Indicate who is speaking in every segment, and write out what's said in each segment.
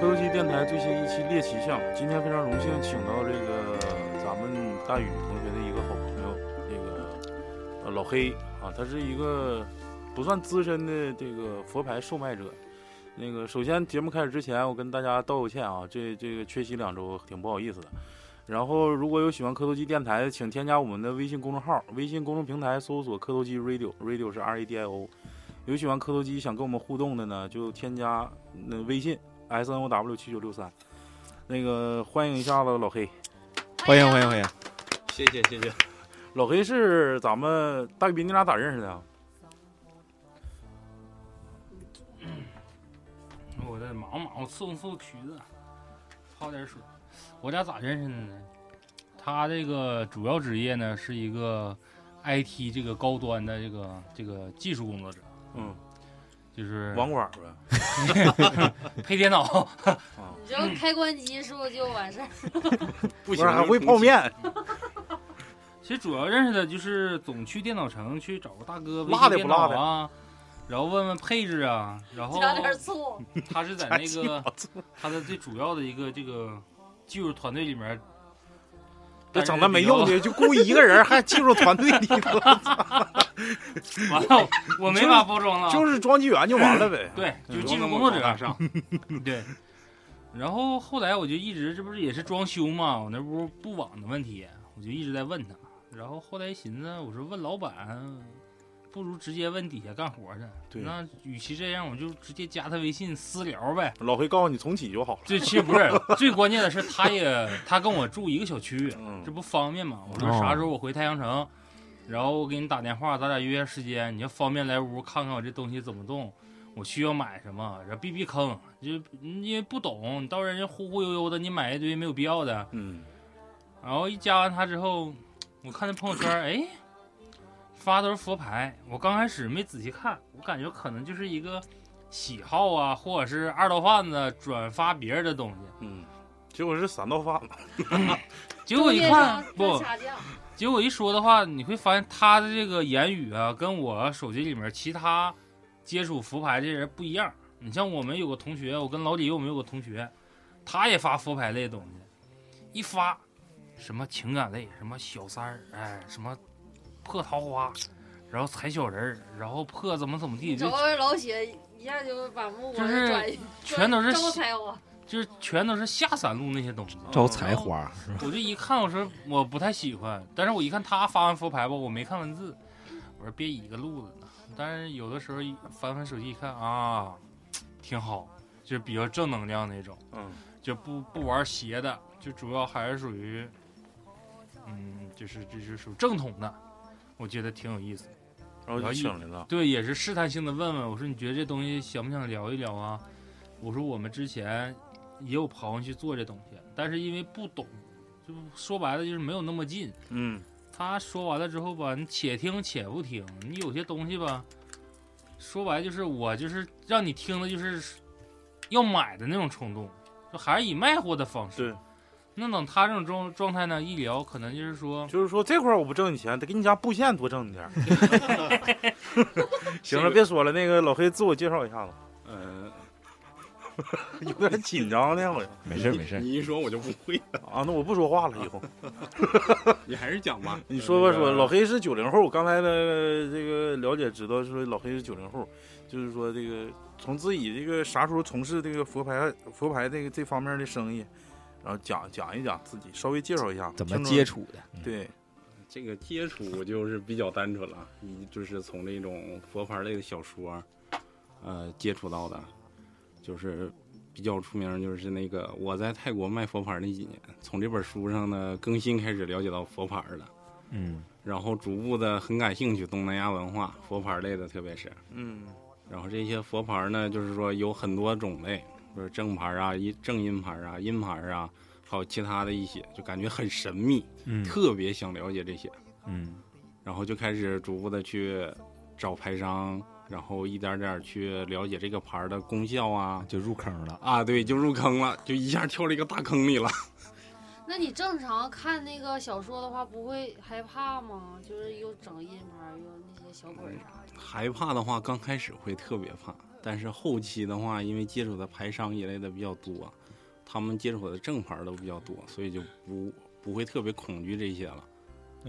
Speaker 1: 科游机电台最新一期猎奇项，今天非常荣幸请到这个咱们大宇同学的一个好朋友，这个呃老黑啊，他是一个不算资深的这个佛牌售卖者。那个，首先节目开始之前，我跟大家道个歉啊，这这个缺席两周，挺不好意思的。然后，如果有喜欢磕头机电台的，请添加我们的微信公众号，微信公众平台搜索“磕头机 radio”，radio 是 R A D I O。有喜欢磕头机想跟我们互动的呢，就添加那微信 S N O W 七九六三。那个欢迎一下子老黑，
Speaker 2: 欢迎欢迎欢迎！
Speaker 3: 谢谢谢谢，
Speaker 1: 老黑是咱们大斌，你俩咋认识的啊？
Speaker 4: 我这忙忙，我送送橘子，泡点水。我俩咋认识的呢？他这个主要职业呢是一个 IT 这个高端的这个这个技术工作者，
Speaker 1: 嗯，
Speaker 4: 就是
Speaker 1: 网管呗。
Speaker 4: 配电脑。
Speaker 5: 你只要开关机是不是就完事儿？
Speaker 3: 不
Speaker 1: 是还会泡，面，
Speaker 4: 其实主要认识的就是总去电脑城去找个大哥维
Speaker 1: 辣
Speaker 4: 修
Speaker 1: 的
Speaker 4: 电
Speaker 1: 不
Speaker 4: 脑
Speaker 1: 辣的
Speaker 4: 啊，然后问问配置啊，然后
Speaker 5: 加点醋，
Speaker 4: 他是在
Speaker 1: 加
Speaker 4: 那
Speaker 1: 鸡
Speaker 4: 个
Speaker 1: 毛醋
Speaker 4: 他的最主要的一个这个技术团队里面。
Speaker 1: 这整那没用的，就雇一个人还技术团队里 头，
Speaker 4: 完 了，我没法包装了啊。
Speaker 1: 就是装机员就完了呗。
Speaker 4: 对，
Speaker 1: 嗯
Speaker 4: 就是技术工作者上， 对。然后后来我就一直，这不是也是装修嘛，我那不布网的问题，我就一直在问他。然后后来寻思，我说问老板，不如直接问底下干活的。
Speaker 1: 对
Speaker 4: 那与其这样，我就直接加他微信私聊呗。
Speaker 1: 老黑告诉你重启就好了。
Speaker 4: 这其实不是最关键的是，他也他跟我住一个小区，这
Speaker 1: 嗯，
Speaker 4: 不方便吗？我说
Speaker 2: 哦
Speaker 4: 啥时候我回太阳城，然后我给你打电话，咱俩约约时间，你要方便来屋看看我这东西怎么动，我需要买什么，然后避避坑，就因为不懂，你到时候人家忽忽悠悠的，你买一堆没有必要的。
Speaker 1: 嗯，
Speaker 4: 然后一加完他之后，我看他朋友圈，哎，发都是佛牌，我刚开始没仔细看，我感觉可能就是一个喜好啊，或者是二道贩子转发别人的东西。
Speaker 1: 嗯，结果是三道贩子。
Speaker 4: 结果一
Speaker 5: 中间商，
Speaker 4: 看
Speaker 5: 干，
Speaker 4: 不
Speaker 5: 啥酱
Speaker 4: 结果一说的话，你会发现他的这个言语啊，跟我手机里面其他接触佛牌的人不一样。你像我们有个同学，我跟老李我们有个同学，他也发佛牌类的东西，一发什么情感类，什么小三儿，哎，什么破桃花，然后踩小人儿，然后破怎么怎么地，
Speaker 5: 找
Speaker 4: 就
Speaker 5: 个老雪一下就把目光
Speaker 4: 就是
Speaker 5: 转移，
Speaker 4: 全都是
Speaker 5: 招财我。
Speaker 4: 就是全都是下三路那些东西。
Speaker 2: 招财花，
Speaker 4: 我就一看，我说我不太喜欢，但是我一看他发完佛牌吧，我没看文字，我说别一个路子呢。但是有的时候一翻翻手机一看啊，挺好，就是比较正能量那种，
Speaker 1: 嗯，
Speaker 4: 就不不玩邪的，就主要还是属于，嗯，就是就是属于正统的，我觉得挺有意思。
Speaker 1: 然
Speaker 4: 哎
Speaker 1: 后就请来了。
Speaker 4: 对，也是试探性的问问我说：“你觉得这东西想不想聊一聊啊？”我说：“我们之前也有朋友去做这东西，但是因为不懂，就说白了就是没有那么近。
Speaker 1: 嗯，”
Speaker 4: 他说完了之后吧，你且听且不听，你有些东西吧，说白了就是我就是让你听的就是要买的那种冲动，就还是以卖货的方式。
Speaker 1: 对，
Speaker 4: 那等他这种状状态呢，一聊可能就是说，
Speaker 1: 就是说这块儿我不挣你钱，得给你家布线多挣你点儿。 行
Speaker 4: 这
Speaker 1: 了，
Speaker 4: 个
Speaker 1: 别说了。那个老黑自我介绍一下子，
Speaker 3: 嗯，
Speaker 1: 有点紧张呢，好像
Speaker 2: 没事没事。
Speaker 3: 你一说我就不会了，
Speaker 1: 啊。那我不说话了， 以后
Speaker 3: 你还是讲吧， 呃
Speaker 1: 你说吧，说老
Speaker 3: 黑，
Speaker 1: 黑是九零后。我刚才的这个了解知道，说老黑是九零后，就是说这个从自己这个啥时候从事这个佛牌佛牌这个这方面的生意，然后讲讲一讲自己，稍微介绍一下
Speaker 2: 怎么接
Speaker 1: 触。
Speaker 2: 触的？
Speaker 1: 对，
Speaker 3: 这个接触就是比较单纯了，你就是从那种佛牌类的小说，呃，接触到的，就是比较出名，就是那个我在泰国卖佛牌那几年，从这本书上的更新开始了解到佛牌了。
Speaker 2: 嗯，
Speaker 3: 然后逐步的很感兴趣东南亚文化佛牌类的，特别是，
Speaker 1: 嗯
Speaker 3: 然后这些佛牌呢，就是说有很多种类，就是正牌啊、阴正阴牌啊、阴牌啊，还有其他的一些，就感觉很神秘，
Speaker 2: 嗯
Speaker 3: 特别想了解这些，
Speaker 2: 嗯
Speaker 3: 然后就开始逐步的去找牌商，然后一点点儿去了解这个牌儿的功效啊
Speaker 2: 就入坑了。
Speaker 3: 啊，对，就入坑了，就一下跳了一个大坑里了。
Speaker 5: 那你正常看那个小说的话，不会害怕吗？就是又整阴牌，又那些小鬼啥的。
Speaker 3: 害怕的话，刚开始会特别怕，但是后期的话，因为接触的牌商一类的比较多，他们接触的正牌儿都比较多，所以就不不会特别恐惧这些了。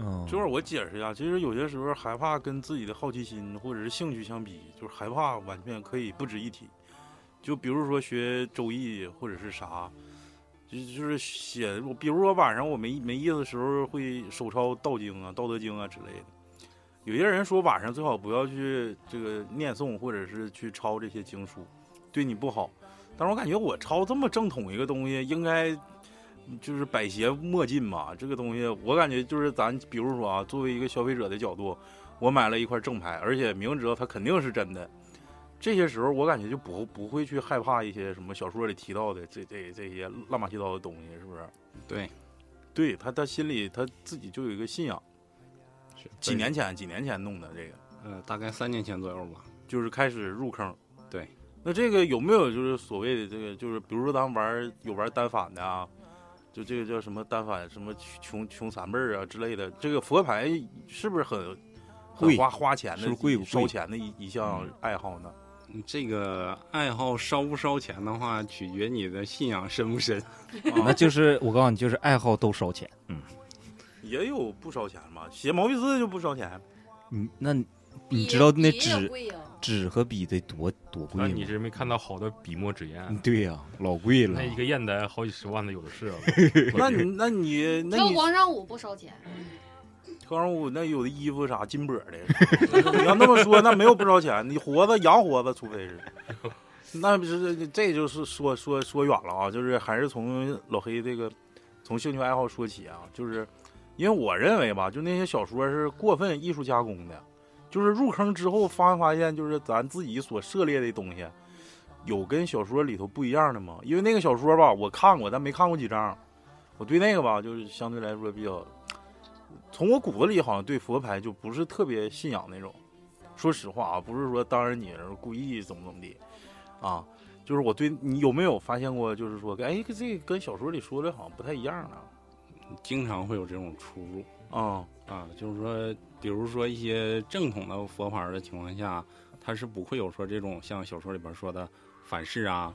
Speaker 2: 嗯，
Speaker 1: 这块儿我解释一下，其实有些时候害怕跟自己的好奇心或者是兴趣相比，就是害怕完全可以不值一提。就比如说学周易或者是啥，就就是写，我比如我晚上我没没意思的时候会手抄《道经》啊、《道德经》啊之类的。有些人说晚上最好不要去这个念诵或者是去抄这些经书，对你不好。但是我感觉我抄这么正统一个东西，应该就是百邪莫进吧。这个东西，我感觉就是咱比如说啊，作为一个消费者的角度，我买了一块正牌，而且明知道它肯定是真的，这些时候我感觉就不不会去害怕一些什么小说里提到的这这这些乱八七糟的东西，是不是？
Speaker 3: 对，
Speaker 1: 对他，他心里他自己就有一个信仰。
Speaker 3: 是
Speaker 1: 几年前，几年前弄的这个，
Speaker 3: 呃，大概三年前左右吧。
Speaker 1: 就是开始入坑。
Speaker 3: 对，
Speaker 1: 那这个有没有就是所谓的这个，就是比如说咱们玩儿有玩儿单反的啊，就这个叫什么单反什么穷穷三辈儿啊之类的，这个佛牌是不是很很
Speaker 2: 贵
Speaker 1: 花花钱的，
Speaker 2: 是不是贵不贵
Speaker 1: 烧钱的一一项爱好呢？
Speaker 3: 嗯这个爱好烧不烧钱的话，取决你的信仰深不深。
Speaker 1: 啊
Speaker 6: 那就是我告诉你，就是爱好都烧钱。
Speaker 1: 也有不烧钱嘛，写毛笔字就不烧钱。
Speaker 6: 你那你你
Speaker 5: 笔
Speaker 6: 知道那
Speaker 5: 笔也
Speaker 6: 纸
Speaker 5: 贵呀，
Speaker 6: 纸和笔得多多
Speaker 7: 那
Speaker 4: 啊
Speaker 6: 贵
Speaker 7: 你
Speaker 6: 吗？
Speaker 7: 是没看到好的笔墨纸
Speaker 6: 嗯
Speaker 7: 砚，啊
Speaker 2: 对呀、老贵了
Speaker 7: 那。一个砚台好几十万的有的是啊。
Speaker 1: 那你那你那
Speaker 5: 跳
Speaker 1: 你
Speaker 5: 广场舞不烧钱，
Speaker 1: 特上舞那有的衣服啥金箔的，你要那么说，那没有不烧钱，你活子羊活子，除非是，那不是这就是说说说远了啊，就是还是从老黑这个从兴趣爱好说起啊，就是因为我认为吧，就那些小说是过分艺术加工的，就是入坑之后发没发现，就是咱自己所涉猎的东西有跟小说里头不一样的吗？因为那个小说吧，我看过，但没看过几章，我对那个吧，就是相对来说比较。从我骨子里好像对佛牌就不是特别信仰那种。说实话啊，不是说当着你人故意怎么怎么地，啊，就是我对你有没有发现过，就是说，哎，这个跟小说里说的好像不太一样了
Speaker 3: 经常会有这种出入
Speaker 1: 啊、
Speaker 3: 啊，就是说，比如说一些正统的佛牌儿的情况下，它是不会有说这种像小说里边说的反噬啊，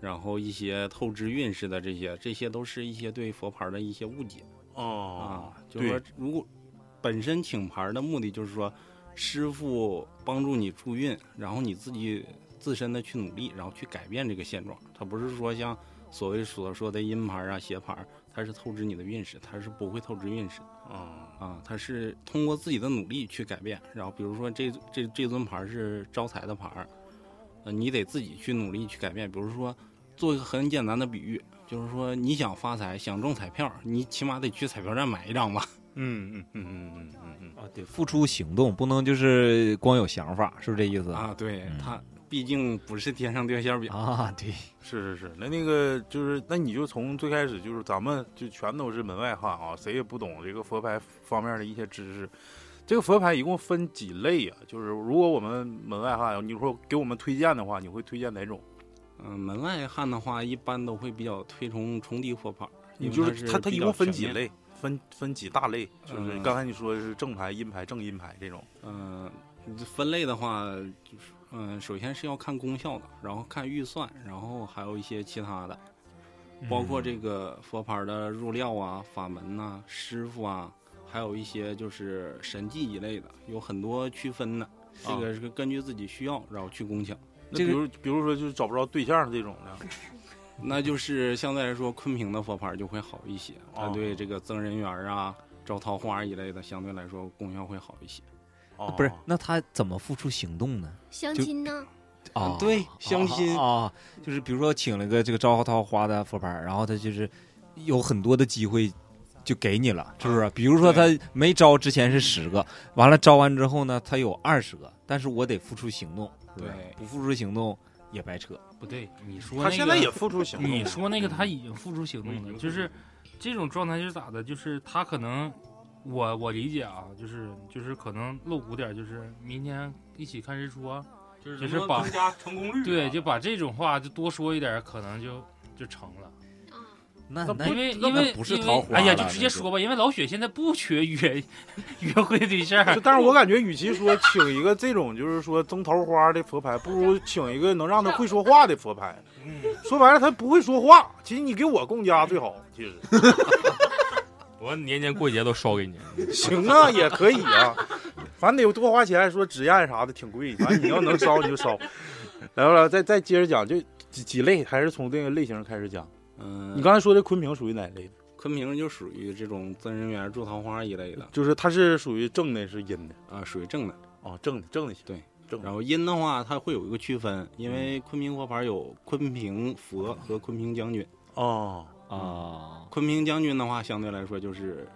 Speaker 3: 然后一些透支运势的这些，这些都是一些对佛牌儿的一些误解。
Speaker 1: 哦
Speaker 3: 啊，就是说，如果本身请牌的目的就是说，师傅帮助你助运，然后你自己自身的去努力，然后去改变这个现状。它不是说像所谓所说的阴牌啊、邪牌，它是透支你的运势，它是不会透支运势的
Speaker 1: 嗯
Speaker 3: 啊，它是通过自己的努力去改变。然后比如说这这这尊牌是招财的牌，呃，你得自己去努力去改变。比如说，做一个很简单的比喻。就是说，你想发财，想中彩票，你起码得去彩票站买一张吧。
Speaker 2: 嗯嗯，
Speaker 1: 嗯嗯嗯嗯
Speaker 6: 啊，对，付出行动，不能就是光有想法，是不是这意思？
Speaker 3: 啊，对
Speaker 6: 嗯
Speaker 3: 他毕竟不是天上掉馅儿饼，
Speaker 6: 啊，对，
Speaker 1: 是是是，那那个就是，那你就从最开始就是咱们就全都是门外汉啊，谁也不懂这个佛牌方面的一些知识。这个佛牌一共分几类啊？就是如果我们门外汉，你说给我们推荐的话，你会推荐哪种？
Speaker 3: 嗯、门外汉的话一般都会比较推崇重叠佛牌儿，
Speaker 1: 你
Speaker 3: 因为
Speaker 1: 就是它，
Speaker 3: 它
Speaker 1: 它
Speaker 3: 比
Speaker 1: 一
Speaker 3: 较
Speaker 1: 共分
Speaker 3: 全
Speaker 1: 几
Speaker 3: 面？
Speaker 1: 类？分分几大类？就是
Speaker 3: 嗯
Speaker 1: 刚才你说的是正牌、阴牌、正阴牌这种。
Speaker 3: 嗯、分类的话就是嗯、首先是要看功效的，然后看预算，然后还有一些其他的，包括这个佛牌儿的入料啊、法门呐、师傅啊，还有一些就是神技一类的，有很多区分的。
Speaker 7: 哦
Speaker 3: 这个是根据自己需要，然后去工巧。
Speaker 1: 那
Speaker 6: 这
Speaker 1: 比
Speaker 6: 个
Speaker 1: 如比如说就是找不着对象这种的，
Speaker 3: 那就是相对来说，昆平的佛牌就会好一些，它
Speaker 1: 哦
Speaker 3: 对这个增人缘啊、招桃花一类的，相对来说功效会好一些。
Speaker 1: 哦，
Speaker 6: 不是，那他怎么付出行动呢？
Speaker 8: 相
Speaker 6: 就
Speaker 8: 亲呢？
Speaker 6: 啊，
Speaker 4: 哦
Speaker 3: 对，相亲
Speaker 6: 啊啊啊就是比如说请了个这个招桃花的佛牌儿，然后他就是有很多的机会就给你了，是不是？比如说他
Speaker 3: 啊对
Speaker 6: 没招之前是十个，完了招完之后呢，他有二十个，但是我得付出行动，是不是
Speaker 3: 对
Speaker 6: 不付出行动也白扯。
Speaker 4: 不对，你说
Speaker 1: 他
Speaker 4: 那
Speaker 1: 现在
Speaker 4: 个
Speaker 1: 也付出行动
Speaker 4: 你说那个他已经付出行动了，
Speaker 3: 嗯
Speaker 4: 就是这种状态是咋的？就是他可能，我我理解啊，就是就是可能露骨点儿，就是明天一起看日出啊，
Speaker 7: 就是
Speaker 4: 就是
Speaker 7: 能不能
Speaker 4: 把
Speaker 7: 增加成功率啊，
Speaker 4: 对，就把这种话就多说一点，可能就就成了。
Speaker 5: 啊，
Speaker 6: 那
Speaker 1: 那
Speaker 6: 那
Speaker 4: 因为
Speaker 6: 那
Speaker 4: 因为
Speaker 6: 不是
Speaker 4: 因为
Speaker 6: 桃花
Speaker 4: 哎呀，
Speaker 6: 了
Speaker 4: 就直接
Speaker 6: 那
Speaker 4: 说吧，因为老雪现在不缺约 约会对象
Speaker 1: 就， 但是我感觉，与其说请一个这种就是说争桃花的佛牌，不如请一个能让他会说话的佛牌。
Speaker 4: 嗯
Speaker 1: 说白了，他不会说话，其实你给我供家最好。其实
Speaker 7: 我年年过节都烧给你，
Speaker 1: 行啊，也可以啊，反正得多花钱，说纸砚啥的挺贵，反正你要能烧你就烧。来吧，再再接着讲，就几几类，还是从这个类型开始讲。
Speaker 3: 嗯，
Speaker 1: 你刚才说的昆平属于哪类？
Speaker 3: 昆平就属于这种增人缘、种桃花一类的
Speaker 1: 就是它是属于正的，是阴的
Speaker 3: 啊，属于正的。
Speaker 1: 啊，正的正的行。
Speaker 3: 然后阴的话，它会有一个区分，
Speaker 6: 嗯
Speaker 3: 因为昆平佛牌有昆平佛和昆平将军。
Speaker 1: 哦，
Speaker 6: 啊，
Speaker 3: 昆平将军的话，相对来说就是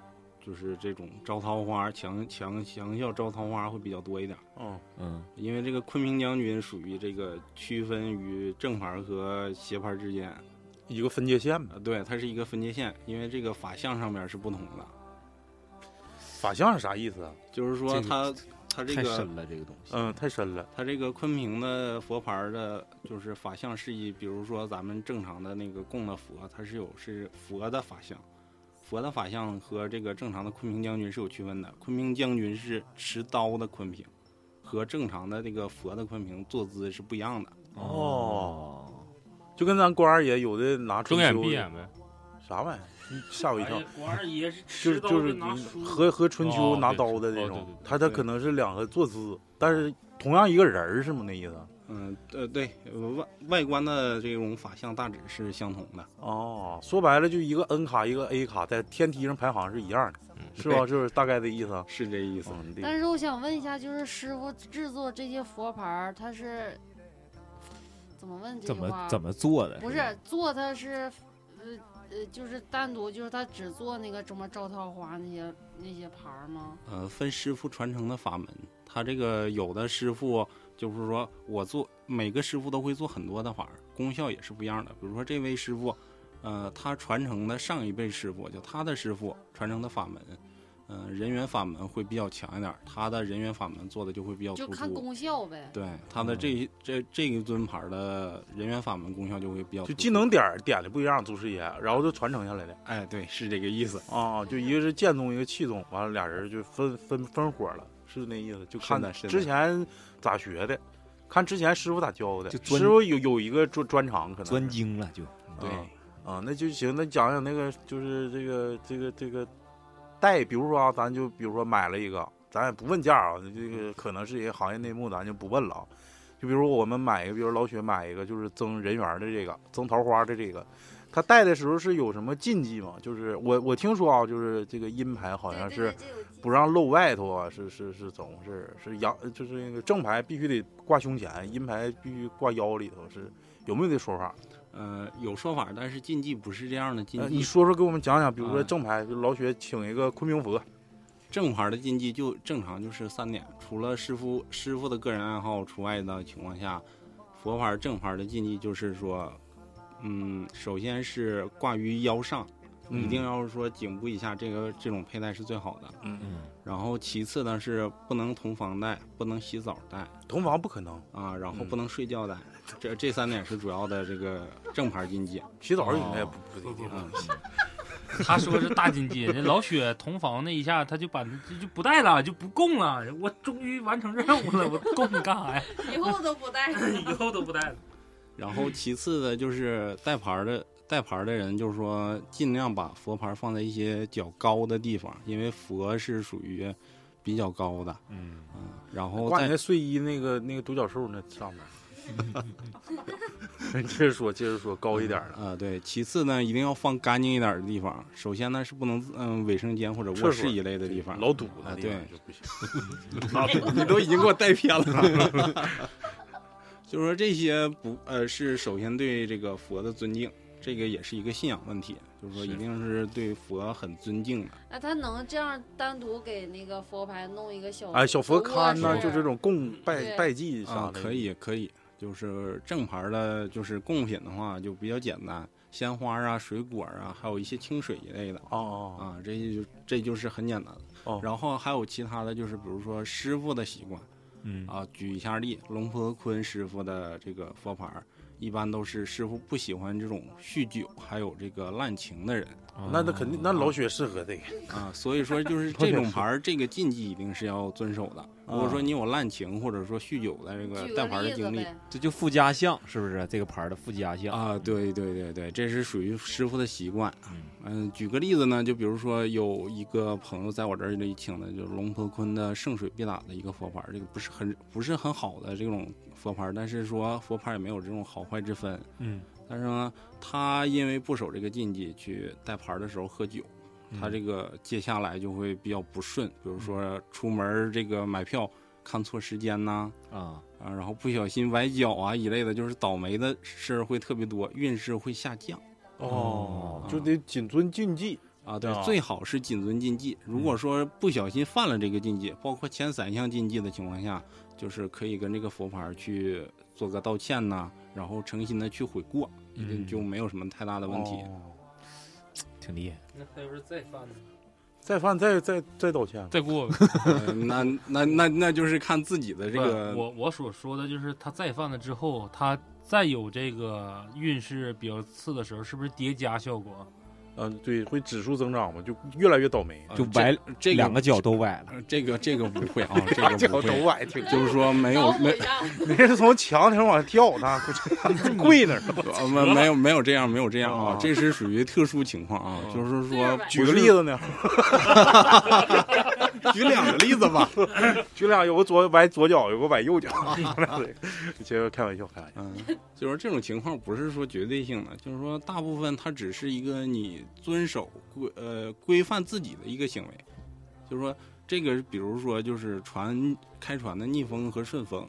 Speaker 3: 就是这种招桃花、强强强效招桃花会比较多一点。
Speaker 1: 哦，
Speaker 6: 嗯
Speaker 3: 因为这个昆明将军属于这个区分于正牌和邪牌之间，
Speaker 1: 一个分界线吧。
Speaker 3: 啊，对，它是一个分界线，因为这个法相上面是不同的，
Speaker 1: 法相是啥意思啊？
Speaker 3: 就是说
Speaker 6: 这个
Speaker 3: 它它这
Speaker 6: 太
Speaker 3: 个呃
Speaker 6: 深了这个东西，
Speaker 1: 嗯，太深了。
Speaker 3: 它这个昆明的佛牌的，就是法相是以，比如说咱们正常的那个供的佛，它是有是佛的法相，佛的法相和这个正常的昆明将军是有区分的，昆明将军是持刀的昆平，和正常的这个佛的昆平坐姿是不一样的。
Speaker 1: 哦，就跟咱关二爷有的拿
Speaker 7: 睁
Speaker 1: 春
Speaker 7: 眼
Speaker 1: 秋
Speaker 7: 闭眼呗。哎
Speaker 1: 啥玩意儿，吓我一跳。
Speaker 4: 哎我二爷是
Speaker 1: 就是就是你和和春秋
Speaker 7: 哦
Speaker 1: 拿
Speaker 7: 对
Speaker 1: 刀的
Speaker 7: 哦
Speaker 1: 那
Speaker 7: 对
Speaker 1: 种
Speaker 7: 对对，
Speaker 1: 他他可能是两个坐姿，但是同样一个人儿是吗？那意思？啊
Speaker 3: 嗯，呃，对，呃外外观的这种法相大致是相同的，
Speaker 1: 哦，说白了就一个 N 卡一个 A 卡在天梯上排行是一样的，
Speaker 3: 嗯
Speaker 1: 是吧？就是大概的意思啊。
Speaker 3: 是这意思。
Speaker 1: 嗯，对
Speaker 5: 但是我想问一下，就是师傅制作这些佛牌儿，他是怎么问这
Speaker 6: 怎
Speaker 5: 句话
Speaker 6: 么？怎么做的？
Speaker 5: 不是做它是，呃呃，就是单独就是他只做那个什么招桃花那些那些牌儿吗？
Speaker 3: 呃，分师傅传承的法门，他这个有的师傅就是说我做每个师傅都会做很多的法儿，功效也是不一样的。比如说这位师傅，呃，他传承的上一辈师傅，就他的师傅传承的法门，嗯、人缘法门会比较强一点儿，他的人缘法门做的就会比较
Speaker 5: 就
Speaker 3: 突
Speaker 5: 看
Speaker 3: 哦出。
Speaker 5: 功效呗。
Speaker 3: 对他
Speaker 1: 嗯
Speaker 3: 的这一这这一尊牌儿的人缘法门功效就会比较
Speaker 1: 就
Speaker 3: 突
Speaker 1: 技
Speaker 3: 出
Speaker 1: 能点儿点的不一样，祖师爷，然后就传承下来的
Speaker 3: 哎，对，是这个意思。
Speaker 1: 啊，就一个是剑宗，一个气宗，完了俩人就分分分伙了，是那意思？就看
Speaker 3: 是的是的
Speaker 1: 之前咋学的，看之前师傅咋教的，
Speaker 6: 就
Speaker 1: 师
Speaker 6: 钻
Speaker 1: 傅有有一个专专长，可能
Speaker 6: 钻
Speaker 1: 是
Speaker 6: 精了就，
Speaker 3: 对，
Speaker 1: 啊啊，那就行。那讲讲那个，就是这个这个这个带，比如说啊，咱就比如说买了一个，咱也不问价啊，这个可能是一个行业内幕，咱就不问了啊。就比如我们买一个，比如老雪买一个，就是增人缘的这个，增桃花的这个，他带的时候是有什么禁忌吗？就是我我听说啊，就是这个阴牌好像是不让露外头啊，是是是怎么回事？是阳就是那个正牌必须得挂胸前，阴牌必须挂腰里头，是有没有这说法？
Speaker 3: 呃，有说法，但是禁忌不是这样的禁
Speaker 1: 呃，
Speaker 3: 忌。
Speaker 1: 你说说给我们讲讲，比如说
Speaker 3: 啊
Speaker 1: 正牌，就老雪请一个昆明佛，
Speaker 3: 正牌的禁忌就正常就是三点，除了师傅师傅的个人爱好除外的情况下，佛牌正牌的禁忌就是说，嗯，首先是挂于腰上，一定要是说颈部以下这个这种佩戴是最好的。
Speaker 1: 嗯，
Speaker 6: 嗯，
Speaker 3: 然后其次呢是不能同房戴，不能洗澡戴
Speaker 1: 同房不可能，
Speaker 3: 啊，然后
Speaker 1: 嗯
Speaker 3: 不能睡觉戴，这这三点是主要的这个正牌禁忌。
Speaker 1: 洗澡
Speaker 3: 哦
Speaker 1: 应该不不一定。
Speaker 3: 嗯，
Speaker 4: 他说是大金鸡，人老雪同房那一下，他就把就就不带了，就不供了。我终于完成任务了，我供你干啥呀？
Speaker 5: 以后都不带
Speaker 4: 以后都不带了。
Speaker 3: 然后其次的就是带牌儿的带牌儿的人，就是说尽量把佛牌放在一些较高的地方，因为佛是属于比较高的。
Speaker 2: 嗯，
Speaker 3: 然后
Speaker 1: 挂你
Speaker 3: 在
Speaker 1: 那睡衣那个那个独角兽那上面。接 着说，接着说，高一点的
Speaker 3: 呃对，其次呢一定要放干净一点儿的地方。首先呢是不能嗯卫生间或者
Speaker 1: 厕所
Speaker 3: 卧室一类的地方。
Speaker 1: 老堵那
Speaker 3: 啊
Speaker 1: 地方
Speaker 3: 对
Speaker 1: 就不行。
Speaker 3: 你都已经给我带偏了。 就是说这些不呃是首先对这个佛的尊敬，这个也是一个信仰问题，就是说
Speaker 7: 是
Speaker 3: 一定是对佛很尊敬的。
Speaker 5: 那他能这样单独给那个佛牌弄一个小
Speaker 1: 哎，小佛龛
Speaker 5: 哦卧
Speaker 1: 呐，
Speaker 5: 室
Speaker 1: 就这种供拜
Speaker 5: 对
Speaker 1: 拜祭啥
Speaker 3: 啊，
Speaker 1: 的，
Speaker 3: 可。以可以，就是正牌儿的，就是贡品的话就比较简单，鲜花啊、水果啊，还有一些清水一类的
Speaker 1: 哦哦
Speaker 3: 啊，这些就这就是很简单的。
Speaker 1: 哦
Speaker 3: 然后还有其他的就是，比如说师傅的习惯，
Speaker 6: 嗯
Speaker 3: 啊，举一下例，龙婆坤师傅的这个佛牌儿，一般都是师傅不喜欢这种酗酒还有这个滥情的人
Speaker 6: 嗯
Speaker 1: 那那肯定，那老雪适合这个。
Speaker 3: 啊，所以 说就是这种牌儿，这个禁忌一定是要遵守
Speaker 1: 啊
Speaker 3: 的。如果说你有滥情或者说酗酒的这
Speaker 5: 举
Speaker 3: 个带
Speaker 5: 个
Speaker 3: 牌儿的
Speaker 5: 例子
Speaker 3: 经历
Speaker 5: 呗，
Speaker 6: 这就附加项是不是？这个牌儿的附加项
Speaker 3: 啊，对对对对，这是属于师傅的习惯
Speaker 6: 嗯。
Speaker 3: 嗯，举个例子呢，就比如说有一个朋友在我这里请的，就是龙婆坤的圣水必打的一个佛牌儿，这个不是很不是很好的这种佛牌儿，但是说佛牌儿也没有这种好坏之分。
Speaker 6: 嗯，
Speaker 3: 但是呢，他因为不守这个禁忌，去带牌儿的时候喝酒，他这个接下来就会比较不顺，比如说出门儿这个买票看错时间呐、
Speaker 6: 啊，
Speaker 3: 啊，然后不小心崴脚啊一类的，就是倒霉的事儿会特别多，运势会下降
Speaker 1: 哦
Speaker 3: 哦
Speaker 1: 就得谨遵禁忌。
Speaker 3: 啊。对，
Speaker 6: 哦
Speaker 1: 啊
Speaker 3: 最好是谨遵禁忌。如
Speaker 6: 嗯
Speaker 3: 果说不小心犯了这个禁忌，包括前三项禁忌的情况下，就是可以跟这个佛牌儿去做个道歉呐、然后诚心的去悔过，
Speaker 6: 嗯
Speaker 3: 一定就没有什么太大的问题。
Speaker 6: 哦
Speaker 1: 哦
Speaker 6: 挺厉害。
Speaker 4: 那他要是再犯呢？
Speaker 1: 再犯再再再道歉。
Speaker 7: 再 过
Speaker 3: 呃那那那那就是看自己的这个
Speaker 4: 我我所说的就是他再犯了之后，他再有这个运势比较次的时候，是不是叠加效果？
Speaker 1: 嗯，对，会指数增长嘛，就越来越倒霉。
Speaker 3: 呃
Speaker 6: 就
Speaker 3: 这
Speaker 6: 崴
Speaker 3: 这个
Speaker 6: 两个脚都崴了，
Speaker 3: 呃这个这个不会 啊，这个不会，
Speaker 1: 崴挺
Speaker 3: 就是说没有
Speaker 5: 脑补
Speaker 3: 没
Speaker 5: 一下，
Speaker 1: 你这是从墙上往下跳，啊那 跪那儿。
Speaker 3: 啊，没没有没有这样，没有这样啊
Speaker 1: 哦，
Speaker 3: 这是属于特殊情况啊，
Speaker 1: 哦
Speaker 3: 就是
Speaker 5: 这样
Speaker 3: 说
Speaker 5: 呗
Speaker 1: 举个例子 呢，
Speaker 3: 举两个例子吧。
Speaker 1: 举俩有个左崴左脚，有个崴 右脚。其实开玩笑，开玩笑。
Speaker 3: 嗯， 就是这种情况不是说绝对性的，就是说大部分它只是一个你遵守规呃规范自己的一个行为，就是说这个比如说就是船开船的逆风和顺风，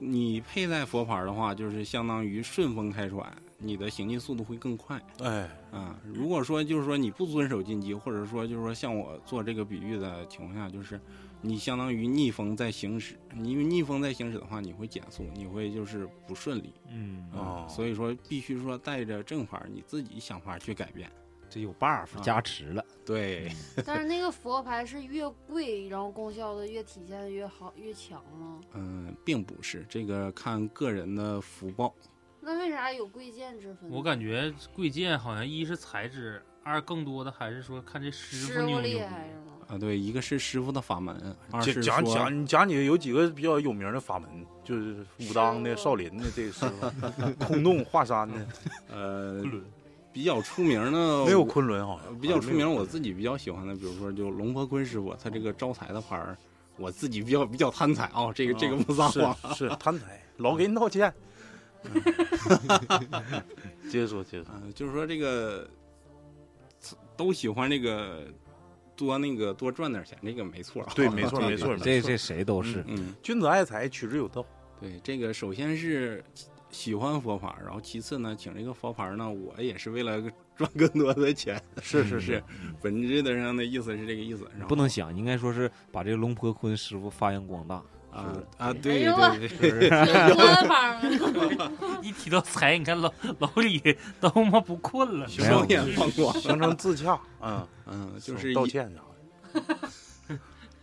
Speaker 3: 你佩戴佛牌的话，就是相当于顺风开船，你的行进速度会更快。
Speaker 1: 哎，
Speaker 3: 啊，如果说就是说你不遵守禁忌，或者说就是说像我做这个比喻的情况下，就是你相当于逆风在行驶，你因为逆风在行驶的话，你会减速，你会就是不顺利
Speaker 6: 嗯，
Speaker 3: 啊、
Speaker 1: 哦
Speaker 3: 所以说必须说带着正法，你自己想法去改变。
Speaker 6: 这有 buff 啊加持了，
Speaker 3: 对，
Speaker 5: 但是那个佛牌是越贵，然后功效的越体现的越好越强吗？
Speaker 3: 嗯，并不是这个看个人的福报。
Speaker 5: 那为啥有贵贱之分呢？
Speaker 4: 我感觉贵贱好像一是材质，二更多的还是说看这师
Speaker 5: 师
Speaker 4: 傅牛
Speaker 5: 傅
Speaker 4: 不
Speaker 5: 厉
Speaker 4: 牛逼。
Speaker 5: 害是吗？
Speaker 3: 啊，对，一个是师傅的法门，二
Speaker 1: 讲
Speaker 3: 是
Speaker 1: 讲
Speaker 3: 说
Speaker 1: 讲，你讲你有几个比较有名的法门，就是武当的、
Speaker 5: 是
Speaker 1: 少林的这个师傅，空洞华 山的，
Speaker 3: 呃
Speaker 1: 嗯
Speaker 7: 昆仑
Speaker 3: 比较出名的
Speaker 1: 没有昆仑好
Speaker 3: 呃
Speaker 1: 像啊
Speaker 3: 比较出名，我
Speaker 1: 己
Speaker 3: 自己比较喜欢的，比如说就龙婆坤师傅，他这个招财的牌儿，我自己比较比较贪财啊、这个这个不撒谎。
Speaker 1: 是是贪财，老给你道 歉。嗯 接着说，接着说，
Speaker 3: 嗯，就是说这个都喜欢这个多那个多赚点钱，这个没错 啊。
Speaker 1: 对，没错，没错，没错
Speaker 6: 这这谁都是，
Speaker 3: 嗯，
Speaker 1: 君子爱财，取之有道。
Speaker 3: 对，这个首先是喜欢佛牌儿，然后其次呢，请这个佛牌儿呢，我也是为了赚更多的钱，
Speaker 1: 是
Speaker 3: 是 是，本质的上的意思是这个意思。然后
Speaker 6: 不能想，应该说是把这个龙婆坤师傅发扬光大。
Speaker 3: 啊啊，对
Speaker 5: 哎呦我
Speaker 3: 对对，
Speaker 5: 有 官方的，
Speaker 4: 一提到财，你看老老李 都他妈不困了。
Speaker 3: 双眼放光。
Speaker 1: 形成自 洽，嗯，
Speaker 3: 嗯，就是
Speaker 1: 道
Speaker 3: 一
Speaker 1: 歉啥的。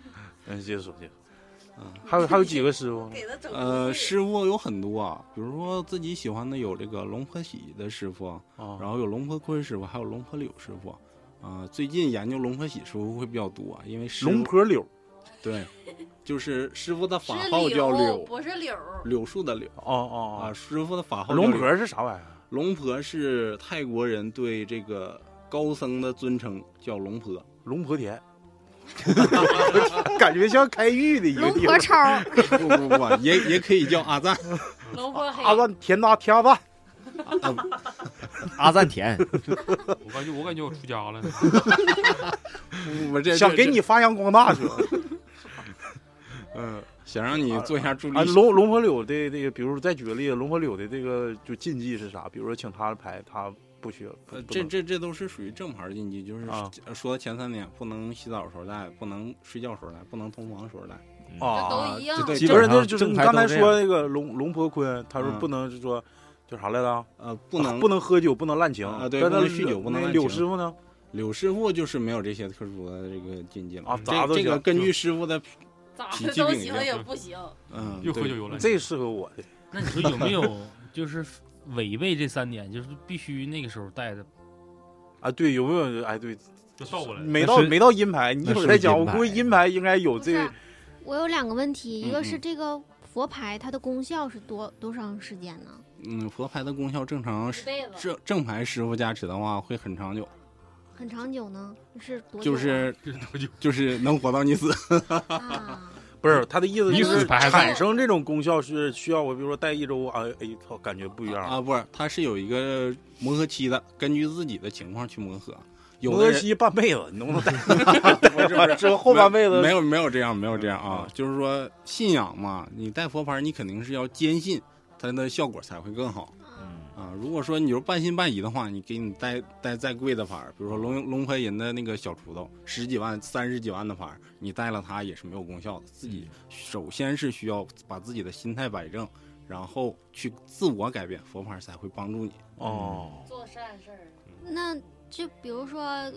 Speaker 1: 嗯，接着说，接着说
Speaker 3: 嗯。
Speaker 1: 还有还有几个师傅呢？
Speaker 5: 给他整
Speaker 3: 呃，师傅有很多啊，比如说自己喜欢的有这个龙婆喜的师傅，
Speaker 1: 啊，
Speaker 3: 然后有龙婆坤师傅，还有龙婆柳师傅。啊、最近研究龙婆喜师傅会比较多，因为师傅
Speaker 1: 龙婆柳
Speaker 3: 对，就是师傅的
Speaker 5: 是
Speaker 3: 法号叫
Speaker 5: 柳，
Speaker 3: 柳，
Speaker 5: 不是柳儿，
Speaker 3: 柳树的柳
Speaker 1: 哦哦
Speaker 3: 啊，师傅的法号
Speaker 1: 哦，
Speaker 3: 叫
Speaker 1: 龙
Speaker 3: 柳
Speaker 1: 婆是啥玩意儿？
Speaker 3: 龙婆是泰国人对这个高僧的尊称，叫龙 婆。
Speaker 1: 龙婆田，感觉像开玉的一个
Speaker 5: 龙
Speaker 1: 地
Speaker 5: 婆
Speaker 1: 方。
Speaker 5: 超，
Speaker 3: 不不不，也也可以叫阿赞。
Speaker 5: 龙婆黑，
Speaker 1: 阿赞田大天赞，
Speaker 3: 啊
Speaker 6: 阿 赞田，
Speaker 7: 我感觉我感觉我出家 了呢，
Speaker 3: 我这
Speaker 1: 想
Speaker 3: 这
Speaker 1: 给你发扬光 大是吧？
Speaker 3: 嗯，想让你做一下助力
Speaker 1: 啊，。龙龙婆柳的这个，比如说再举个例子，龙婆柳的这个就禁忌是啥？比如说请他牌，他不需要。不
Speaker 3: 呃，
Speaker 1: 不
Speaker 3: 这
Speaker 1: 能
Speaker 3: 这这都是属于正牌禁忌，就是呃
Speaker 1: 啊
Speaker 3: 说前三点不能洗澡的时候戴，不能睡觉的时候戴，不能同房的时候戴。
Speaker 5: 这
Speaker 1: 啊
Speaker 5: 都一，样。
Speaker 3: 对
Speaker 6: 基
Speaker 1: 不
Speaker 6: 本
Speaker 1: 是，
Speaker 6: 上
Speaker 1: 那就是
Speaker 6: 正
Speaker 1: 你
Speaker 6: 牌
Speaker 1: 刚才
Speaker 6: 都这
Speaker 1: 说那个龙龙婆坤，他说
Speaker 3: 嗯
Speaker 1: 不能是说叫啥来着？
Speaker 3: 呃，不能、
Speaker 1: 啊不能喝酒，不能滥情
Speaker 3: 啊对
Speaker 1: 但
Speaker 3: 不能
Speaker 1: 是
Speaker 3: 酗酒不能
Speaker 1: 那
Speaker 3: 滥
Speaker 1: 柳
Speaker 3: 情
Speaker 1: 师傅呢？
Speaker 3: 柳师傅就是没有这些特殊的这个禁忌了。
Speaker 1: 啊
Speaker 3: 这
Speaker 1: 咋都
Speaker 3: 这个
Speaker 1: 行
Speaker 3: 根据师傅的
Speaker 5: 咋
Speaker 3: 脾
Speaker 5: 的
Speaker 3: 气
Speaker 5: 都
Speaker 3: 秉
Speaker 5: 行
Speaker 3: 性
Speaker 5: 也不行。
Speaker 3: 嗯，
Speaker 7: 又喝
Speaker 3: 对
Speaker 7: 酒又来。
Speaker 1: 这适合我的。
Speaker 4: 那你说有没有就是违背这三点，就是必须那个时候带的？
Speaker 1: 啊，对，有没有？哎，对，
Speaker 7: 就倒过来，
Speaker 8: 嗯
Speaker 1: 没到
Speaker 2: 那是
Speaker 1: 没到阴牌，你一会儿再讲。
Speaker 6: 那是阴
Speaker 1: 我
Speaker 6: 牌
Speaker 1: 估计阴牌应该有
Speaker 8: 不是
Speaker 1: 这，
Speaker 8: 我有两个问题，一
Speaker 3: 嗯
Speaker 8: 个
Speaker 3: 嗯
Speaker 8: 是这个佛牌它的功效是多多长时间呢？
Speaker 3: 嗯，佛牌的功效正常
Speaker 5: 一辈子
Speaker 3: 正正牌师傅加持的话会很长久，
Speaker 8: 很长久呢？是多久啊？
Speaker 3: 就是
Speaker 7: 这 多久？
Speaker 3: 就是能活到你死。
Speaker 8: 啊，
Speaker 1: 不是他的意思，
Speaker 8: 你
Speaker 1: 就
Speaker 8: 死
Speaker 1: 是
Speaker 4: 白
Speaker 1: 产
Speaker 8: 菜
Speaker 1: 生这种功效是需要我，比如说戴一周，哎哎操，感觉不一样。
Speaker 3: 啊，不是，它是有一个磨合期的，根据自己的情况去磨合。有的
Speaker 1: 摩
Speaker 3: 人
Speaker 1: 西半辈子，你能不能 戴？
Speaker 3: 不 是不是
Speaker 1: 之后后半辈子
Speaker 3: 没有没有这样没有这样啊，就是说信仰嘛，你戴佛牌，你肯定是要坚信它的效果才会更好
Speaker 6: 嗯
Speaker 3: 啊。如果说你就是半信半疑的话，你给你戴戴再贵的牌儿，比如说龙龙和银的那个小锄头，十几万、三十几万的牌儿，你戴了它也是没有功效的。自己首先是需要把自己的心态摆正，然后去自我改变，佛牌才会帮助你。
Speaker 1: 哦，
Speaker 5: 做善事儿，
Speaker 8: 那就比如说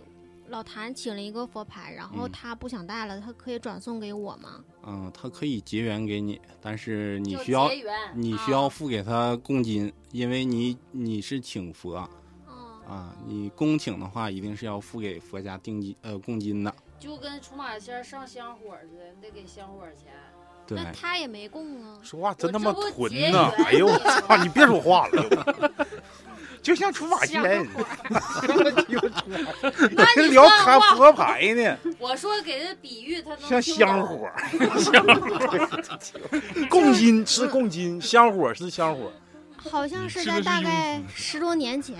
Speaker 8: 老谭请了一个佛牌，然后
Speaker 3: 嗯
Speaker 8: 他不想戴了，他可以转送给我吗？
Speaker 3: 嗯，它可以结缘给你，但是你
Speaker 5: 就
Speaker 3: 需要
Speaker 5: 结缘啊
Speaker 3: 你需要付给他供金，因为你你是请佛
Speaker 8: 哦、
Speaker 3: 啊，你供请的话一定是要付给佛家定金呃供金的，
Speaker 5: 就跟出马仙儿上香火似的，你得给香火 钱。
Speaker 3: 对
Speaker 8: 那他也没供啊。
Speaker 1: 说话真他妈
Speaker 5: 我这不
Speaker 1: 囤
Speaker 5: 结
Speaker 1: 呐！
Speaker 5: 缘
Speaker 1: 哎呦我
Speaker 5: 你说
Speaker 1: 操，你别说话了， 就像出马仙，
Speaker 5: 那你
Speaker 1: 聊
Speaker 5: 算
Speaker 1: 卡
Speaker 5: 话
Speaker 1: 佛牌呢，
Speaker 5: 我说给他比喻，他能
Speaker 1: 像
Speaker 5: 听
Speaker 1: 香
Speaker 5: 懂
Speaker 1: 火， 供金是供金，香火是香火。
Speaker 8: 好像嗯是在大概十多年前，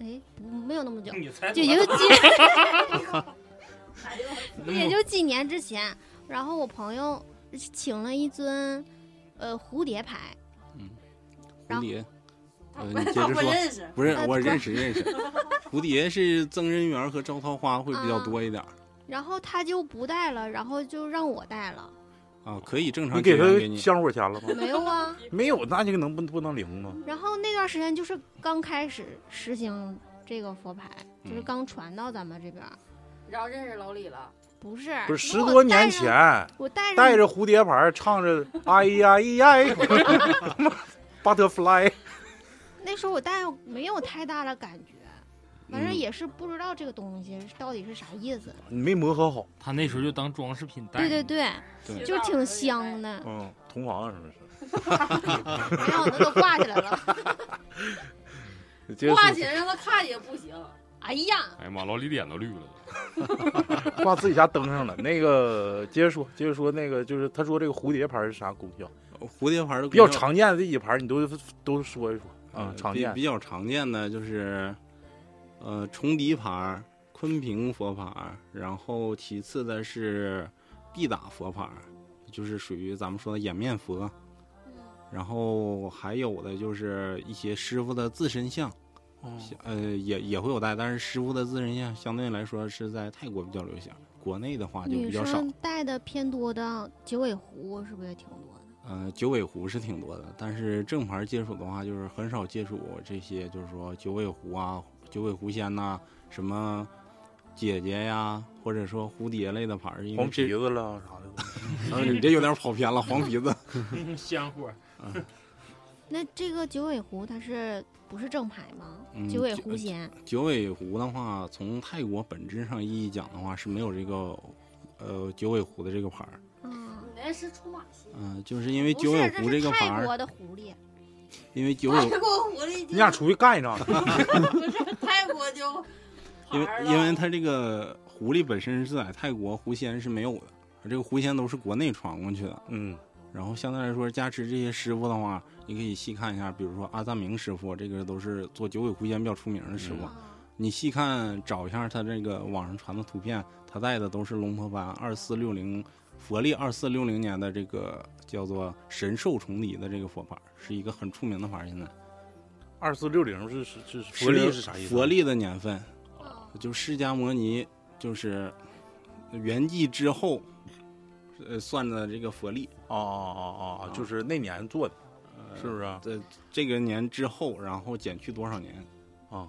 Speaker 8: 哎，不没有那 么久，
Speaker 4: 你猜
Speaker 8: 就也就几
Speaker 5: 哎呦
Speaker 8: 也就几年之前。然后我朋友请了一尊，呃，蝴蝶牌，
Speaker 3: 蝴
Speaker 8: 然后
Speaker 3: 蝶，
Speaker 5: 他
Speaker 3: 呃
Speaker 5: 不
Speaker 3: 你
Speaker 5: 他
Speaker 3: 接着
Speaker 5: 不
Speaker 3: 说
Speaker 5: 认识，
Speaker 3: 不是
Speaker 8: 呃
Speaker 3: 我
Speaker 8: 对
Speaker 3: 认 识认识，蝴蝶是增人缘和招桃花会比
Speaker 5: 啊
Speaker 3: 较多一点儿
Speaker 8: 然后他就不戴了，然后就让我戴了。
Speaker 3: 啊，可以正
Speaker 1: 你
Speaker 3: 常
Speaker 1: 给
Speaker 3: 结缘给
Speaker 1: 他
Speaker 3: 你，
Speaker 1: 香火钱了吗？
Speaker 8: 没有啊。
Speaker 1: 没有，那就能不不能灵吗？
Speaker 8: 然后那段时间就是刚开始实行这个佛牌，就是
Speaker 3: 嗯
Speaker 8: 刚传到咱们这边儿，
Speaker 5: 然后认识老李了，
Speaker 8: 不是
Speaker 1: 不是
Speaker 8: 如
Speaker 1: 十
Speaker 8: 果
Speaker 1: 多年
Speaker 8: 戴上
Speaker 1: 前，
Speaker 8: 我戴
Speaker 1: 带
Speaker 8: 着
Speaker 1: 着蝴蝶牌唱着“哎呀咿 呀 ”，Butterfly，
Speaker 8: 那时候我戴没有太大的感觉，反正
Speaker 3: 嗯
Speaker 8: 也是不知道这个东西到底是啥意思。
Speaker 1: 你没磨合好。
Speaker 4: 他那时候就当装饰品戴。
Speaker 8: 对对对，
Speaker 3: 对
Speaker 8: 就挺香。的，
Speaker 1: 嗯，同行是不
Speaker 8: 没有那都挂起来了。
Speaker 1: 是？接着
Speaker 5: 挂
Speaker 1: 说
Speaker 5: 起来让他看也不行，
Speaker 8: 哎呀，
Speaker 7: 哎呀妈，老李脸都绿了。
Speaker 1: 挂自己家灯上了。那个接着说，接着说那个就是他说这个蝴蝶牌是啥功效？
Speaker 3: 嗯蝴蝶牌的
Speaker 1: 比较
Speaker 3: 功效
Speaker 1: 常见的这几牌你都都说一说啊
Speaker 3: 呃，
Speaker 1: 常
Speaker 3: 比
Speaker 1: 见
Speaker 3: 比较常见的就是，呃，重敌牌儿、坤平佛牌儿，然后其次的是必打佛牌儿，就是属于咱们说的掩面佛，然后还有的就是一些师傅的自身像，
Speaker 1: 嗯
Speaker 3: 呃，也也会有带，但是师傅的自身像相对来说是在泰国比较流行，国内的话就
Speaker 8: 女
Speaker 3: 比较少
Speaker 8: 生。戴的偏多的九尾狐是不是也挺多的？
Speaker 3: 呃，九尾狐是挺多的，但是正牌接触的话，就是很少接触这些，就是说九尾狐啊、九尾狐仙呐、什么姐姐呀、或者说蝴蝶类的牌儿，因为
Speaker 1: 黄皮
Speaker 3: 这，
Speaker 1: 子了啥的。
Speaker 3: 呃你这有点跑偏了，黄皮 子。
Speaker 4: 对，香火。
Speaker 8: 那这个九尾狐它是不是正牌吗？
Speaker 3: 嗯
Speaker 8: 九尾
Speaker 3: 九
Speaker 8: 狐仙
Speaker 3: 九尾狐的话，从泰国本质上意义讲的话，是没有这个呃九尾狐的这个牌儿，
Speaker 8: 啊，
Speaker 5: 你那是出马仙，
Speaker 3: 嗯、就是因
Speaker 8: 不
Speaker 3: 为九尾
Speaker 8: 是，
Speaker 3: 狐
Speaker 8: 这
Speaker 3: 个
Speaker 8: 是
Speaker 3: 牌
Speaker 8: 泰
Speaker 3: 儿，
Speaker 8: 国的狐狸。
Speaker 3: 因为九尾
Speaker 5: 泰国狐狸
Speaker 1: 你俩
Speaker 5: 就
Speaker 1: 出去干一仗，
Speaker 5: 不是泰国就牌
Speaker 3: 因为
Speaker 5: 儿了，
Speaker 3: 因为它这个狐狸本身是在泰国狐仙是没有的，而这个狐仙都是国内传过去的。
Speaker 1: 嗯，
Speaker 3: 然后相对来说，加持这些师傅的话，你可以细看一下，比如说阿赞明师傅，这个都是做九尾狐仙比较出名的师傅。
Speaker 5: 嗯
Speaker 8: 啊
Speaker 3: 你细看找一下他这个网上传的图片，他带的都是龙婆班二四六零佛历二四六零年的这个叫做神兽重敌的这个佛牌，是一个很出名的牌。现在
Speaker 1: 二四六零是是是佛力是啥意思？啊
Speaker 3: 佛历的年份，
Speaker 8: 哦
Speaker 3: 就释迦摩尼就是圆寂之后，呃，算的这个佛历，
Speaker 1: 哦哦哦哦，就是那年做的，
Speaker 3: 呃
Speaker 1: 是不是啊？
Speaker 3: 这这个年之后，然后减去多少年？
Speaker 1: 啊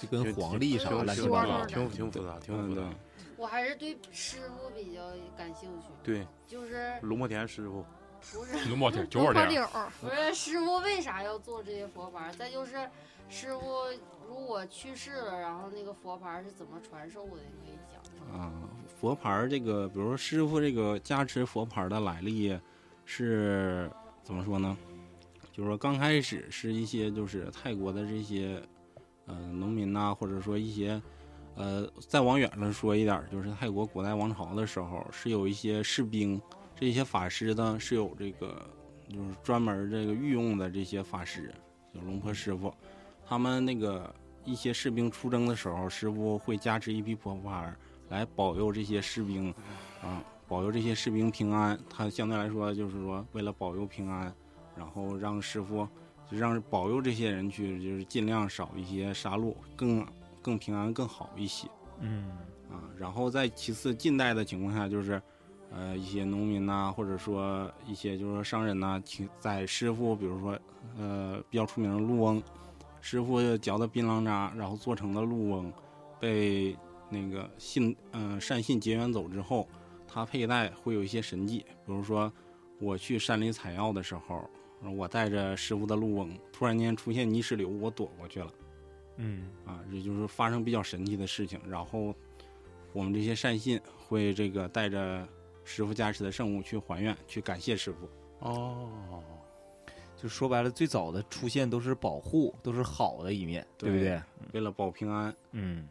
Speaker 6: 就跟黄历啥
Speaker 1: 挺
Speaker 6: 乱七
Speaker 1: 挺
Speaker 6: 八
Speaker 1: 挺
Speaker 6: 糟
Speaker 8: 的
Speaker 1: 挺挺复杂，挺
Speaker 3: 嗯，
Speaker 1: 复
Speaker 3: 对
Speaker 1: 杂。
Speaker 5: 我还是对师傅比较感兴趣。
Speaker 1: 对，
Speaker 5: 就是
Speaker 1: 龙墨田师傅，
Speaker 5: 不是
Speaker 4: 嗯
Speaker 8: 嗯
Speaker 7: 龙宝天、九宝天，
Speaker 8: 柳儿，
Speaker 5: 不是师傅为啥要做这些佛牌儿？再就是师傅如果去世了，然后那个佛牌儿是怎么传授的？你可以讲讲。
Speaker 3: 啊，佛牌儿这个，比如说师傅这个加持佛牌儿的来历是怎么说呢？就是说刚开始是一些就是泰国的这些呃农民呐、或者说一些呃再往远了说一点儿，就是泰国古代王朝的时候是有一些士兵，这些法师呢是有这个就是专门儿这个御用的这些法师，有龙婆师傅，他们那个一些士兵出征的时候，师傅会加持一批佛牌儿。来保佑这些士兵，啊，保佑这些士兵平安。他相对来说就是说，为了保佑平安，然后让师傅就让保佑这些人去，就是尽量少一些杀戮，更更平安更好一些
Speaker 2: 嗯
Speaker 3: 啊。然后再其次，近代的情况下就是，呃，一些农民呐、或者说一些就是说商人呐、请在师傅，比如说呃比较出名的陆翁，师傅嚼的槟榔渣，然后做成的陆翁，被那个信呃善信结缘走之后，他佩戴会有一些神迹，比如说我去山里采药的时候，我带着师傅的鹿翁，突然间出现泥石流，我躲过去了
Speaker 2: 嗯
Speaker 3: 啊，这就是发生比较神奇的事情。然后我们这些善信会这个带着师傅加持的圣物去还愿，去感谢师傅。
Speaker 1: 哦，
Speaker 6: 就说白了，最早的出现都是保护，都是好的一面，对不
Speaker 3: 对
Speaker 6: 对？
Speaker 3: 为了保平安，
Speaker 6: 嗯，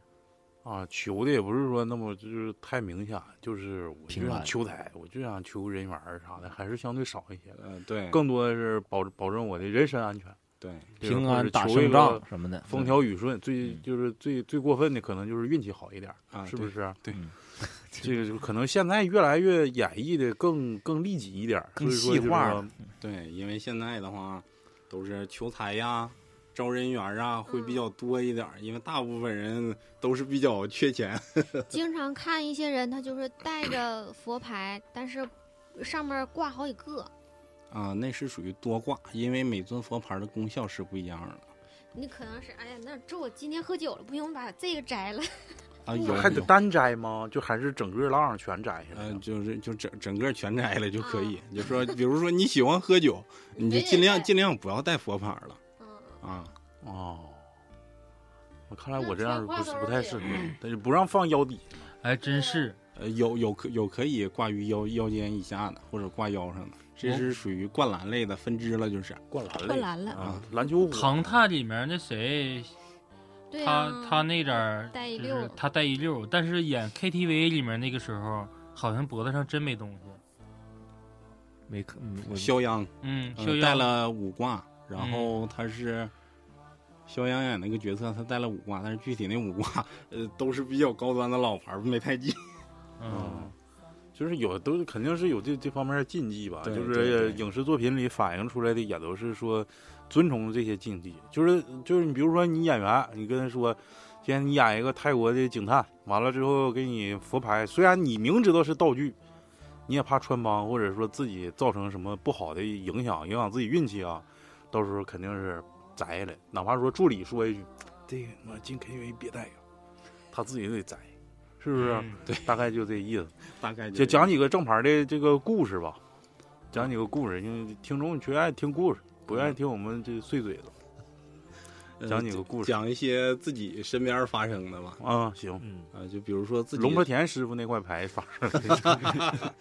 Speaker 1: 啊，求的也不是说那么就是太明显，就是我就
Speaker 6: 平
Speaker 1: 想
Speaker 6: 安
Speaker 1: 求财，我就想求人缘儿啥的，还是相对少一些的，
Speaker 3: 呃，
Speaker 6: 嗯
Speaker 3: 对，
Speaker 1: 更多的是保保证我的人身安全，
Speaker 3: 对，
Speaker 1: 对
Speaker 6: 平
Speaker 1: 或者
Speaker 6: 安打
Speaker 1: 求一
Speaker 6: 胜
Speaker 1: 个
Speaker 6: 仗什么的，
Speaker 1: 风调雨顺，最
Speaker 6: 嗯
Speaker 1: 就是最最过分的可能就是运气好一点儿，
Speaker 3: 啊
Speaker 1: 是不
Speaker 3: 对
Speaker 1: 是啊？
Speaker 3: 对
Speaker 6: 嗯
Speaker 1: 这个就可能现在越来越演绎的更更利己一点儿，
Speaker 6: 更
Speaker 1: 所以说
Speaker 6: 细化
Speaker 1: 就是说
Speaker 6: 了
Speaker 3: 对，因为现在的话都是求财呀、招人缘啊，会比
Speaker 1: 嗯
Speaker 3: 较多一点儿，因为大部分人都是比较缺钱。
Speaker 8: 经常看一些人，他就是带着佛牌，但是上面挂好几个，
Speaker 3: 啊，那是属于多挂，因为每尊佛牌的功效是不一样的
Speaker 8: 你可能是哎呀，那这我今天喝酒了，不行，我把这个摘了。
Speaker 3: 啊，有
Speaker 1: 嗯还得
Speaker 3: 有
Speaker 1: 单摘吗？就还是整个浪上全摘下来
Speaker 6: 嗯
Speaker 3: 呃，
Speaker 1: 了？哦
Speaker 3: 就是就整整个全摘了就可
Speaker 1: 啊
Speaker 3: 以。就说，比如说你喜欢喝酒，你就
Speaker 5: 非得
Speaker 3: 尽量
Speaker 5: 带
Speaker 3: 尽量不要带佛牌了
Speaker 8: 嗯，
Speaker 3: 啊。
Speaker 1: 哦，我看来
Speaker 5: 嗯那
Speaker 1: 我这样
Speaker 5: 全挂
Speaker 1: 不是
Speaker 5: 兜
Speaker 1: 不
Speaker 5: 里
Speaker 1: 太适合，
Speaker 5: 嗯
Speaker 1: 但是不让放腰底。
Speaker 4: 还哎真是，
Speaker 3: 呃，有有可有可以挂于腰腰间以下的，或者挂腰上的，这
Speaker 1: 哦
Speaker 3: 是属于灌篮类的分支了，就是。
Speaker 1: 灌篮类
Speaker 8: 灌篮了，
Speaker 1: 啊，篮球火
Speaker 4: 唐探里面那谁，
Speaker 8: 对
Speaker 4: 他
Speaker 8: 啊，
Speaker 4: 他那点儿
Speaker 8: 带一
Speaker 4: 就
Speaker 8: 溜
Speaker 4: 是
Speaker 8: 儿，
Speaker 4: 他带一溜儿，但是演 KTV 里面那个时候，好像脖子上真没东西。
Speaker 6: 没可，嗯我
Speaker 3: 肖央，
Speaker 4: 嗯，
Speaker 3: 呃
Speaker 4: 逍遥
Speaker 3: 带了五卦，
Speaker 1: 嗯
Speaker 3: 然后他是肖央演那个角色，他带了五卦，但是具体那五卦呃都是比较高端的老牌儿，没太记。
Speaker 4: 嗯，
Speaker 1: 就是有都是肯定是有这这方面的禁忌吧，
Speaker 3: 对
Speaker 1: 就
Speaker 3: 对
Speaker 1: 是
Speaker 3: 对
Speaker 1: 影视作品里反映出来的也都是说遵从这些禁忌，就是就是你比如说你演员，你跟他说，今天你演一个泰国的警探，完了之后给你佛牌，虽然你明知道是道具，你也怕穿帮或者说自己造成什么不好的影响，影响自己运气啊，到时候肯定是摘下来，哪怕说助理说一句，这个妈进 KTV 别带呀，啊他自己就得摘，是不是？
Speaker 4: 嗯
Speaker 1: 大概就这意思。
Speaker 3: 大概
Speaker 1: 就讲几个正牌的这个故事吧，讲几个故事，因为听众却爱听故事，不愿意听我们这碎嘴子
Speaker 3: 呃
Speaker 1: 讲几个故事
Speaker 3: 讲一些自己身边发生的吧。
Speaker 1: 啊。行，
Speaker 6: 嗯，
Speaker 3: 啊、就比如说自己
Speaker 1: 龙婆田师傅那块牌发生了，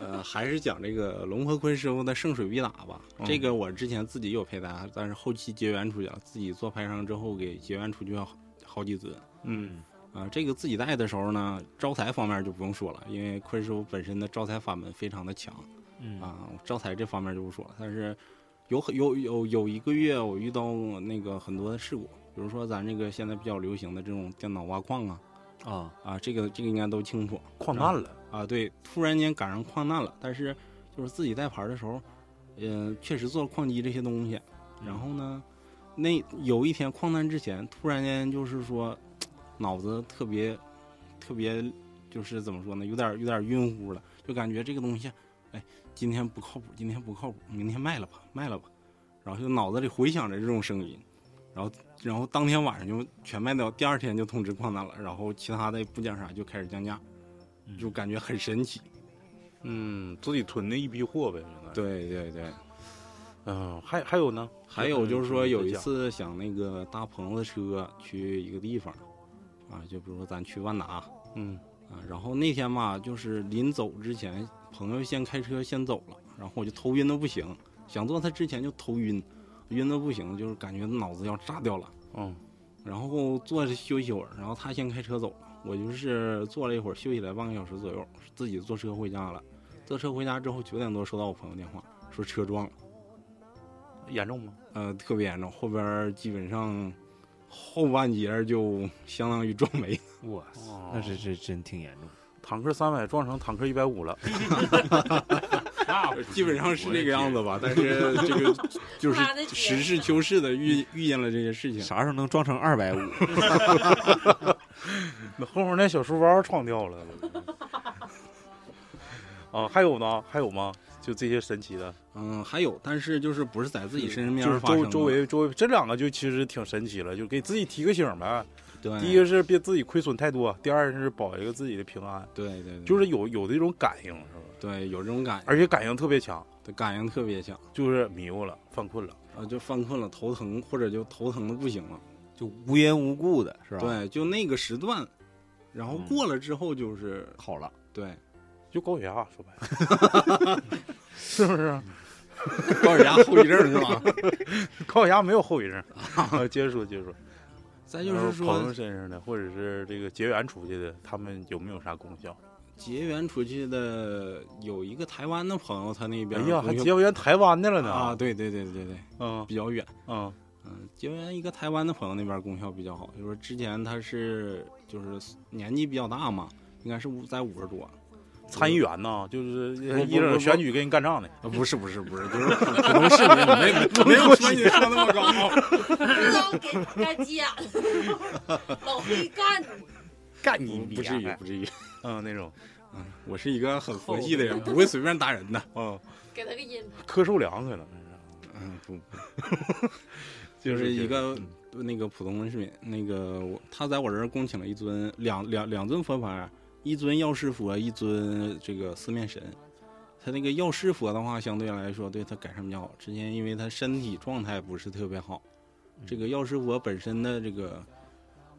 Speaker 3: 呃，还是讲这个龙和坤师傅的圣水必打吧。
Speaker 1: 嗯
Speaker 3: 这个我之前自己有佩戴，但是后期结缘出去了，自己做牌商之后给结缘出去好好几尊。
Speaker 1: 嗯，
Speaker 3: 啊，这个自己带的时候呢，招财方面就不用说了，因为坤师傅本身的招财法门非常的强。
Speaker 6: 嗯
Speaker 3: 啊，招财这方面就不说了，但是有很有有有一个月我遇到那个很多的事故，比如说咱这个现在比较流行的这种电脑挖矿啊，
Speaker 6: 啊，
Speaker 3: 啊，这个这个应该都清楚
Speaker 1: 矿难了，
Speaker 3: 啊。对，突然间赶上矿难了，但是就是自己带牌的时候，呃，确实做了矿机这些东西，然后呢，那有一天矿难之前，突然间就是说脑子特别特别就是怎么说呢，有点有点晕乎了，就感觉这个东西，哎，今天不靠谱，今天不靠谱，明天卖了吧，卖了吧，然后就脑子里回想着这种声音，然后然后当天晚上就全卖掉，第二天就通知矿单了，然后其他的部件啥就开始降价，就感觉很神奇。
Speaker 1: 嗯，自己囤的一批货呗，现在。，
Speaker 3: 对对对，
Speaker 1: 嗯、还还有呢？
Speaker 3: 还有就是说有一
Speaker 1: 再讲，
Speaker 3: 次想那个搭朋友的车去一个地方，啊，就比如说咱去万达啊，
Speaker 1: 嗯
Speaker 3: 然后那天吧，就是临走之前，朋友先开车先走了，然后我就头晕的不行，想坐他之前就头晕，晕的不行，就是感觉脑子要炸掉了。
Speaker 1: 嗯
Speaker 3: 然后坐着休息一会儿，然后他先开车走了，我就是坐了一会儿，休息了半个小时左右，自己坐车回家了。坐车回家之后，九点多收到我朋友电话，说车撞了，
Speaker 1: 严重吗？
Speaker 3: 呃，特别严重，后边儿基本上后半截儿就相当于撞没了。
Speaker 6: 哇，
Speaker 1: 哦
Speaker 6: 那这这真挺严重。
Speaker 1: 坦克三百撞成坦克一百五了。
Speaker 4: 那不
Speaker 3: 基本上是这个样子吧。但是这 个就是
Speaker 5: 妈的姐
Speaker 3: 实事求是的遇遇见了这些事情。
Speaker 6: 啥时候能撞成二百五？
Speaker 1: 那后面那小书包撞掉了。 啊，还有呢？还有吗？就这些神奇的，
Speaker 3: 嗯，还有，但是就是不是在自己身
Speaker 1: 就
Speaker 3: 边
Speaker 1: 是
Speaker 3: 发生
Speaker 1: 周
Speaker 3: 的
Speaker 1: 周围周围这两个就其实挺神奇了，就给自己提个醒呗。
Speaker 3: 对
Speaker 1: 第一个是别自己亏损太多，第二是保一个自己的平安，
Speaker 3: 对对对，
Speaker 1: 就是有有这种感应是吧？
Speaker 3: 对有这种感
Speaker 1: 而且感应特别强，
Speaker 3: 觉，感应特别强，
Speaker 1: 就是迷糊了、犯困了。
Speaker 3: 啊，就犯困了、头疼或者就头疼的不行了。
Speaker 6: 就无缘无故的是吧？，
Speaker 3: 对，就那个时段，然后
Speaker 6: 嗯
Speaker 3: 过了之后就是
Speaker 6: 好了，
Speaker 3: 对
Speaker 1: 就高血压，说白了， 是不是？
Speaker 3: 高血压后遗症是吧？
Speaker 1: 高血压没有后遗症，啊接触接触。
Speaker 3: 再就是
Speaker 1: 朋友
Speaker 3: 说
Speaker 1: 身上的，或者是这个结缘出去的，他们有没有啥功效？
Speaker 3: 结缘出去的有一个台湾的朋友，他那
Speaker 1: 哎
Speaker 3: 边
Speaker 1: 呀，
Speaker 3: 同
Speaker 1: 还
Speaker 3: 学
Speaker 1: 结缘台湾的了呢！
Speaker 3: 啊，，对对对对对，
Speaker 1: 嗯
Speaker 3: 比较远。
Speaker 1: 嗯
Speaker 3: 嗯，结缘一个台湾的朋友那边功效比较好，就是之前他是就是年纪比较大嘛，应该是五在五十多，
Speaker 1: 参议员呐，就是
Speaker 3: 不
Speaker 1: 一整
Speaker 3: 不
Speaker 1: 选举跟人干仗的，
Speaker 3: 啊不是不 是不是，就是普普通市民，没没没有说你说那么 高，
Speaker 5: 老给该急眼了， 老黑干你。
Speaker 1: 干
Speaker 3: 不不至于不至于，
Speaker 1: 嗯那种，
Speaker 3: 嗯，我是一个很佛 系的人，不会随便打人的，
Speaker 1: 嗯，
Speaker 5: 给他个音
Speaker 1: 柯受良可能是
Speaker 3: 嗯，不，
Speaker 1: 就
Speaker 3: 就是是
Speaker 1: 一
Speaker 3: 一
Speaker 1: 个
Speaker 3: 个那个普通的市民，那个我他在我这儿供请了一尊两两两尊佛牌，一尊药师佛，一尊这个四面神。他那个药师佛的话，相对来说对他改善比较好。之前因为他身体状态不是特别好，这个药师佛本身的这个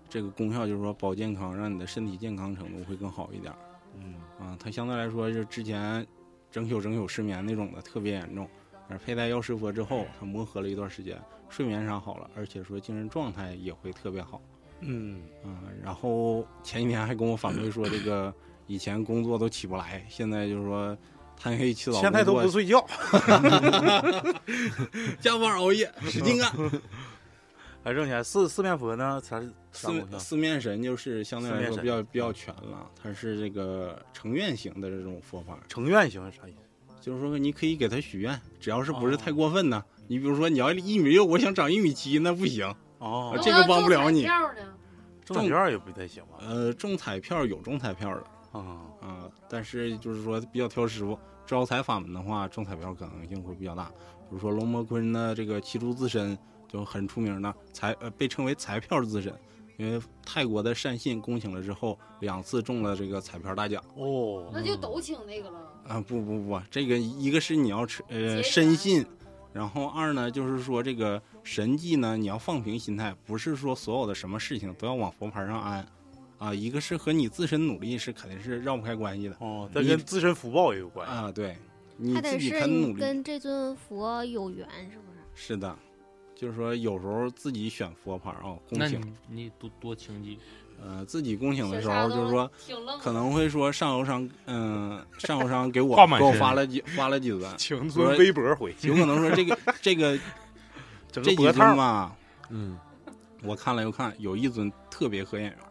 Speaker 3: 这个功效就是说保健康，让你的身体健康程度会更好一点。
Speaker 6: 嗯，
Speaker 3: 啊，它相对来说就是之前整宿整宿失眠那种的特别严重，而佩戴药师佛之后，它磨合了一段时间，睡眠啥好了，而且说精神状态也会特别好。
Speaker 1: 嗯，
Speaker 3: 嗯，然后前几天还跟我反馈说，这个以前工作都起不来，现在就是说贪黑起早
Speaker 1: 现在
Speaker 3: 工
Speaker 1: 都不
Speaker 3: 作
Speaker 1: 睡 觉，
Speaker 3: 加班 熬夜，使劲干。
Speaker 1: 还挣钱。四四面佛呢，才是啥功
Speaker 3: 四
Speaker 1: 效？
Speaker 3: 四面神就是相对来说
Speaker 1: 四面神
Speaker 3: 比较比较全了，它是这个成愿型的这种佛法，
Speaker 1: 成愿行是啥意思？
Speaker 3: 就是说你可以给他许愿，只要是不是太过分呢。你比如说你要一米六，我想长一米七，那不行。
Speaker 1: 哦
Speaker 3: 啊，这个帮不了你
Speaker 5: 我要中彩票呢
Speaker 1: 中奖券也不太行吧？
Speaker 3: 呃，中彩票有中彩票的
Speaker 1: 啊，
Speaker 3: 啊、但是就是说比较挑师傅。招财法门的话，中彩票可能性会比较大。比如说龙魔坤的这个七柱自身就很出名的财，呃，被称为财票自身，因为泰国的善信恭请了之后，两次中了这个彩票大奖。
Speaker 1: 哦，
Speaker 5: 那
Speaker 3: 嗯
Speaker 5: 就都请那个了。
Speaker 3: 啊，不不不，这个一个是你要吃
Speaker 5: 结
Speaker 3: 呃
Speaker 5: 缘
Speaker 3: 深信，然后二呢就是说这个神迹呢，你要放平心态，不是说所有的什么事情都要往佛牌上安，啊，一个是和你自身努力是肯定是绕不开关系的
Speaker 1: 哦，这跟自身福报也有关系。，
Speaker 3: 啊，对，你
Speaker 8: 还
Speaker 3: 自
Speaker 8: 得
Speaker 3: 己
Speaker 8: 是
Speaker 3: 肯努
Speaker 8: 你
Speaker 3: 力，
Speaker 8: 跟这尊佛有缘，是不是？
Speaker 3: 是的，就是说有时候自己选佛牌啊，
Speaker 4: 那
Speaker 3: 恭请，
Speaker 8: 嗯
Speaker 4: 你你多多请几个
Speaker 3: 呃，自己恭请的
Speaker 5: 小
Speaker 3: 时
Speaker 5: 沙
Speaker 3: 候
Speaker 5: 都
Speaker 3: 就是说
Speaker 5: 挺愣的，
Speaker 3: 可能会说上游商，嗯、上游商给我
Speaker 2: 挂满
Speaker 3: 给我
Speaker 2: 身
Speaker 3: 发了几发了几尊
Speaker 1: 请
Speaker 3: 尊
Speaker 1: 微博回，
Speaker 3: 有可能说这个这个
Speaker 1: 整
Speaker 3: 这
Speaker 1: 个
Speaker 3: 几
Speaker 1: 脖
Speaker 3: 尊
Speaker 1: 套。
Speaker 3: 吧。
Speaker 6: 嗯，
Speaker 3: 我看了又看，有一尊特别合眼缘儿。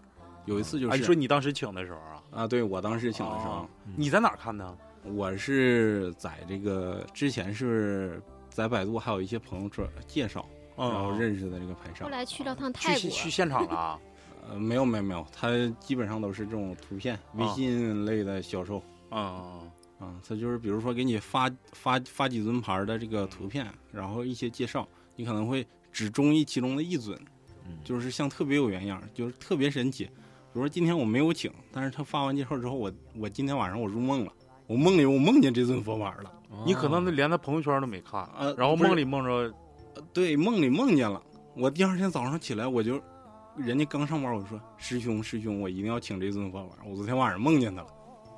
Speaker 3: 有一次就
Speaker 1: 啊，你
Speaker 3: 是
Speaker 1: 说你当时请的时候啊，
Speaker 3: 啊，对我当时请的时候，
Speaker 1: 哦你在哪儿看的？
Speaker 3: 我是在这个之前是在百度还有一些朋友转介绍，然后
Speaker 1: 嗯，
Speaker 3: 认识的这个排
Speaker 8: 后
Speaker 3: 上。
Speaker 8: 来去了趟泰
Speaker 1: 去
Speaker 8: 国
Speaker 1: 去，去现场了啊。
Speaker 3: 呃，没有没有没有，他基本上都是这种图
Speaker 1: 哦
Speaker 3: 片、微信类的销售
Speaker 1: 嗯，
Speaker 3: 啊，他就是比如说给你发发发几尊牌儿的这个图片，然后一些介绍，你可能会只中意其中的一尊，
Speaker 6: 嗯
Speaker 3: 就是像特别有原样，就是特别神奇。比如说今天我没有请，但是他发完介绍之后，我我今天晚上我入梦了，我梦里我梦见这尊佛牌了，
Speaker 1: 啊你可能连他朋友圈都没看，
Speaker 3: 呃，
Speaker 1: 然后
Speaker 3: 不是
Speaker 1: 梦里梦着
Speaker 3: 对，梦里梦见了。我第二天早上起来，我就，人家刚上班，我说师兄师兄，我一定要请这尊佛牌。我昨天晚上梦见他了。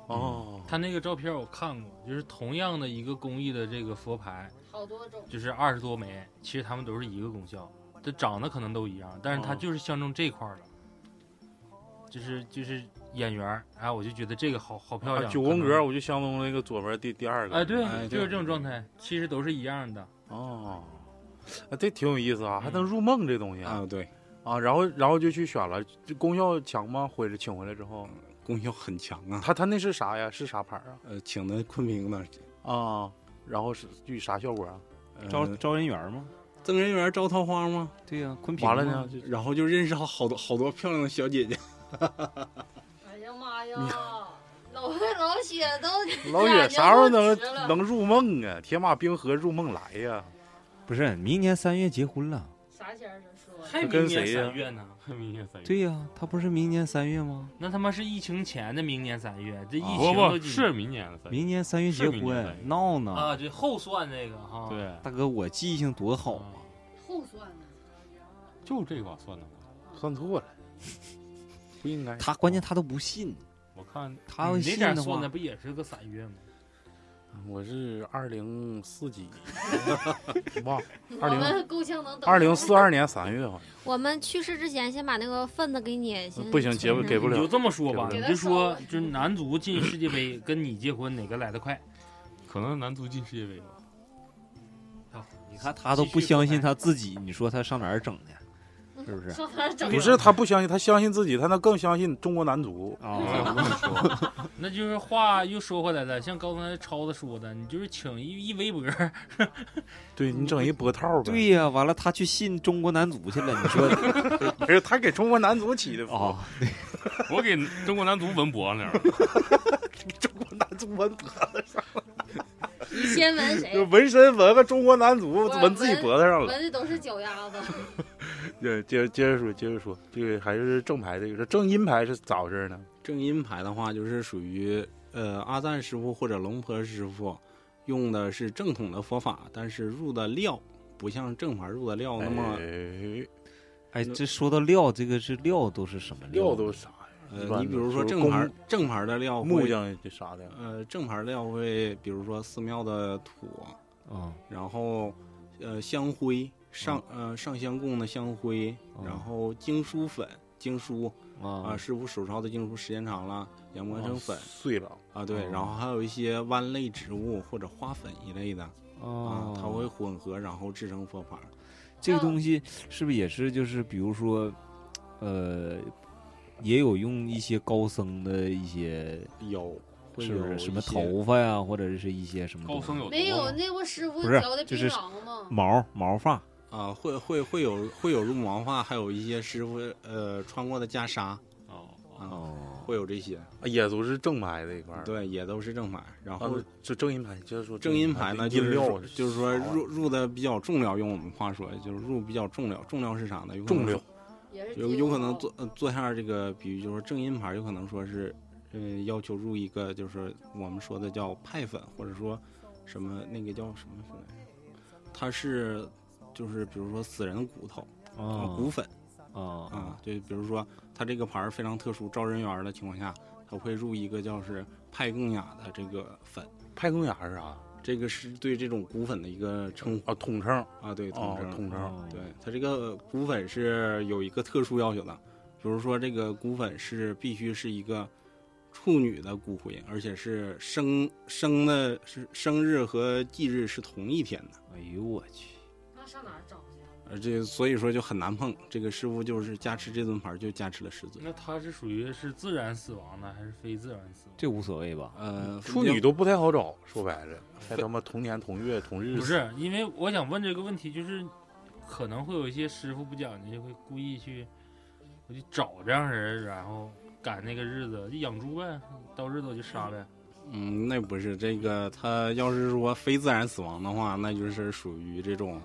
Speaker 1: 哦，
Speaker 4: 他那个照片我看过，就是同样的一个工艺的这个佛牌，
Speaker 5: 好多种。
Speaker 4: 就是二十多枚，其实它们都是一个功效，这长得可能都一样，但是它
Speaker 1: 哦
Speaker 4: 就是象征这块儿了，就是就是眼缘儿，哎、我就觉得这个好好漂
Speaker 1: 啊
Speaker 4: 亮。
Speaker 1: 九宫格，我就相中那个左边第第二
Speaker 4: 可
Speaker 1: 个，
Speaker 4: 能，哎，对，
Speaker 3: 哎
Speaker 4: 就是
Speaker 3: 对
Speaker 4: 这种状态，其实都是一样的。
Speaker 1: 哦，啊，这挺有意思啊，还能入梦这东西
Speaker 3: 啊，对，
Speaker 1: 啊，然后然后就去选了，这功效强吗？回来请回来之后，
Speaker 3: 功效很强啊。
Speaker 1: 他他那是啥呀？是啥牌儿
Speaker 3: 呃，请的昆明的，
Speaker 1: 啊？啊，然后是具啥效果啊？
Speaker 3: 呃、
Speaker 2: 招招人缘吗？
Speaker 3: 增人缘招桃花吗？
Speaker 6: 对呀，昆平
Speaker 1: 完了呢，就
Speaker 3: 然后就认识好好多好多漂亮的小姐姐。
Speaker 5: 哎呀妈呀，老 老雪都
Speaker 1: 老雪啥时候能
Speaker 5: 感觉都直了
Speaker 1: 能入梦啊？铁马冰河入梦来呀？
Speaker 6: 不是明年三月结婚了？
Speaker 5: 啥前儿是说的？
Speaker 4: 还
Speaker 1: 跟
Speaker 4: 明年
Speaker 1: 谁呀
Speaker 4: 三月呢？
Speaker 7: 明年三月。
Speaker 6: 对呀，他不是明年三月吗？
Speaker 4: 那他妈是疫情前的明年三月，这疫
Speaker 7: 不
Speaker 4: 情都
Speaker 7: 不，
Speaker 4: 几
Speaker 7: 是明年的三月。
Speaker 6: 明年三月结
Speaker 7: 是明年三
Speaker 6: 婚
Speaker 7: 月
Speaker 6: 闹呢
Speaker 4: 啊，这后算这个哈。，
Speaker 7: 对，
Speaker 6: 大哥，我记性多好啊！
Speaker 5: 后算的。
Speaker 7: 就这卦算的吗？
Speaker 1: 算错了，不应该。
Speaker 6: 他关键他都不信，
Speaker 7: 我看
Speaker 6: 他要
Speaker 4: 嗯你那
Speaker 6: 信
Speaker 4: 点
Speaker 6: 的
Speaker 4: 算
Speaker 6: 话
Speaker 4: 的，不也是个三月吗？
Speaker 1: 我是二零四几， 忘了
Speaker 5: 我
Speaker 1: 20
Speaker 5: 们够呛能等
Speaker 1: 二零四二年三月好像。
Speaker 8: 我们去世之前先把那个份子给你，先
Speaker 1: 不行结
Speaker 8: 存
Speaker 1: 不
Speaker 8: 上
Speaker 1: 给不了
Speaker 4: 你就这么说吧，
Speaker 1: 给
Speaker 4: 你
Speaker 5: 他
Speaker 4: 就
Speaker 5: 烧
Speaker 4: 说
Speaker 5: 了
Speaker 4: 就是男足进世界杯跟你结婚哪个来得快？
Speaker 7: 可能男足进世界杯吧。
Speaker 6: 你看他都不相信他自己，你说他上哪儿整去？是不是？
Speaker 5: 上哪整？
Speaker 1: 不是他不相信，他相信自己，他能更相信中国男足。
Speaker 6: 啊，
Speaker 4: 那就是话又说回来了，像刚才超子说的，你就是请一一微博，
Speaker 1: 对你整一脖套呗，
Speaker 6: 对呀，完了他去信中国男足去了，你说
Speaker 1: 不是他给中国男足起的福，
Speaker 6: 啊？
Speaker 7: 我给中国男足纹脖子上了，
Speaker 1: 中国男足纹脖子
Speaker 5: 你先闻谁
Speaker 1: 就？纹身纹个中国男足
Speaker 5: 不是
Speaker 1: 纹自己脖子上了。
Speaker 5: 闻的都是脚丫子。
Speaker 1: 接接接着说，接着说，这个还是正牌这个，这正阴牌是咋回事呢？
Speaker 3: 正音牌的话，就是属于呃阿赞师傅或者龙婆师傅用的是正统的佛法，但是入的料不像正牌入的料那么
Speaker 1: 哎
Speaker 6: 哎，这说到料，这个是料都是什么
Speaker 1: 料
Speaker 6: 呢
Speaker 1: 都啥呀？一般
Speaker 3: 呃，你
Speaker 1: 的
Speaker 3: 比如说
Speaker 1: 就是
Speaker 3: 正
Speaker 1: 工
Speaker 3: 牌正牌的料会
Speaker 1: 木匠这啥的，
Speaker 3: 呃，正牌料会，比如说寺庙的土，
Speaker 6: 啊？
Speaker 3: 然后呃香灰上
Speaker 1: 嗯
Speaker 3: 呃上香供的香灰，
Speaker 1: 哦
Speaker 3: 然后经书粉、经书啊，
Speaker 6: 啊
Speaker 3: 师傅手烧的经书时间长了，研磨成粉
Speaker 1: 哦碎了，
Speaker 3: 啊，对，然后还有一些弯类植物或者花粉一类的啊
Speaker 6: 啊，，
Speaker 3: 它会混合然后制成佛牌。
Speaker 6: 这个东西是不是也是就是比如说，呃，也有用一些高僧的一些，
Speaker 3: 有会
Speaker 6: 是
Speaker 3: 有
Speaker 6: 不是
Speaker 3: 一
Speaker 6: 什么
Speaker 3: 些
Speaker 6: 头发呀，或者是一些什么
Speaker 7: 高僧有
Speaker 5: 没
Speaker 7: 头
Speaker 5: 有
Speaker 7: 吗
Speaker 5: 那不师傅
Speaker 6: 不是
Speaker 5: 嚼的槟
Speaker 6: 就是
Speaker 5: 榔吗？
Speaker 6: 毛毛发
Speaker 3: 啊，会会会有会有入毛发，还有一些师傅呃穿过的袈裟
Speaker 7: 哦哦
Speaker 3: 啊，
Speaker 6: 哦，
Speaker 3: 会有这些，
Speaker 1: 啊也都是正牌这一
Speaker 6: 嗯
Speaker 1: 块儿。
Speaker 3: 对，也都是正牌。然
Speaker 1: 啊
Speaker 3: 后，
Speaker 1: 就正阴牌，就是说
Speaker 3: 哦正音牌呢，就
Speaker 1: 阴
Speaker 3: 是
Speaker 1: 料
Speaker 3: 说就是说
Speaker 6: 啊
Speaker 3: 入入的比较重料，用我们话说就是入比较重料。重料是啥呢？有可
Speaker 1: 重
Speaker 3: 能
Speaker 1: 料
Speaker 5: 也是啊
Speaker 3: 有
Speaker 5: 金
Speaker 3: 有可
Speaker 5: 毛
Speaker 3: 能做呃做下这个比喻，就是正音牌有可能说是，呃，要求入一个就是我们说的叫派粉，或者说什么那个叫什么粉来着，它是就是比如说死人的骨头啊
Speaker 6: 啊
Speaker 3: 骨粉
Speaker 6: 啊
Speaker 3: 啊，就比如说它这个牌儿非常特殊，招人缘儿的情况下，它会入一个叫是派更雅的这个粉，
Speaker 1: 派公牙是啥
Speaker 3: 这个是对这种骨粉的一个称呼
Speaker 1: 啊？统称
Speaker 3: 啊，对，统称嗯
Speaker 1: 哦统称，
Speaker 6: 啊
Speaker 3: 对，它这个骨粉是有一个特殊要求的，比如说这个骨粉是必须是一个处女的骨灰，而且是生生的是生日和忌日是同一天的，
Speaker 6: 哎呦我去，
Speaker 5: 那上哪儿找去？啊
Speaker 3: 而这所以说就很难碰。这个师傅就是加持这尊牌就加持了十尊，
Speaker 4: 那他是属于是自然死亡呢，还是非自然死亡？
Speaker 6: 这无所谓吧？
Speaker 3: 呃，
Speaker 1: 处女都不太好找，说白了，还他妈同年同月同日
Speaker 4: 不
Speaker 1: 死，
Speaker 4: 是，因为我想问这个问题，就是可能会有一些师傅不讲究，就会故意去我去找这样人，然后赶那个日子，就养猪呗，到日子我就杀呗。
Speaker 3: 嗯，那不是这个，他要是说非自然死亡的话，那就是属于这种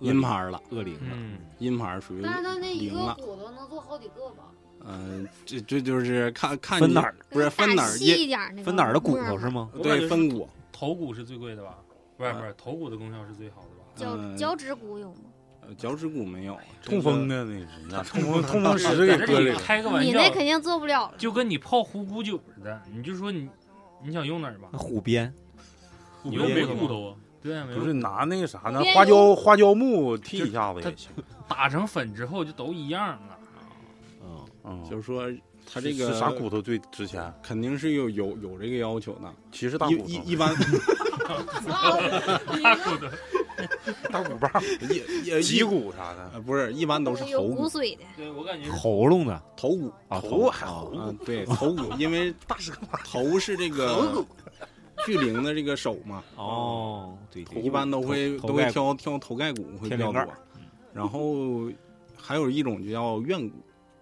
Speaker 3: 阴牌了，
Speaker 6: 恶灵了，
Speaker 2: 嗯，
Speaker 3: 阴牌属于
Speaker 5: 但是它那一
Speaker 3: 零
Speaker 5: 个
Speaker 3: 了。
Speaker 5: 骨头能做好几个吧？
Speaker 3: 嗯、这这就是看看
Speaker 6: 分
Speaker 3: 你
Speaker 6: 哪儿
Speaker 3: 不是分哪
Speaker 8: 打
Speaker 3: 儿
Speaker 8: 细
Speaker 3: 阴
Speaker 8: 一点儿那个
Speaker 6: 分哪儿的骨
Speaker 8: 沫
Speaker 6: 头是
Speaker 8: 嘛？
Speaker 6: 吗？
Speaker 4: 我感觉
Speaker 3: 对
Speaker 4: 是
Speaker 3: 分骨，
Speaker 4: 头骨是最贵的
Speaker 1: 嗯
Speaker 4: 吧？不是
Speaker 3: 啊
Speaker 4: 不是，头骨的功效是最好的吧？
Speaker 8: 脚
Speaker 3: 嗯
Speaker 8: 脚趾骨有吗？
Speaker 3: 呃脚趾骨没有，这
Speaker 1: 痛
Speaker 3: 个
Speaker 1: 风的那是，那痛风 痛风石
Speaker 4: 在
Speaker 1: 给
Speaker 4: 这
Speaker 1: 搁里
Speaker 4: 里
Speaker 1: 了。
Speaker 4: 开个玩
Speaker 8: 你
Speaker 4: 笑
Speaker 8: 那，肯定做不了了。
Speaker 4: 就跟你泡虎骨酒似的，你就说你你想用哪儿吧
Speaker 6: 那？虎鞭
Speaker 7: 你又没骨头啊，
Speaker 4: 对，没
Speaker 1: 不
Speaker 4: 有
Speaker 1: 是拿那个啥呢？
Speaker 5: 边
Speaker 1: 花椒
Speaker 5: 有
Speaker 1: 花椒木剃一下子也行。
Speaker 4: 打成粉之后就都一样了。
Speaker 6: 啊，
Speaker 1: 嗯，
Speaker 3: 就是说它这
Speaker 1: 是
Speaker 3: 个
Speaker 1: 是啥骨头最值钱？
Speaker 3: 肯定是有有有这个要求的，
Speaker 1: 骑士大
Speaker 3: 一
Speaker 1: 骨头，
Speaker 3: 一一般
Speaker 4: 大骨头
Speaker 1: 大骨棒、
Speaker 3: 一 一
Speaker 1: 脊
Speaker 3: 一
Speaker 1: 骨啥的。
Speaker 3: 呃不是一般都是
Speaker 8: 有
Speaker 3: 头
Speaker 8: 骨
Speaker 3: 骨
Speaker 8: 髓的，
Speaker 4: 对我 感觉是
Speaker 6: 喉咙的
Speaker 3: 头骨
Speaker 6: 啊，
Speaker 1: 头还
Speaker 6: 好，
Speaker 3: 啊，对头骨，因为大是头是这个巨灵的这个手嘛，
Speaker 6: 哦，对，对
Speaker 3: 一般都会
Speaker 6: 头
Speaker 3: 都会
Speaker 6: 头盖骨
Speaker 3: 挑挑头盖骨会比较
Speaker 6: 天灵盖
Speaker 3: 多，然后还有一种就叫怨骨，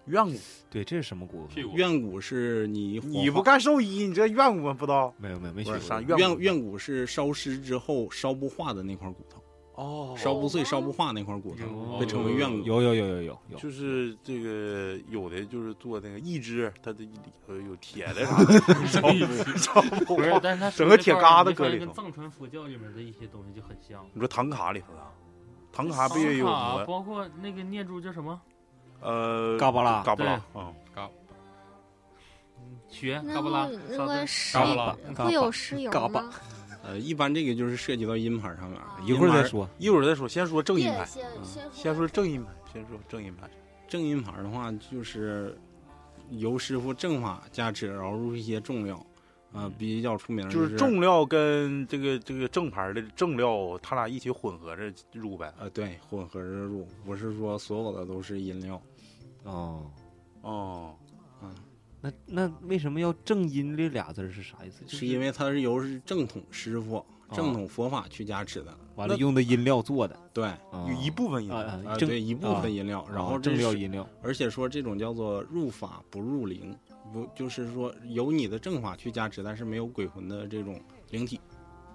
Speaker 1: 怨骨，
Speaker 6: 对，这是什么骨头？
Speaker 7: 屁股。
Speaker 3: 怨骨是你火
Speaker 1: 你
Speaker 3: 化
Speaker 1: 不干兽医，你这怨骨不知道？
Speaker 6: 没有没有没
Speaker 1: 不
Speaker 6: 学
Speaker 1: 是啥怨
Speaker 6: 过，
Speaker 3: 怨
Speaker 1: 骨
Speaker 3: 怨骨是烧尸之后烧不化的那块骨头，
Speaker 1: 哦
Speaker 3: 烧不碎、烧不化那块骨头
Speaker 4: 有
Speaker 3: 被称为怨骨。
Speaker 6: 有有有有有有，
Speaker 1: 就是这个有的就是做那个义肢，它的里头有铁的啥的，烧 不烧不
Speaker 4: 不是
Speaker 1: 化，
Speaker 4: 但是它
Speaker 1: 整个铁疙瘩搁
Speaker 4: 搁
Speaker 1: 里头
Speaker 4: 跟藏传佛教里面的一些东西就很像。
Speaker 1: 你说唐卡里头的，唐卡不也有
Speaker 4: 啊，
Speaker 1: 吗？
Speaker 4: 包括那个念珠叫什么？
Speaker 1: 呃，
Speaker 6: 嘎巴拉
Speaker 1: 嘎巴拉啊，
Speaker 4: 嗯学
Speaker 8: 那
Speaker 4: 嘎巴拉
Speaker 8: 会，
Speaker 4: 啥
Speaker 8: 那
Speaker 4: 的
Speaker 8: 个石
Speaker 7: 嘎巴拉
Speaker 6: 嘎
Speaker 8: 会有
Speaker 6: 巴
Speaker 8: 石
Speaker 6: 嘎
Speaker 8: 油
Speaker 6: 巴
Speaker 8: 吗？
Speaker 3: 呃，一般这个就是涉及到阴牌上面了。
Speaker 6: 一会儿再说。
Speaker 1: 一会儿再说，先说正音
Speaker 5: 别
Speaker 1: 牌，
Speaker 5: 先先
Speaker 1: 先说正音牌，先说正音牌，
Speaker 3: 正阴牌的话，就是由师傅正法加持，然后入一些重料，呃，比较出名
Speaker 1: 就是
Speaker 3: 是
Speaker 1: 重料跟这个这个正牌的正料，它俩一起混合着入呗。
Speaker 3: 呃，对，混合着入，不是说所有的都是阴料。
Speaker 6: 哦，
Speaker 1: 哦，
Speaker 6: 那那为什么要正音这俩字儿是啥意思？就是
Speaker 3: 因为它是由是正统师傅、正统佛法去加持的，
Speaker 6: 完了用的音料做的，
Speaker 3: 对，
Speaker 6: 啊
Speaker 1: 有一部分音
Speaker 6: 啊啊
Speaker 3: 啊，
Speaker 6: 正
Speaker 3: 对一部
Speaker 6: 啊
Speaker 3: 分阴料，然
Speaker 6: 啊
Speaker 3: 后这
Speaker 6: 正料
Speaker 3: 是
Speaker 6: 音料，
Speaker 3: 而且说这种叫做入法不入灵，不就是说由你的正法去加持，但是没有鬼魂的这种灵体。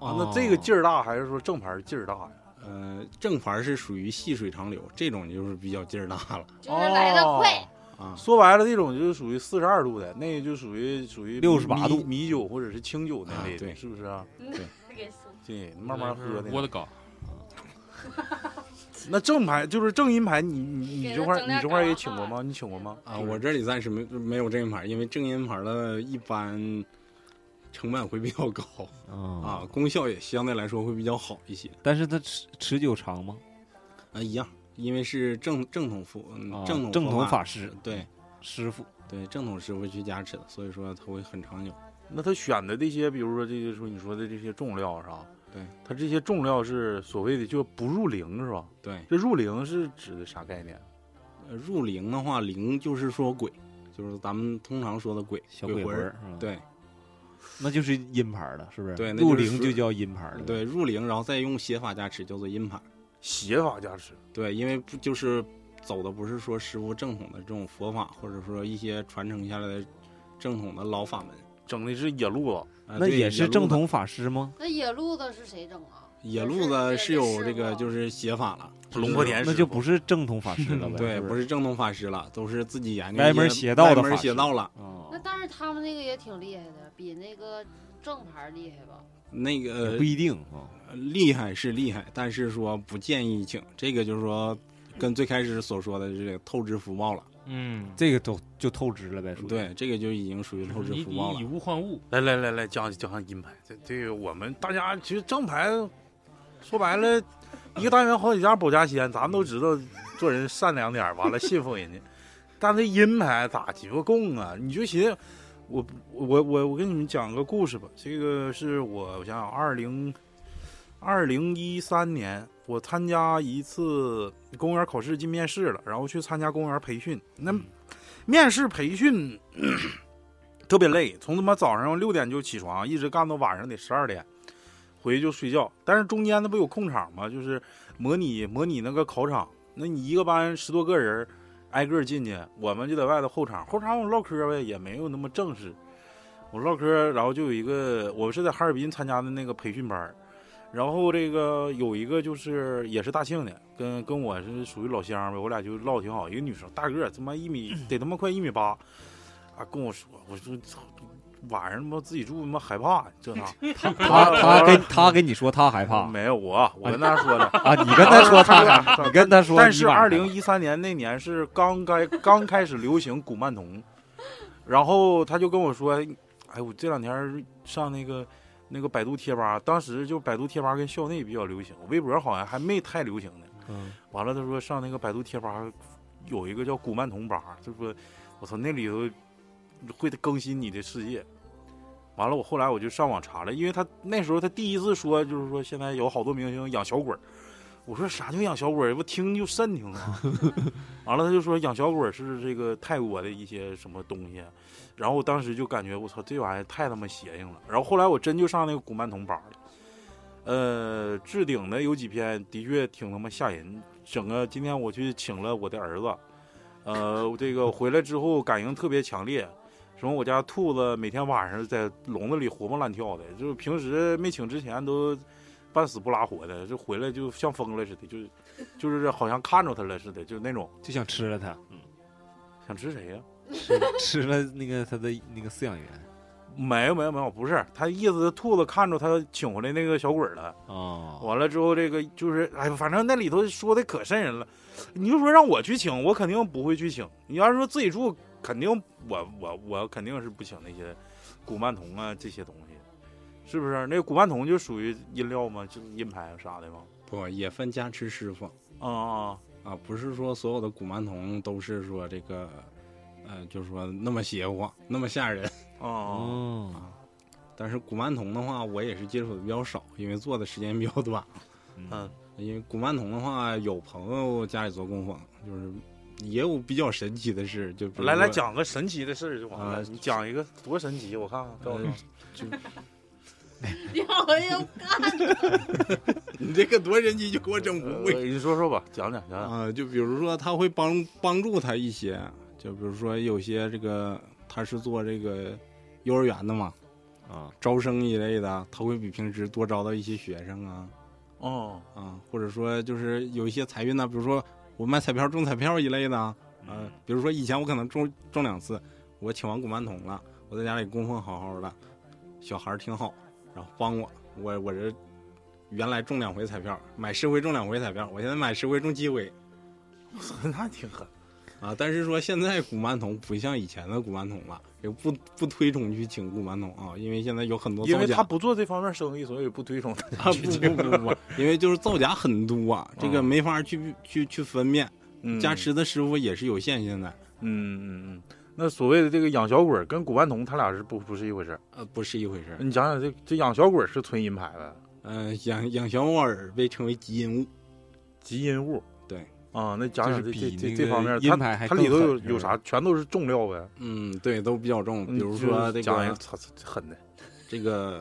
Speaker 1: 啊，那这个劲
Speaker 6: 儿
Speaker 1: 儿大还是说正牌劲儿大呀？
Speaker 3: 呃，正牌是属于细水长流，这种就是比较劲儿大了
Speaker 5: 就是来的快
Speaker 1: 哦，
Speaker 3: 啊。
Speaker 1: 说白了，这种就是属于四十二度的，那个就属于属于
Speaker 6: 68度
Speaker 1: 米米酒或者是清酒那类
Speaker 3: 啊
Speaker 1: 的，
Speaker 3: 对
Speaker 1: 是不是啊？
Speaker 5: 给说
Speaker 1: 对，慢慢喝
Speaker 7: 我
Speaker 1: 的。
Speaker 7: 的嘎，
Speaker 1: 那正牌就是正音牌，你你你
Speaker 5: 给
Speaker 1: 这
Speaker 5: 它
Speaker 1: 块
Speaker 5: 整
Speaker 1: 你
Speaker 5: 点
Speaker 1: 这块
Speaker 5: 嘎
Speaker 1: 也
Speaker 5: 巴
Speaker 1: 请过吗？你请过吗？
Speaker 3: 啊，我这里暂时没没有正音牌，因为正音牌的一般成本会比较高
Speaker 6: 啊
Speaker 3: 啊，，功效也相对来说会比较好一些
Speaker 6: 但是它持持久长吗？
Speaker 3: 啊，一样，因为是正正统佛，嗯
Speaker 6: 啊
Speaker 3: 正统
Speaker 6: 正统
Speaker 3: 佛
Speaker 6: 法师
Speaker 3: 对
Speaker 6: 师傅
Speaker 3: 对，正统师傅去加持的，所以说它会很长久。
Speaker 1: 那他选的这些，比如说这些说你说的这些重料啥，
Speaker 3: 对，
Speaker 1: 他这些重料是所谓的就不入灵是吧？
Speaker 3: 对，
Speaker 1: 这入灵是指的啥概念？
Speaker 3: 呃入灵的话，灵就是说鬼，就是咱们通常说的鬼
Speaker 6: 小
Speaker 3: 鬼
Speaker 6: 鬼
Speaker 3: 魂
Speaker 6: 魂
Speaker 3: 儿。
Speaker 6: 儿，是吧，
Speaker 3: 对
Speaker 6: 那就是阴牌儿了，是不是？
Speaker 3: 对那
Speaker 6: 入
Speaker 3: 就是
Speaker 6: 灵
Speaker 3: 属
Speaker 6: 就叫阴牌儿了。
Speaker 3: 对，入灵，然后再用邪法加持，叫做阴牌。
Speaker 1: 邪法加持，
Speaker 3: 对，因为不就是走的不是说师傅正统的这种佛法，或者说一些传承下来的正统的老法门。
Speaker 1: 整的是野路子。
Speaker 3: 呃
Speaker 6: 那
Speaker 3: 对
Speaker 6: 也是正
Speaker 3: 野路子
Speaker 6: 统法师吗？
Speaker 5: 那野路子是谁整啊？
Speaker 3: 野路子是有这个
Speaker 5: 是
Speaker 3: 就是邪法了，
Speaker 1: 龙婆田
Speaker 6: 那就不是正统法师了呗？
Speaker 3: 对，
Speaker 6: 不
Speaker 3: 不是正统法师了，都是自己研究
Speaker 6: 歪
Speaker 3: 一些
Speaker 6: 门邪道的
Speaker 3: 歪门
Speaker 6: 法师
Speaker 3: 邪道了。
Speaker 6: 啊
Speaker 5: 那但是他们那个也挺厉害的，比那个正牌厉害吧？
Speaker 3: 那个
Speaker 6: 也不一定
Speaker 3: 呃
Speaker 6: 啊。
Speaker 3: 厉害是厉害，但是说不建议请，这个就是说跟最开始所说的这个透支福报了。
Speaker 4: 嗯，
Speaker 6: 这个都就透支了呗，属于。
Speaker 3: 对，这个就已经属于透支
Speaker 4: 你
Speaker 3: 福报
Speaker 4: 你以
Speaker 3: 了。
Speaker 4: 物换物，
Speaker 1: 来来来来，讲讲上阴牌。这这个我们大家其实正牌，说白了，一个单元好几家保家仙，咱们都知道做人善良点儿，完了信奉人家。但这阴牌咋鸡巴供啊？你就寻思，我我我我跟你们讲个故事吧。这个是我我想想，二零二零一三年，我参加一次公务员考试进面试了，然后去参加公务员培训。那面试培训。特别累，从他妈早上六点就起床，一直干到晚上得十二点，回去就睡觉。但是中间那不有空场吗？就是模拟模拟那个考场，那你一个班十多个人，挨个进去，我们就在外头后场，后场我们唠嗑呗，也没有那么正式。我唠嗑，然后就有一个，我是在哈尔滨参加的那个培训班儿，然后这个有一个就是也是大庆的，跟跟我是属于老乡呗，我俩就唠得挺好。一个女生大个儿，他妈一米得他妈快一米八，啊跟我说，我说 操晚上他妈自己住他妈害怕这那，
Speaker 6: 他他跟他跟你说他害怕
Speaker 1: 没有我我跟他说的，
Speaker 6: 啊，你 跟他说他害怕，你跟他说，
Speaker 1: 但是
Speaker 6: 你晚
Speaker 1: 二
Speaker 6: 上
Speaker 1: 零一三年那年是刚开 刚开始流行古曼童，然后他就跟我说，哎，我这两天上那个那个百度贴吧，当时就百度贴吧跟校内比较流行，微博好像还没太流行呢。
Speaker 6: 嗯
Speaker 1: 完了，他说上那个百度贴吧有一个叫古曼童吧，他说我操那里头会更新你的世界。完了，我后来我就上网查了，因为他那时候他第一次说，就是说现在有好多明星养小鬼儿。我说啥叫养小鬼儿？我听就瘆听啊。 完了，他就说养小鬼儿是这个泰国的一些什么东西，然后我当时就感觉我操这玩意儿太他妈邪性了。然后后来我真就上那个古曼童班了，呃，置顶的有几篇的确挺他妈吓人。整个今天我去请了我的儿子，呃，我这个回来之后感应特别强烈。什么？我家兔子每天晚上在笼子里活蹦乱跳的，就是平时没请之前都半死不拉活的，这回来就像疯了似的，就是就是好像看着它了似的，就是那种
Speaker 6: 就想吃了他，
Speaker 1: 想吃谁呀、
Speaker 6: 吃吃了那个他的那个饲养员
Speaker 1: 没有没有没有，不是他意思，兔子看着他请回来那个小鬼儿了，
Speaker 6: 哦，
Speaker 1: 完了之后这个就是，哎，反正那里头说的可瘆人了。你就说让我去请，我肯定不会去请。你要是说自己住，肯定我我我肯定是不请那些古曼童啊这些东西，是不是？那古曼童就属于音料嘛，就是音牌啊啥的嘛。
Speaker 3: 不也分家吃师傅
Speaker 1: 啊啊
Speaker 3: 啊，不是说所有的古曼童都是说这个，呃，就是说那么邪乎，那么吓人。
Speaker 1: 啊啊！
Speaker 6: 哦，
Speaker 3: 但是古曼童的话，我也是接触的比较少，因为做的时间比较短。
Speaker 1: 嗯，
Speaker 3: 因为古曼童的话，有朋友家里做供奉，就是也有比较神奇的事，就比如
Speaker 1: 来来
Speaker 3: 说
Speaker 1: 讲个神奇的事儿就完了。
Speaker 3: 啊
Speaker 1: 你讲一个多神奇，我看看，告诉
Speaker 3: 呃
Speaker 1: 我。
Speaker 5: 然后又干
Speaker 3: 你这个多神奇就给我整不会
Speaker 1: 呃你说说吧，讲讲讲讲。
Speaker 3: 啊、就比如说他会帮帮助他一些，就比如说有些这个他是做这个幼儿园的嘛，
Speaker 6: 啊，
Speaker 3: 招生一类的，他会比平时多招到一些学生啊
Speaker 1: 哦，
Speaker 3: 啊，或者说就是有一些财运呢，比如说我卖彩票中彩票一类的啊，呃，比如说以前我可能中中两次，我请完古曼童了，我在家里供奉好好的，小孩儿挺好，然后帮我，我我这原来中两回彩票，买十回中两回彩票，我现在买十回中七回。
Speaker 1: 那挺狠。
Speaker 3: 啊，但是说现在古曼童不像以前的古曼童了，也不不推崇去请古曼童啊，因为现在有很多
Speaker 1: 因
Speaker 3: 造
Speaker 1: 为
Speaker 3: 假
Speaker 1: 他不做这方面生意，所以不推崇他。
Speaker 3: 啊，不不 不不，因为就是造假很多啊，这
Speaker 1: 嗯
Speaker 3: 个没法去去去分辨，加持的师傅也是有限，现在
Speaker 1: 嗯，嗯嗯嗯，那所谓的这个养小鬼儿跟古曼童，他俩是不不是一回事儿？
Speaker 3: 呃不是一回事儿。
Speaker 1: 你讲讲这这养小鬼儿是纯阴牌的
Speaker 3: 嗯，养养小猫耳被称为吉阴物，
Speaker 1: 极阴物，
Speaker 3: 对
Speaker 1: 啊，那讲讲
Speaker 6: 就
Speaker 1: 这
Speaker 6: 是
Speaker 1: 这
Speaker 6: 比
Speaker 1: 这
Speaker 6: 那
Speaker 1: 这
Speaker 6: 个
Speaker 1: 方面，
Speaker 6: 阴
Speaker 1: 它
Speaker 6: 牌还
Speaker 1: 它里头
Speaker 6: 更狠
Speaker 1: 有
Speaker 6: 是不
Speaker 1: 有啥，全都是重料呗。
Speaker 3: 嗯，对，都比较重，比如
Speaker 1: 你
Speaker 3: 说
Speaker 1: 就
Speaker 3: 这
Speaker 1: 讲一个
Speaker 3: 个
Speaker 1: 操这狠的，
Speaker 3: 这个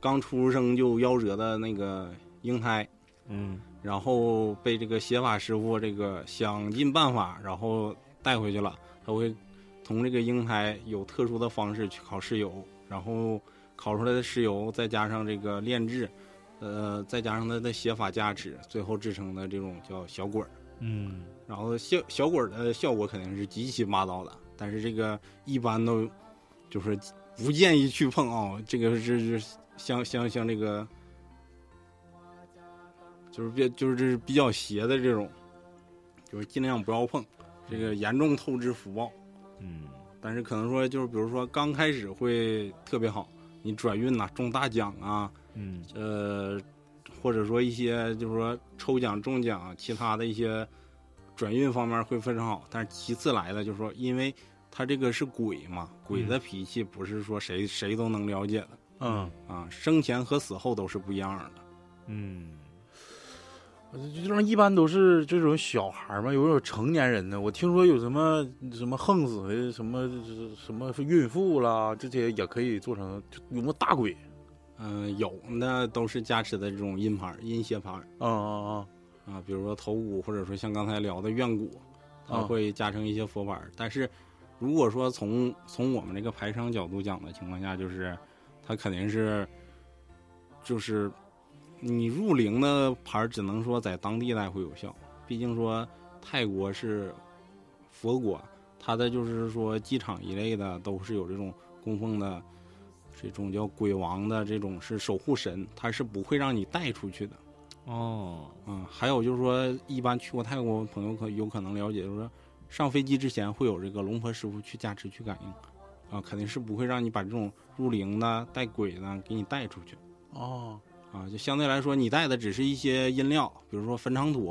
Speaker 3: 刚出生就夭折的那个婴胎，
Speaker 6: 嗯，
Speaker 3: 然后被这个写法师傅这个想尽办法，然后带回去了。他会从这个婴胎有特殊的方式去烤尸油，然后烤出来的尸油再加上这个炼制，呃，再加上他的写法加持，最后制成的这种叫小鬼儿。
Speaker 2: 嗯，
Speaker 3: 然后效小鬼儿的效果肯定是极其霸道的，但是这个一般都就是不建议去碰啊、这个是是像像像这个就是比就是比较邪的这种，就是尽量不要碰，这个严重透支福报。
Speaker 6: 嗯，
Speaker 3: 但是可能说就是比如说刚开始会特别好，你转运呐、中大奖啊，
Speaker 6: 嗯，
Speaker 3: 呃，或者说一些就是说抽奖、中奖，其他的一些转运方面会非常好。但是其次来的就是说，因为他这个是鬼嘛，鬼的脾气不是说谁谁都能了解的
Speaker 1: 嗯，
Speaker 3: 啊，生前和死后都是不一样的。
Speaker 6: 嗯，
Speaker 1: 就像一般都是这种小孩儿嘛，有有成年人的。我听说有什么什么横死的，什么什么孕妇啦，这些也可以做成，就有没有大鬼？
Speaker 3: 嗯、有那都是加持的这种阴牌儿、阴邪牌儿
Speaker 1: 啊啊啊！
Speaker 3: 啊，比如说头骨，或者说像刚才聊的怨骨，它
Speaker 1: 啊
Speaker 3: 会加成一些佛牌儿。但是如果说从从我们这个排商角度讲的情况下，就是它肯定是就是你入陵的牌儿只能说在当地来回有效，毕竟说泰国是佛国，它的就是说机场一类的都是有这种供奉的，这种叫鬼王的这种是守护神，他是不会让你带出去的。
Speaker 6: 哦，
Speaker 3: 嗯，还有就是说，一般去过泰国的朋友可有可能了解，就是说上飞机之前会有这个龙婆师傅去加持去感应，啊，肯定是不会让你把这种入灵的带鬼的给你带出去
Speaker 1: 哦，
Speaker 3: 啊，就相对来说你带的只是一些阴料，比如说坟场土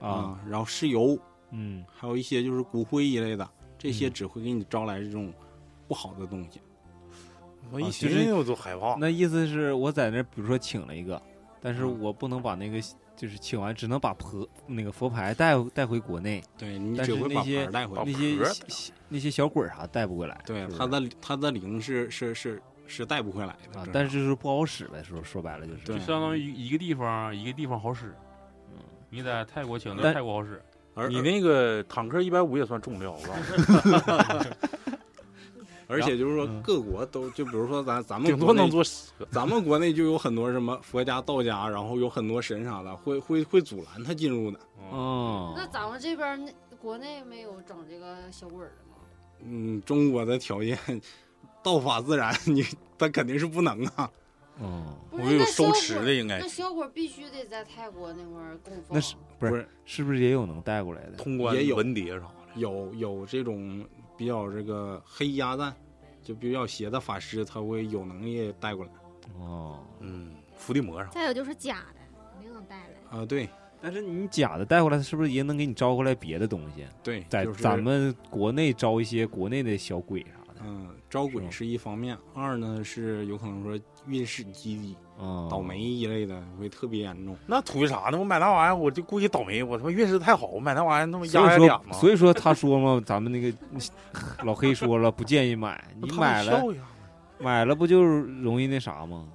Speaker 6: 啊，
Speaker 3: 然后尸油，
Speaker 6: 嗯，
Speaker 3: 还有一些就是骨灰一类的，这些
Speaker 6: 嗯
Speaker 3: 只会给你招来这种不好的东西。
Speaker 1: 我一
Speaker 6: 啊其
Speaker 1: 听
Speaker 6: 实
Speaker 1: 我都害怕。
Speaker 6: 那意思是我在那儿，比如说请了一个，但是
Speaker 3: 嗯
Speaker 6: 我不能把那个就是请完，只能把佛那个佛牌带带回国内，
Speaker 3: 对你
Speaker 6: 但
Speaker 3: 只
Speaker 6: 是
Speaker 3: 会
Speaker 6: 那
Speaker 3: 把
Speaker 6: 些
Speaker 3: 牌儿带回
Speaker 1: 把
Speaker 3: 来。
Speaker 6: 那些
Speaker 1: 盒儿
Speaker 6: 小小那些小鬼儿啥带不回来，啊
Speaker 3: 对
Speaker 6: 是，不
Speaker 3: 它
Speaker 6: 是
Speaker 3: 的它的灵是是是是带不回来的
Speaker 6: 啊
Speaker 3: 这，
Speaker 6: 但是就是不好使呗，说说白了就是
Speaker 3: 对
Speaker 7: 就相当于一个地方一个地方好使。你在泰国请的
Speaker 6: 但
Speaker 7: 泰国好使，
Speaker 3: 而
Speaker 1: 你那呃个坦克一百五也算重料，我告 诉你，
Speaker 3: 而且就是说
Speaker 6: 嗯
Speaker 3: 各国都就比如说咱咱们
Speaker 1: 顶多
Speaker 3: 国内
Speaker 1: 能做十个。
Speaker 3: 咱们国内就有很多什么佛家、道家，然后有很多神啥的，会会会阻拦他进入的。
Speaker 6: 哦
Speaker 5: 那咱们这边儿那国内没有整这个小鬼儿的吗？
Speaker 3: 嗯，中国的条件，道法自然，你他肯定是不能啊。
Speaker 6: 哦，
Speaker 5: 不
Speaker 1: 我
Speaker 5: 是
Speaker 1: 有
Speaker 5: 那小
Speaker 1: 收
Speaker 5: 鬼
Speaker 1: 持
Speaker 5: 儿
Speaker 1: 的，应该
Speaker 5: 那小鬼儿必须得在泰国那块儿供奉。
Speaker 6: 那是不
Speaker 3: 不
Speaker 6: 是
Speaker 3: 是
Speaker 6: 是不是也有能带过来的？
Speaker 1: 通关
Speaker 3: 也有
Speaker 1: 文牒啥的，
Speaker 3: 有有这种比较这个黑鸭蛋，就比较邪的法师，他会有能力带过来。
Speaker 6: 哦，
Speaker 1: 嗯，伏地魔啥的。
Speaker 8: 再有就是假的，没有带来。
Speaker 3: 啊、对
Speaker 6: 但是你假的带回来，是不是也能给你招过来别的东西？
Speaker 3: 对，
Speaker 6: 在
Speaker 3: 就是
Speaker 6: 咱们国内招一些国内的小鬼啥的，
Speaker 3: 嗯，招
Speaker 6: 是吗
Speaker 3: 鬼是一方面，二呢是有可能说运势积低、
Speaker 6: 哦，
Speaker 3: 倒霉一类的会特别严重。
Speaker 1: 那图啥呢？我买那玩意儿，我就估计倒霉。我他妈运势太好，我买那玩意儿那么
Speaker 6: 所
Speaker 1: 压压
Speaker 6: 以
Speaker 1: 脸
Speaker 6: 说，
Speaker 1: 吗？
Speaker 6: 所以说他说嘛， 咱们那个老黑说了，不建议买。你
Speaker 1: 他们
Speaker 6: 买了
Speaker 1: 笑一下
Speaker 6: 买了不就容易那啥吗？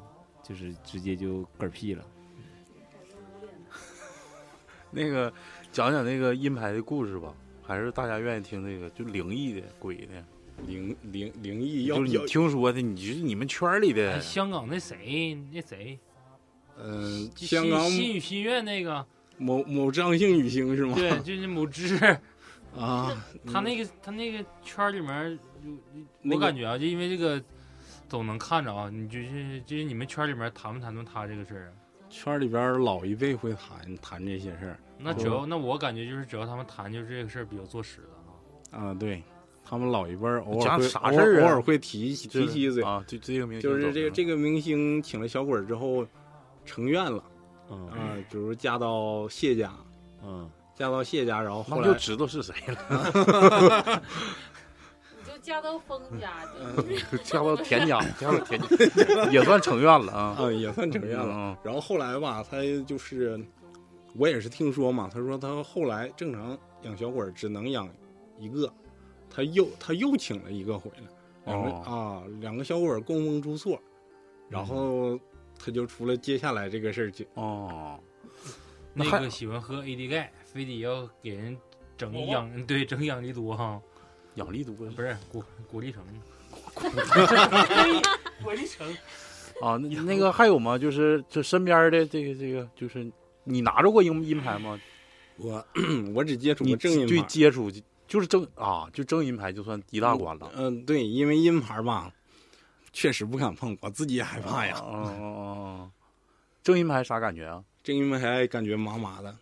Speaker 6: 就是直接就嗝屁了。
Speaker 1: 那个讲讲那个阴牌的故事吧，还是大家愿意听这个就灵异的、鬼的，
Speaker 3: 灵灵灵异要
Speaker 1: 就是
Speaker 3: 要
Speaker 1: 你听说的，你就是你们圈里
Speaker 4: 哎
Speaker 1: 的。
Speaker 4: 香港那谁那谁，
Speaker 3: 嗯，
Speaker 4: 就
Speaker 3: 香
Speaker 4: 新
Speaker 3: 港
Speaker 4: 新宇新月那个，
Speaker 3: 某某张姓女星是吗？
Speaker 4: 对，就是某芝，
Speaker 3: 啊，
Speaker 4: 他那个他那个圈儿里面儿，
Speaker 3: 那
Speaker 4: 我
Speaker 3: 个
Speaker 4: 感觉啊，就因为这个。总能看着啊，你就是就是你们圈儿里面儿谈没谈论他这个事儿啊？
Speaker 3: 圈里边老一辈会谈谈这些事儿
Speaker 4: 那只要那我感觉就是只要他们谈，就是这个事儿比较坐实了啊。
Speaker 3: 啊，对他们老一辈儿偶尔
Speaker 1: 讲
Speaker 3: 会
Speaker 1: 啥
Speaker 3: 偶
Speaker 1: 事儿
Speaker 3: 尔
Speaker 1: 啊
Speaker 3: 偶尔会提起
Speaker 1: 就
Speaker 3: 提
Speaker 1: 是
Speaker 3: 起一嘴，
Speaker 1: 啊，就这个明星
Speaker 3: 就是这个这
Speaker 1: 个
Speaker 3: 个明星请了小鬼儿之后成愿了
Speaker 6: 嗯
Speaker 3: 啊，比如嫁到谢家，
Speaker 6: 嗯，
Speaker 3: 嫁到谢家，然后后
Speaker 1: 那就
Speaker 3: 来
Speaker 1: 知道是谁了，
Speaker 5: 你就嫁到风 家就是
Speaker 1: 嫁到田家，嫁到 田家，也算成愿了啊。
Speaker 3: 啊也算成愿了。
Speaker 1: 嗯，
Speaker 3: 然后后来吧，他就是我也是听说嘛，他说他后来正常养小鬼儿只能养一个，他又他又请了一个回来，两个、
Speaker 1: 哦
Speaker 3: 啊两个小鬼儿供奉出错，然后
Speaker 1: 嗯
Speaker 3: 他就出了接下来这个事儿去。
Speaker 1: 哦，那
Speaker 4: 那
Speaker 1: 还
Speaker 4: 个喜欢喝 AD 钙，非得要给人整
Speaker 7: 我忘
Speaker 4: 养，对，整养力多哈，
Speaker 1: 养力多
Speaker 4: 不是果果粒橙，果粒橙，
Speaker 1: 啊。那那个还有吗？就是这身边的这个这个，就是你拿着过阴阴牌吗？
Speaker 3: 我 我只接触
Speaker 1: 你
Speaker 3: 过正音
Speaker 1: 对
Speaker 3: 牌，
Speaker 1: 接触就是正啊，就正阴牌就算一大关了。
Speaker 3: 嗯、对，因为阴牌吧，确实不敢碰，我自己也害怕呀。
Speaker 1: 哦哦哦，正阴牌啥感觉啊？
Speaker 3: 正因为还感觉麻麻的，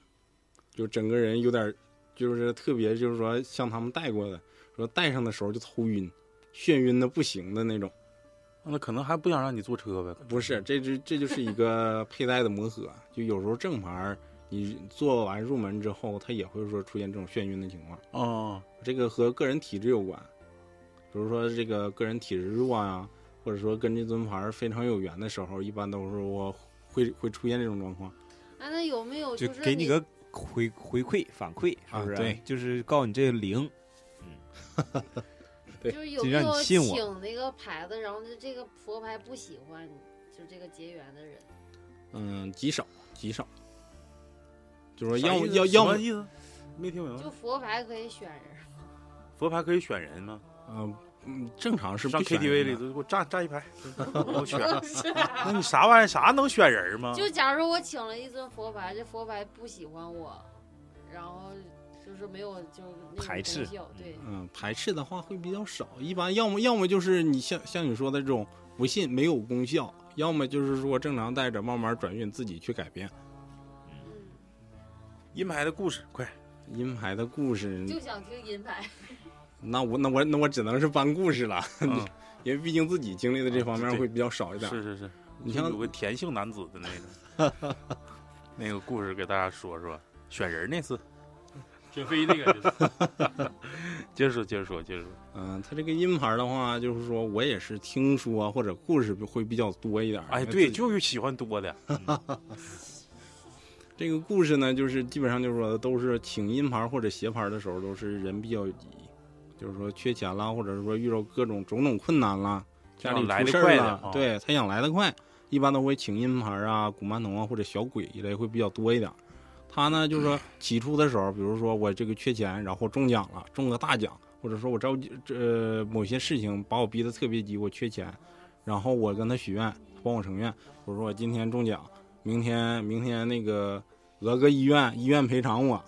Speaker 3: 就整个人有点儿，就是特别就是说像他们带过的，说带上的时候就头晕，眩晕的不行的那种。嗯
Speaker 1: 那可能还不想让你坐车呗？
Speaker 3: 不是，这就这就是一个佩戴的磨 合，就有时候正牌儿你做完入门之后，它也会说出现这种眩晕的情况。
Speaker 1: 哦，
Speaker 3: 这个和个人体质有关，比如说这个个人体质弱啊，或者说跟这尊牌儿非常有缘的时候，一般都是我会会出现这种状况。
Speaker 5: 哎， 那有没有
Speaker 6: 就是给你个回回馈反馈，是
Speaker 3: 啊
Speaker 6: 不是？
Speaker 3: 对，
Speaker 6: 就是告诉你这个灵，
Speaker 5: 就是有
Speaker 6: 就
Speaker 5: 没
Speaker 6: 让你
Speaker 5: 有
Speaker 6: 信我
Speaker 5: 请那个牌子，然后就这个佛牌不喜欢，就这个结缘的人，
Speaker 3: 嗯，极少极少，就是
Speaker 1: 啥
Speaker 3: 要
Speaker 1: 意思
Speaker 3: 要要
Speaker 1: 什么
Speaker 3: 么，
Speaker 6: 嗯
Speaker 1: 意思？没听明白
Speaker 5: 就。佛牌可以选人。
Speaker 1: 佛牌可以选人吗？
Speaker 3: 嗯、嗯，正常是
Speaker 1: 上
Speaker 3: 不选
Speaker 1: KTV 里
Speaker 3: 人
Speaker 1: 头
Speaker 3: 的
Speaker 1: 给我站站一 排，我选。
Speaker 6: 啊
Speaker 5: 是
Speaker 1: 那你啥玩意儿？啥能选人吗？
Speaker 5: 就假如我请了一尊佛牌，这佛牌不喜欢我，然后就是没有就是那种
Speaker 6: 排斥
Speaker 5: 功效，对，
Speaker 3: 嗯，排斥的话会比较少，一般要么要么就是你像像你说的这种不信没有功效，要么就是说正常带着慢慢转运自己去改变。
Speaker 5: 嗯，
Speaker 1: 阴牌的故事，快
Speaker 3: 阴牌的故事，
Speaker 6: 嗯
Speaker 5: 就想听银牌。
Speaker 3: 那我那我那我只能是搬故事了，
Speaker 1: 嗯
Speaker 3: 因为毕竟自己经历的这方面
Speaker 1: 啊对
Speaker 3: 会比较少一点。
Speaker 1: 是是是，
Speaker 3: 你
Speaker 1: 就
Speaker 3: 像
Speaker 1: 有个田姓男子的那个 那个故事，给大家说说。选人那次，
Speaker 4: 选妃那个就是，
Speaker 1: 接着说，接着说，接着说。
Speaker 3: 嗯、他这个阴牌的话，就是说我也是听说啊或者故事会比较多一点。
Speaker 1: 哎，
Speaker 3: 因为
Speaker 1: 对，
Speaker 3: 自己
Speaker 1: 就是喜欢多的，
Speaker 3: 这个故事呢，就是基本上就是说都是请阴牌或者邪牌的时候，都是人比较，就是说缺钱啦，或者是说遇到各种种种困难啦，家里
Speaker 1: 来得
Speaker 3: 出
Speaker 1: 快
Speaker 3: 事儿
Speaker 1: 点
Speaker 3: 了
Speaker 1: 啊，
Speaker 3: 对他想来得快，一般都会请阴牌啊、古曼童啊或者小鬼一类会比较多一点。他呢，就是说起初的时候，比如说我这个缺钱，然后中奖了，中个大奖，或者说我着急，这、呃、某些事情把我逼得特别急，我缺钱，然后我跟他许愿，帮我成愿，我说我今天中奖，明天明天那个讹个医院，医院赔偿我，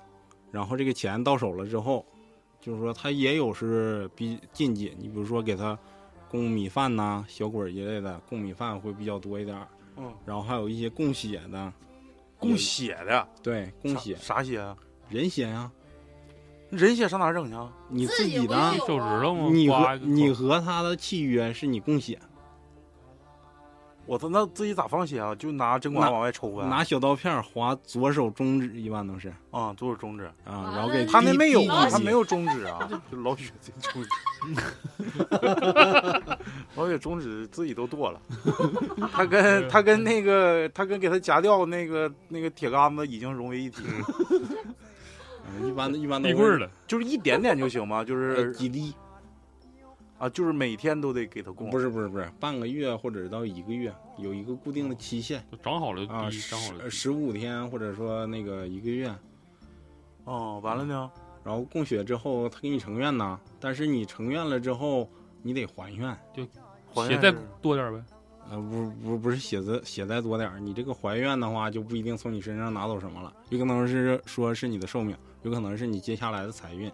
Speaker 3: 然后这个钱到手了之后，就是说他也有是比禁忌，你比如说给他供米饭呐、小鬼儿一类的供米饭会比较多一点儿，
Speaker 1: 嗯，
Speaker 3: 然后还有一些供血的，
Speaker 1: 供血的，
Speaker 3: 对，供血
Speaker 1: 啥啥血啊？
Speaker 3: 人血呀、
Speaker 1: 人血上哪儿整去啊？
Speaker 3: 你
Speaker 5: 自己
Speaker 3: 己
Speaker 5: 不
Speaker 3: 的
Speaker 5: 是
Speaker 3: 啊
Speaker 5: 有，
Speaker 7: 手指头吗？
Speaker 3: 你
Speaker 7: 刮
Speaker 3: 和
Speaker 7: 一个口
Speaker 3: 你和他的契约是你供血，
Speaker 1: 我操，那自己咋放血啊？就拿针管
Speaker 3: 拿
Speaker 1: 往外抽呗。
Speaker 3: 拿小刀片儿划左手中指，一般都是
Speaker 1: 啊，左手中指，
Speaker 3: 啊
Speaker 5: 完，
Speaker 3: 然后
Speaker 5: 了
Speaker 3: 给
Speaker 1: 他那
Speaker 3: 递
Speaker 1: 没有
Speaker 3: 递
Speaker 1: 啊，
Speaker 3: 进
Speaker 1: 他
Speaker 3: 去
Speaker 1: 没有中指啊，就老雪这中指， 老雪中指自己都剁了。他跟他跟那个他跟给他夹掉那个那个铁杆子已经融为一体了，
Speaker 3: 嗯一般的一般都
Speaker 7: 立
Speaker 3: 是
Speaker 7: 棍儿了，
Speaker 1: 就是一点点就行吗？就
Speaker 3: 呃
Speaker 1: 是
Speaker 3: 几滴，
Speaker 1: 啊，就是每天都得给他供。
Speaker 3: 不是不是不是，半个月或者到一个月有一个固定的期限
Speaker 7: 都长好了就
Speaker 3: 啊，
Speaker 7: 低，
Speaker 3: 十
Speaker 7: 长好了就低
Speaker 3: 十五天或者说那个一个月，
Speaker 1: 哦，完了呢，
Speaker 3: 然后供血之后他给你成愿呐，但是你成愿了之后你得还愿，
Speaker 1: 还
Speaker 7: 血
Speaker 1: 原
Speaker 7: 再
Speaker 1: 是
Speaker 7: 多点儿呗。
Speaker 3: 呃不不不是血再血再多点儿，你这个还愿的话就不一定从你身上拿走什么了，有可能是说是你的寿命，有可能是你接下来的财运，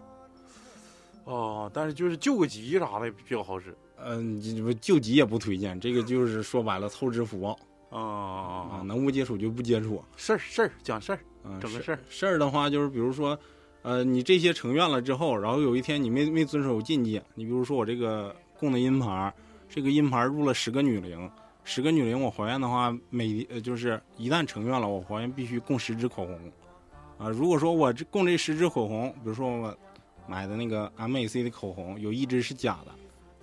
Speaker 1: 哦，但是就是救个急啥的比较好使。
Speaker 3: 嗯、这不救急也不推荐，这个就是说白了凑之福报
Speaker 1: 啊
Speaker 3: 啊，
Speaker 1: 啊啊！
Speaker 3: 能不接触就不接触，
Speaker 1: 事儿事儿讲事儿，
Speaker 3: 嗯、
Speaker 1: 整
Speaker 3: 是
Speaker 1: 个事儿。
Speaker 3: 事儿的话，就是比如说，呃，你这些成愿了之后，然后有一天你没没遵守禁忌，你比如说我这个供的阴牌儿，这个阴牌儿入了十个女灵，十个女灵我还愿的话，每呃就是一旦成愿了，我还愿必须供十支口红，啊、如果说我这供这十支口红，比如说我买的那个 MAC 的口红，有一支是假的，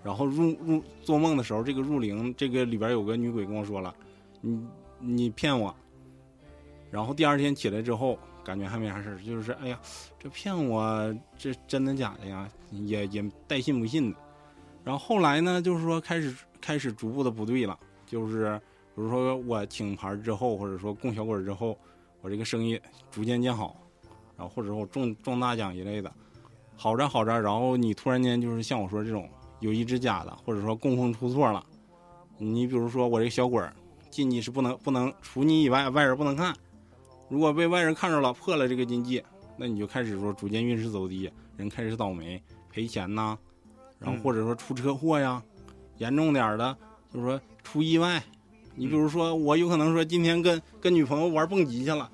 Speaker 3: 然后入入做梦的时候，这个入灵，这个里边有个女鬼跟我说了，你你骗我。然后第二天起来之后，感觉还没啥事儿，就是哎呀，这骗我，这真的假的呀？也也带信不信的。然后后来呢，就是说开始开始逐步的不对了，就是比如说我请牌之后，或者说供小鬼之后，我这个生意逐渐见好，然后或者说我中中大奖一类的，好着好着，然后你突然间就是像我说这种有一只假的，或者说供奉出错了，你比如说我这个小鬼儿禁忌是不能不能除你以外外人不能看。如果被外人看着了，破了这个禁忌，那你就开始说逐渐运势走低，人开始倒霉，赔钱呐，然后
Speaker 1: 嗯
Speaker 3: 或者说出车祸呀，严重点儿的就是说出意外。你比如说，我有可能说今天跟跟女朋友玩蹦极去了，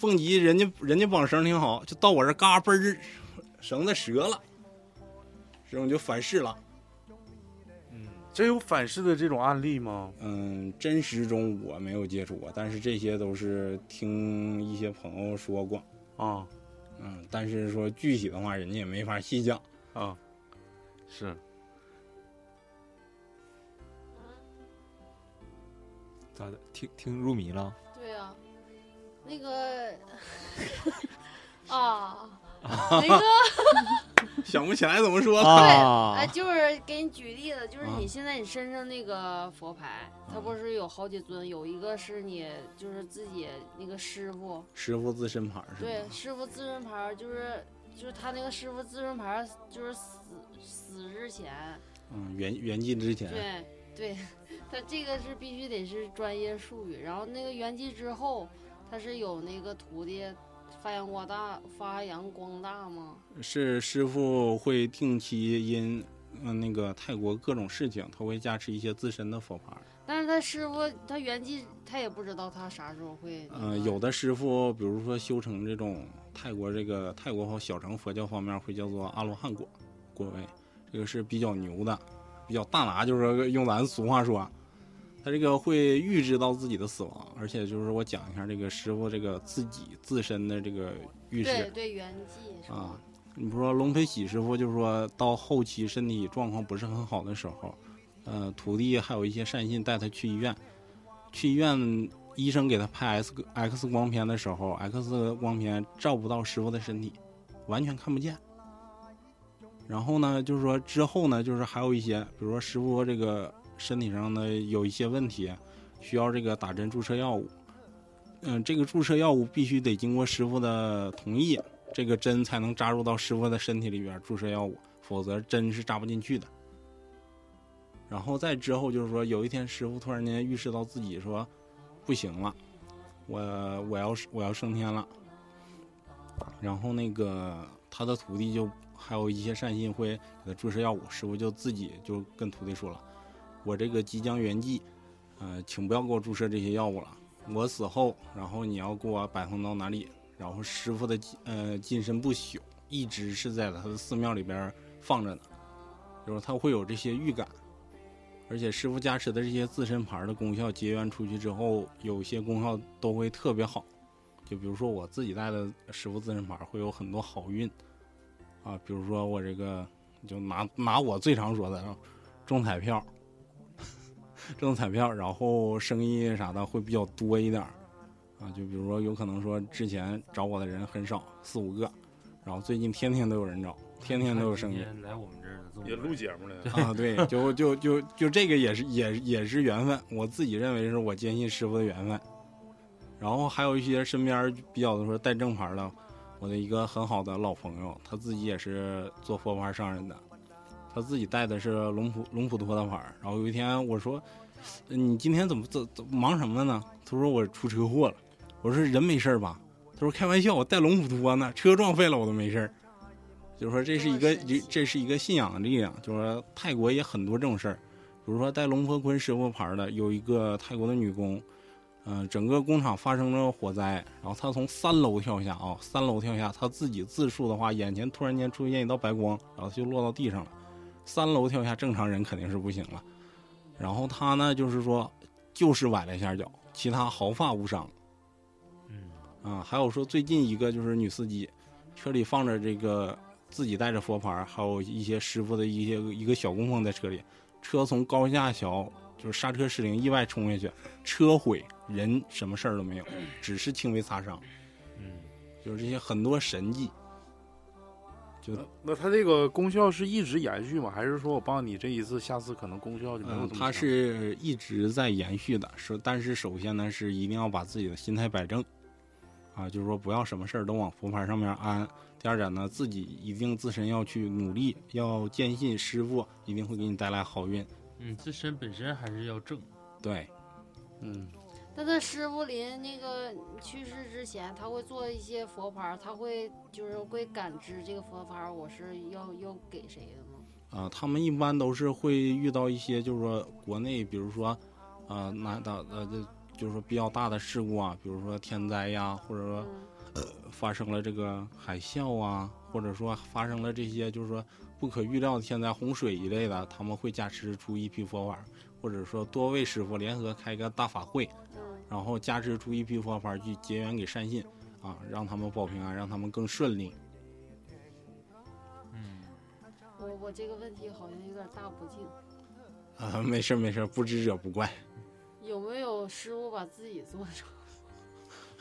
Speaker 3: 蹦极人家人家绑绳挺好，就到我这儿嘎嘣儿，绳子折了，这种就反噬了。
Speaker 1: 真有反噬的这种案例吗？
Speaker 3: 嗯，真实中我没有接触过，但是这些都是听一些朋友说过。
Speaker 1: 啊
Speaker 3: 嗯，但是说具体的话，人家也没法 细讲。
Speaker 1: 啊，是
Speaker 6: 咋的？听听入迷了？
Speaker 5: 对啊，那 个 啊，那个
Speaker 3: 想不起来怎么说了。
Speaker 5: 对，
Speaker 6: 啊
Speaker 5: 哎，就是给你举例子，就是
Speaker 3: 啊
Speaker 5: 你现在你身上那个佛牌，它不是有好几尊，有一个是你就是自己那个师傅，
Speaker 3: 师傅自身牌是
Speaker 5: 对
Speaker 3: 吧？，
Speaker 5: 师傅自认牌儿就是就是他那个师傅自认牌儿就是死死之前，
Speaker 3: 嗯，圆圆寂之前，
Speaker 5: 对对， 它这个是必须得是专业术语。然后那个圆寂之后，它是有那个徒弟发扬光大，发扬光大吗？
Speaker 3: 是师傅会定期因嗯、呃那个泰国各种事情，他会加持一些自身的佛牌。
Speaker 5: 但是他师傅他圆寂，他也不知道他啥时候会。
Speaker 3: 嗯、有。的师傅，比如说修成这种泰国这个泰国和小乘佛教方面会叫做阿罗汉果果位，这个是比较牛的，比较大拿，就是说用咱俗话说，他这个会预知到自己的死亡，而且就是我讲一下这个师傅这个自己自身的这个预示。
Speaker 5: 对对，圆寂是吧
Speaker 3: 啊？你不说龙飞喜师傅，就是说到后期身体状况不是很好的时候，呃，徒弟还有一些善信带他去医院，去医院医生给他拍 X X 光片的时候，X 光片照不到师傅的身体，完全看不见。然后呢，就是说之后呢，就是还有一些，比如说师傅这个身体上呢有一些问题，需要这个打针注射药物。嗯、这个注射药物必须得经过师傅的同意，这个针才能扎入到师傅的身体里边注射药物，否则针是扎不进去的。然后再之后就是说，有一天师傅突然间意识到自己说不行了，我我要我要升天了。然后那个他的徒弟就还有一些善信会给他注射药物，师傅就自己就跟徒弟说了，我这个即将圆寂，呃，请不要给我注射这些药物了。我死后，然后你要给我摆放到哪里？然后师傅的呃金身不朽一直是在他的寺庙里边儿放着呢，就是他会有这些预感，而且师傅加持的这些自身牌儿的功效结缘出去之后，有些功效都会特别好，就比如说我自己带的师傅自身牌儿会有很多好运啊，比如说我这个就拿拿我最常说的啊，中彩票， 中彩票，然后生意啥的会比较多一点儿啊。就比如说，有可能说之前找我的人很少，四五个，然后最近天天都有人找，天天都有生意。
Speaker 4: 今天来我们这儿的这么
Speaker 1: 也录节目了，
Speaker 3: 啊，对，就就就就这个也是也也是缘分，我自己认为是我坚信师傅的缘分。然后还有一些身边比较的说带正牌的，我的一个很好的老朋友，他自己也是做佛牌商人的，他自己带的是龙普龙普托的牌儿。然后有一天我说：“你今天怎么怎怎忙什么呢？”他说：“我出车祸了。”我说：“人没事儿吧？”他说：“开玩笑，我带龙普托呢，车撞废了我都没事儿。”就是说这是一个
Speaker 5: 这么神奇
Speaker 3: 这是一个信仰的力量，就是说泰国也很多这种事儿，比如说带龙婆坤师傅牌儿的有一个泰国的女工，嗯、整个工厂发生了火灾，然后她从三楼跳下啊，三楼跳下，她自己自述的话，眼前突然间出现一道白光，然后就落到地上了。三楼跳下，正常人肯定是不行了。然后她呢，就是说，就是崴了一下脚，其他毫发无伤。嗯，啊，还有说最近一个就是女司机，车里放着这个自己带着佛牌，还有一些师傅的一些一个小供奉在车里，车从高架桥就是刹车失灵，意外冲下去，车毁，人什么事儿都没有，只是轻微擦伤。
Speaker 4: 嗯，
Speaker 3: 就是这些很多神迹，就
Speaker 1: 那那它这个功效是一直延续吗？还是说我帮你这一次，下次可能功效就没有这么
Speaker 3: 嗯，
Speaker 1: 强？
Speaker 3: 它是一直在延续的，是，但是首先呢，是一定要把自己的心态摆正，啊，就是说不要什么事儿都往佛牌上面安。第二点呢，自己一定自身要去努力，要坚信师傅一定会给你带来好运。
Speaker 4: 嗯，自身本身还是要正，
Speaker 3: 对，
Speaker 1: 嗯，
Speaker 5: 那他师傅临那个去世之前，他会做一些佛牌儿，他会就是会感知这个佛牌儿我是要要给谁的吗？
Speaker 3: 啊、他们一般都是会遇到一些，就是说国内，比如说，啊，那的呃，就就是说比较大的事故啊，比如说天灾呀，或者说
Speaker 5: 嗯，
Speaker 3: 发生了这个海啸啊，或者说发生了这些就是说不可预料的天灾、洪水一类的，他们会加持出一批佛法，或者说多位师傅联合开个大法会，
Speaker 5: 嗯
Speaker 3: 然后加持出一批佛法去结缘给善信啊，让他们保平安，让他们更顺利。
Speaker 4: 嗯，
Speaker 5: 我我这个问题好像有点大不敬，
Speaker 3: 啊、没事儿没事儿，不知者不怪。
Speaker 5: 有没有师傅把自己做成？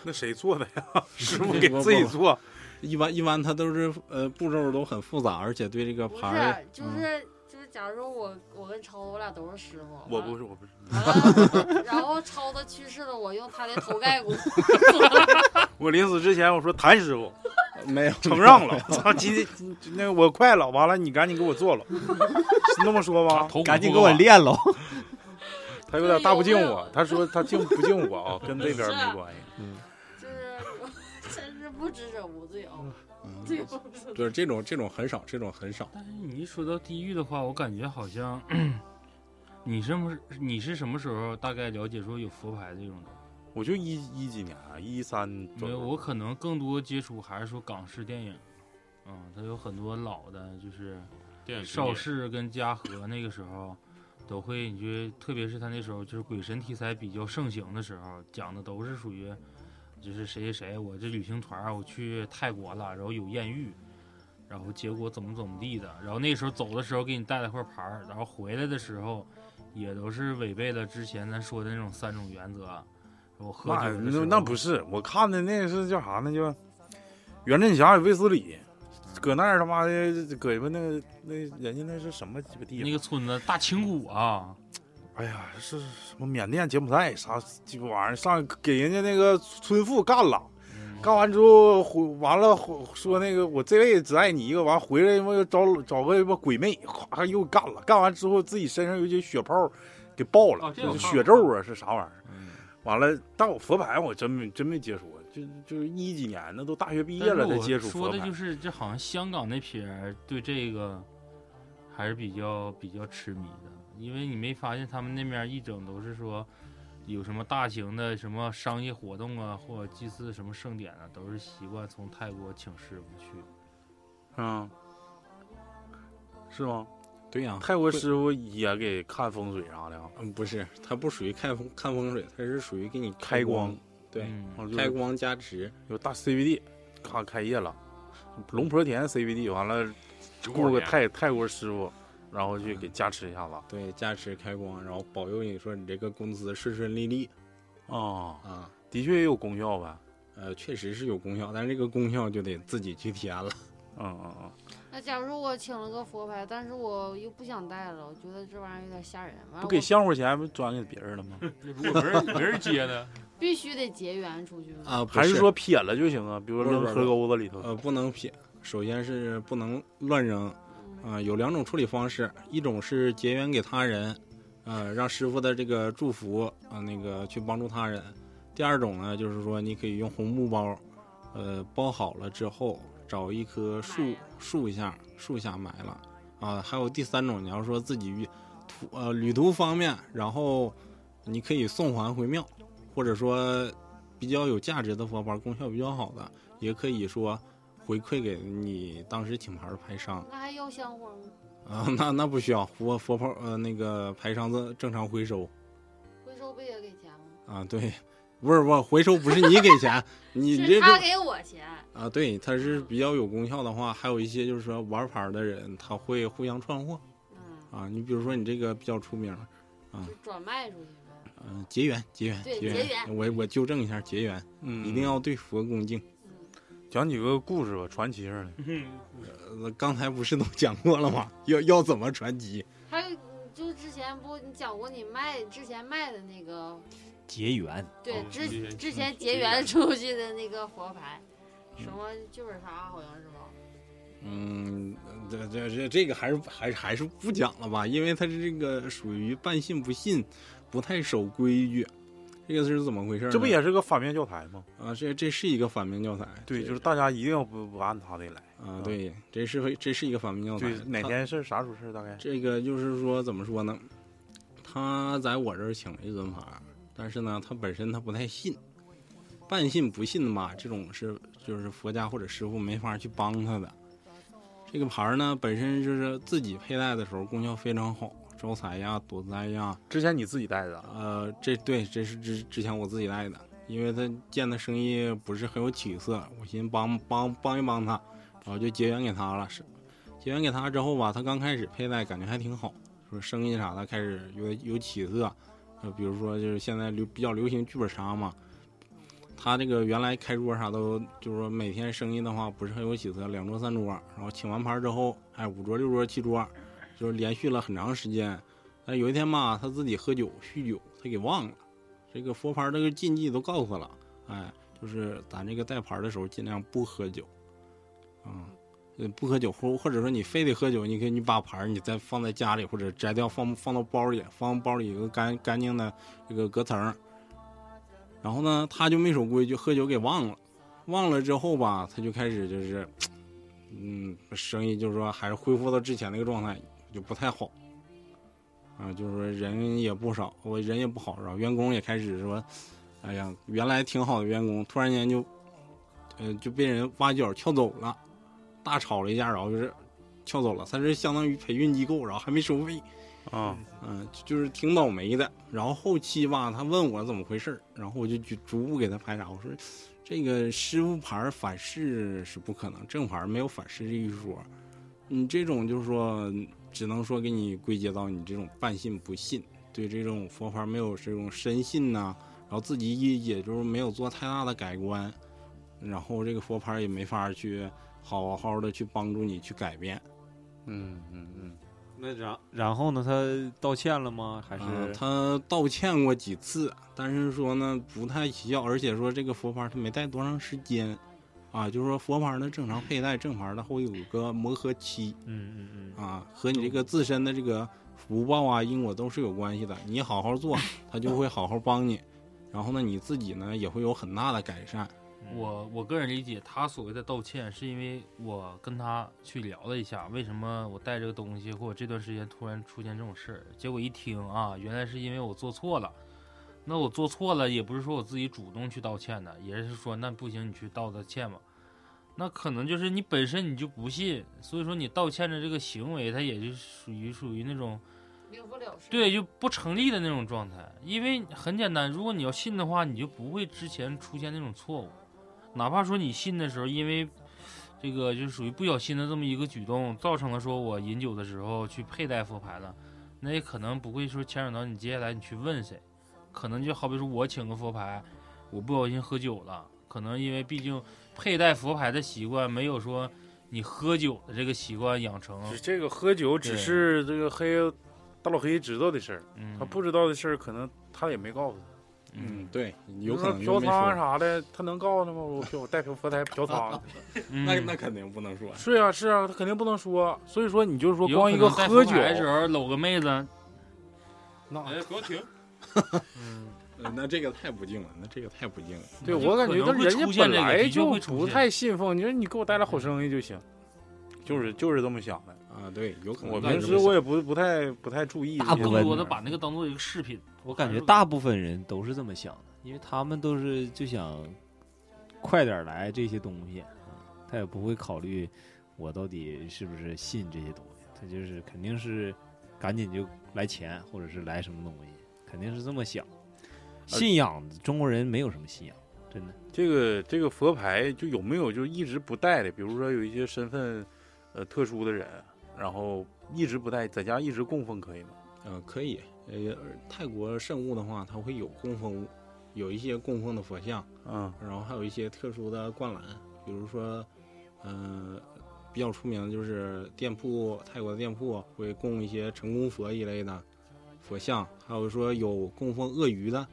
Speaker 1: 那谁做的 呀？师傅给自己做，
Speaker 3: 一般一般，它都是呃步骤都很复杂，而且对这个
Speaker 5: 不
Speaker 3: 牌儿嗯
Speaker 5: 是，啊就是、就是，假如说我我跟超子我俩都是师傅，
Speaker 1: 我
Speaker 5: 完
Speaker 1: 不是我不是，
Speaker 5: 完了然后超子去世了，我用他的头盖骨，
Speaker 1: 我临死之前我说谭师傅，
Speaker 3: 没有
Speaker 1: 承让了， 操，今天今那个我快了，完了你赶紧给我做了， 是那么说吧，
Speaker 4: 头骨
Speaker 6: 赶紧
Speaker 4: 不
Speaker 6: 给我
Speaker 4: 够啊
Speaker 6: 练喽。
Speaker 1: 他有点大不敬我，他说他敬不敬我哎啊，跟这边没关系。
Speaker 5: 就是 我真是不知者无 罪啊，罪不至
Speaker 3: 就是这种这种很少，这种很少。
Speaker 4: 但是你一说到地狱的话，我感觉好像你什么你是什么时候大概了解说有佛牌这种东西？
Speaker 1: 我就一一几年啊，一三左
Speaker 4: 没有，
Speaker 1: 右，
Speaker 4: 我可能更多接触还是说港式电影，嗯，它有很多老的，就是
Speaker 7: 电影
Speaker 4: 邵氏跟嘉禾那个时候都会，你觉得特别是他那时候就是鬼神题材比较盛行的时候，讲的都是属于就是谁谁谁，我这旅行团儿我去泰国了，然后有艳遇，然后结果怎么怎么地的，然后那时候走的时候给你带了块牌儿，然后回来的时候也都是违背了之前咱说的那种三种原则。我喝
Speaker 1: 那
Speaker 4: 酒的时
Speaker 1: 那
Speaker 4: 候
Speaker 1: 那不是，我看的那是叫啥呢？叫袁振霞与卫斯理，搁那儿他妈的搁他妈那个那人家那是什么鸡巴地
Speaker 4: 那
Speaker 1: 方？
Speaker 4: 个村子大清谷啊，
Speaker 1: 哎呀，是什么缅甸、柬埔寨啥鸡巴玩意儿？上给人家那个村妇干了，
Speaker 4: 嗯
Speaker 1: 干完之后回完了回说那个我这辈子只爱你一个，完回来他妈又找找个他妈鬼妹，咵又干了，干完之后自己身上有一些血泡给爆了，
Speaker 4: 哦这个我看过
Speaker 1: 血咒啊是啥玩意儿？完了，但我佛牌我真没真没接触过，就就是一几年那都大学毕业了
Speaker 4: 但是
Speaker 1: 才
Speaker 4: 我
Speaker 1: 接触佛
Speaker 4: 说的
Speaker 1: 牌
Speaker 4: 就。是，这好像香港那撇儿对这个还是比较比较痴迷的，因为你没发现他们那边一整都是说有什么大型的什么商业活动啊，或者祭祀什么盛典啊，都是习惯从泰国请师傅去。
Speaker 1: 嗯，是吗？
Speaker 3: 对呀、
Speaker 1: 泰国师傅也给看风水啥的啊，
Speaker 3: 嗯，不是，它不属于看风看风水，它是属于给你
Speaker 1: 开光
Speaker 3: 光，对，
Speaker 4: 嗯，
Speaker 1: 哦完了就
Speaker 3: 开光加持。
Speaker 1: 有大 CBD，咔开业了，龙婆田 CBD 完了，雇
Speaker 7: 过
Speaker 1: 个
Speaker 7: 年
Speaker 1: 泰泰国师傅，然后去给
Speaker 3: 嗯
Speaker 1: 加持一下子。
Speaker 3: 对，加持开光，然后保佑你说你这个公司顺顺利利
Speaker 1: 啊，
Speaker 3: 啊。
Speaker 1: 的确也有功效呗。
Speaker 3: 呃，确实是有功效，但是这个功效就得自己去添了。
Speaker 1: 嗯嗯
Speaker 3: 啊
Speaker 1: 嗯，
Speaker 5: 那假如说我请了个佛牌，但是我又不想带了，我觉得这玩意儿有点吓人。完了，
Speaker 1: 不给香火钱不转给别人了吗？
Speaker 7: 如果没人没人接呢？
Speaker 5: 必须得结缘出去嘛。
Speaker 3: 啊，不
Speaker 1: 还是说撇了就行啊？比如
Speaker 3: 不是
Speaker 1: 扔
Speaker 3: 不是
Speaker 1: 河沟子里头。
Speaker 3: 呃不能撇，首先是不能乱扔
Speaker 5: 嗯
Speaker 3: 啊、有两种处理方式，一种是结缘给他人，呃，让师傅的这个祝福啊、那个去帮助他人；第二种呢，就是说你可以用红布包，呃，包好了之后找一棵
Speaker 5: 埋
Speaker 3: 树
Speaker 5: 了
Speaker 3: 树下树下埋了啊、还有第三种，你要说自己遇途呃旅途方面，然后你可以送还回庙，或者说比较有价值的佛牌，功效比较好的，也可以说回馈给你当时请牌的牌商
Speaker 5: 那还要香火吗？
Speaker 3: 啊、那那不需要佛佛牌呃那个牌商正正常回收
Speaker 5: 回收不也给钱吗？
Speaker 3: 啊、对，不是不回收不是你给 钱，你这
Speaker 5: 是
Speaker 3: 个
Speaker 5: 他给我钱，
Speaker 3: 啊、对，它是比较有功效的话，还有一些就是说玩牌的人他会互相串货
Speaker 5: 嗯，
Speaker 3: 啊、你比如说你这个比较出名，啊
Speaker 5: 就转卖出去呗。
Speaker 3: 嗯、结缘结缘
Speaker 5: 对
Speaker 3: 结
Speaker 5: 结
Speaker 3: 缘，
Speaker 5: 缘
Speaker 3: 我我纠正一下结缘，
Speaker 1: 嗯
Speaker 3: 一定要对佛恭敬。
Speaker 5: 嗯，
Speaker 1: 讲几个故事吧，传奇似的。
Speaker 3: 呃，刚才不是都讲过了吗？要要怎么传奇？
Speaker 5: 还有你就之前不你讲过你卖之前卖的那个，
Speaker 6: 结缘，
Speaker 5: 对
Speaker 7: 哦结
Speaker 5: 之
Speaker 7: 缘
Speaker 5: 之前结缘出去的那个佛牌，什么剧本杀好像是吧？
Speaker 3: 嗯，这这这这个还是还是还是不讲了吧，因为它是这个属于半信不信，不太守规矩。这个是怎么回事呢？
Speaker 1: 这不也是个反面教材吗？
Speaker 3: 啊？这这是一个反面教材。
Speaker 1: 对，
Speaker 3: 这
Speaker 1: 就是大家一定要不不按他的来。
Speaker 3: 啊，对，这是这是一个反面教材
Speaker 1: 对，。哪
Speaker 3: 它
Speaker 1: 天事儿啥时候事儿大概？
Speaker 3: 这个就是说怎么说呢？他在我这儿请了一尊牌，但是呢，他本身他不太信，半信不信的吧，这种是就是佛家或者师傅没法去帮他的。这个牌呢，本身就是自己佩戴的时候功效非常好，招财呀、躲灾呀，
Speaker 1: 之前你自己带的啊？
Speaker 3: 呃，这对这是之之前我自己带的，因为他见他生意不是很有起色，我寻思帮帮帮一帮他，然后就结缘给他了。是结缘给他之后吧，他刚开始佩戴感觉还挺好，说生意啥的开始有有起色。呃，比如说就是现在流比较流行剧本杀嘛，他这个原来开桌啥都就是说每天生意的话不是很有起色，两桌三桌，然后请完牌之后，哎，五桌六桌七桌，就是连续了很长时间。但哎有一天吧，他自己喝酒酗酒，他给忘了。这个佛牌这个禁忌都告诉他了，哎，就是咱这个带牌的时候尽量不喝酒，啊、呃不喝酒或或者说你非得喝酒，你可以你把盘儿你再放在家里或者摘掉放放到包里，放包里有个干干净的这个隔层儿。然后呢，他就没守规矩，喝酒给忘了，忘了之后吧，他就开始就是，嗯，生意就是说还是恢复到之前那个状态，就不太好。啊，就是说人也不少，我人也不好，然后员工也开始说，哎呀，原来挺好的员工，突然间就，呃，就被人挖角撬走了，大吵了一架，然后就是撬走了，他是相当于培训机构，然后还没收费，
Speaker 7: 啊，
Speaker 3: 嗯、就就是挺倒霉的。然后后期吧，他问我怎么回事儿然后我就逐逐步给他排查。我说，这个师傅牌儿反噬是不可能，正牌儿没有反噬这一说。你这种就是说，只能说给你归结到你这种半信不信，对这种佛牌没有这种深信呐、然后自己也也就是没有做太大的改观，然后这个佛牌也没法去好好的去帮助你去改变。
Speaker 7: 嗯嗯嗯，
Speaker 9: 那然然后呢？他道歉了吗？还是、
Speaker 1: 啊
Speaker 3: 嗯他道歉过几次，但是说呢不太起效，而且说这个佛牌他没戴多长时间，啊，就是说佛牌呢正常佩戴正牌的会有个磨合期
Speaker 9: 嗯嗯嗯
Speaker 3: 啊，和你这个自身的这个福报啊因果都是有关系的。你好好 做，他就会好好帮你，然后呢你自己呢也会有很大的改善。
Speaker 1: 嗯
Speaker 4: 我我个人理解，他所谓的道歉，是因为我跟他去聊了一下，为什么我带这个东西，或者这段时间突然出现这种事儿。结果一听啊，原来是因为我做错了。那我做错了，也不是说我自己主动去道歉的，也是说那不行，你去道个歉吧。那可能就是你本身你就不信，所以说你道歉的这个行为，它也就属于属于那种
Speaker 5: 留不了事。
Speaker 4: 对，就不成立的那种状态。因为很简单，如果你要信的话，你就不会之前出现那种错误。哪怕说你信的时候，因为这个就是属于不小心的这么一个举动，造成了说我饮酒的时候去佩戴佛牌了，那也可能不会说牵扯到你接下来你去问谁，可能就好比说我请个佛牌，我不小心喝酒了，可能因为毕竟佩戴佛牌的习惯没有说你喝酒的这个习惯养成，
Speaker 1: 只这个喝酒只是这个黑大老黑知道的事儿，
Speaker 4: 嗯，
Speaker 1: 他啊不知道的事儿可能他也没告诉他。
Speaker 4: 嗯，
Speaker 3: 对，
Speaker 1: 比
Speaker 3: 有
Speaker 1: 如
Speaker 3: 可
Speaker 1: 说
Speaker 3: 能
Speaker 1: 嫖
Speaker 3: 就没
Speaker 1: 娼
Speaker 3: 说。
Speaker 1: 啥的，他能告诉他吗？我嫖我带嫖佛台嫖 娼了。
Speaker 4: 嗯
Speaker 3: 那那肯定不能说，
Speaker 1: 是啊，是啊，他肯定不能说。所以说，你就是说
Speaker 4: 有
Speaker 1: 光一
Speaker 4: 可
Speaker 1: 个
Speaker 4: 能带
Speaker 1: 喝
Speaker 4: 佛
Speaker 1: 酒，
Speaker 4: 牌的时候搂个妹子，
Speaker 3: 那
Speaker 7: 哎，不 要停，
Speaker 4: 嗯
Speaker 3: 呃那这个太不敬了，那这个太不敬了。
Speaker 1: 对
Speaker 4: 就
Speaker 1: 我感
Speaker 4: 可
Speaker 1: 觉
Speaker 4: 能
Speaker 1: 他
Speaker 4: 会
Speaker 1: 人家
Speaker 4: 出现
Speaker 1: 本
Speaker 4: 这个
Speaker 1: 来
Speaker 4: 的确
Speaker 1: 就
Speaker 4: 会出
Speaker 1: 不
Speaker 4: 现
Speaker 1: 太信奉，你说你给我带来好生意就行，就是就是这么想的。
Speaker 3: 啊，对，有可能。
Speaker 1: 我平时我也不不太不太注意这些
Speaker 6: 大部
Speaker 4: 更
Speaker 6: 分
Speaker 4: 多的把那个当做一个饰品。
Speaker 9: 我
Speaker 4: 我
Speaker 9: 感觉
Speaker 6: 哎
Speaker 9: 大部分人都是这么想的，因为他们都是就想快点儿来这些东西，嗯他也不会考虑我到底是不是信这些东西，他就是肯定是赶紧就来钱，或者是来什么东西，肯定是这么想。信仰，中国人没有什么信仰，真的。
Speaker 1: 这个这个佛牌就有没有就一直不戴的？比如说有一些身份呃特殊的人，然后一直不戴，在家一直供奉可以吗？
Speaker 3: 呃，可以。呃，泰国圣物的话，它会有供奉物，有一些供奉的佛像，
Speaker 1: 嗯，
Speaker 3: 然后还有一些特殊的灌篮，比如说，呃，比较出名的就是店铺，泰国的店铺会供一些成功佛一类的佛像，还有说有供奉鳄鱼的，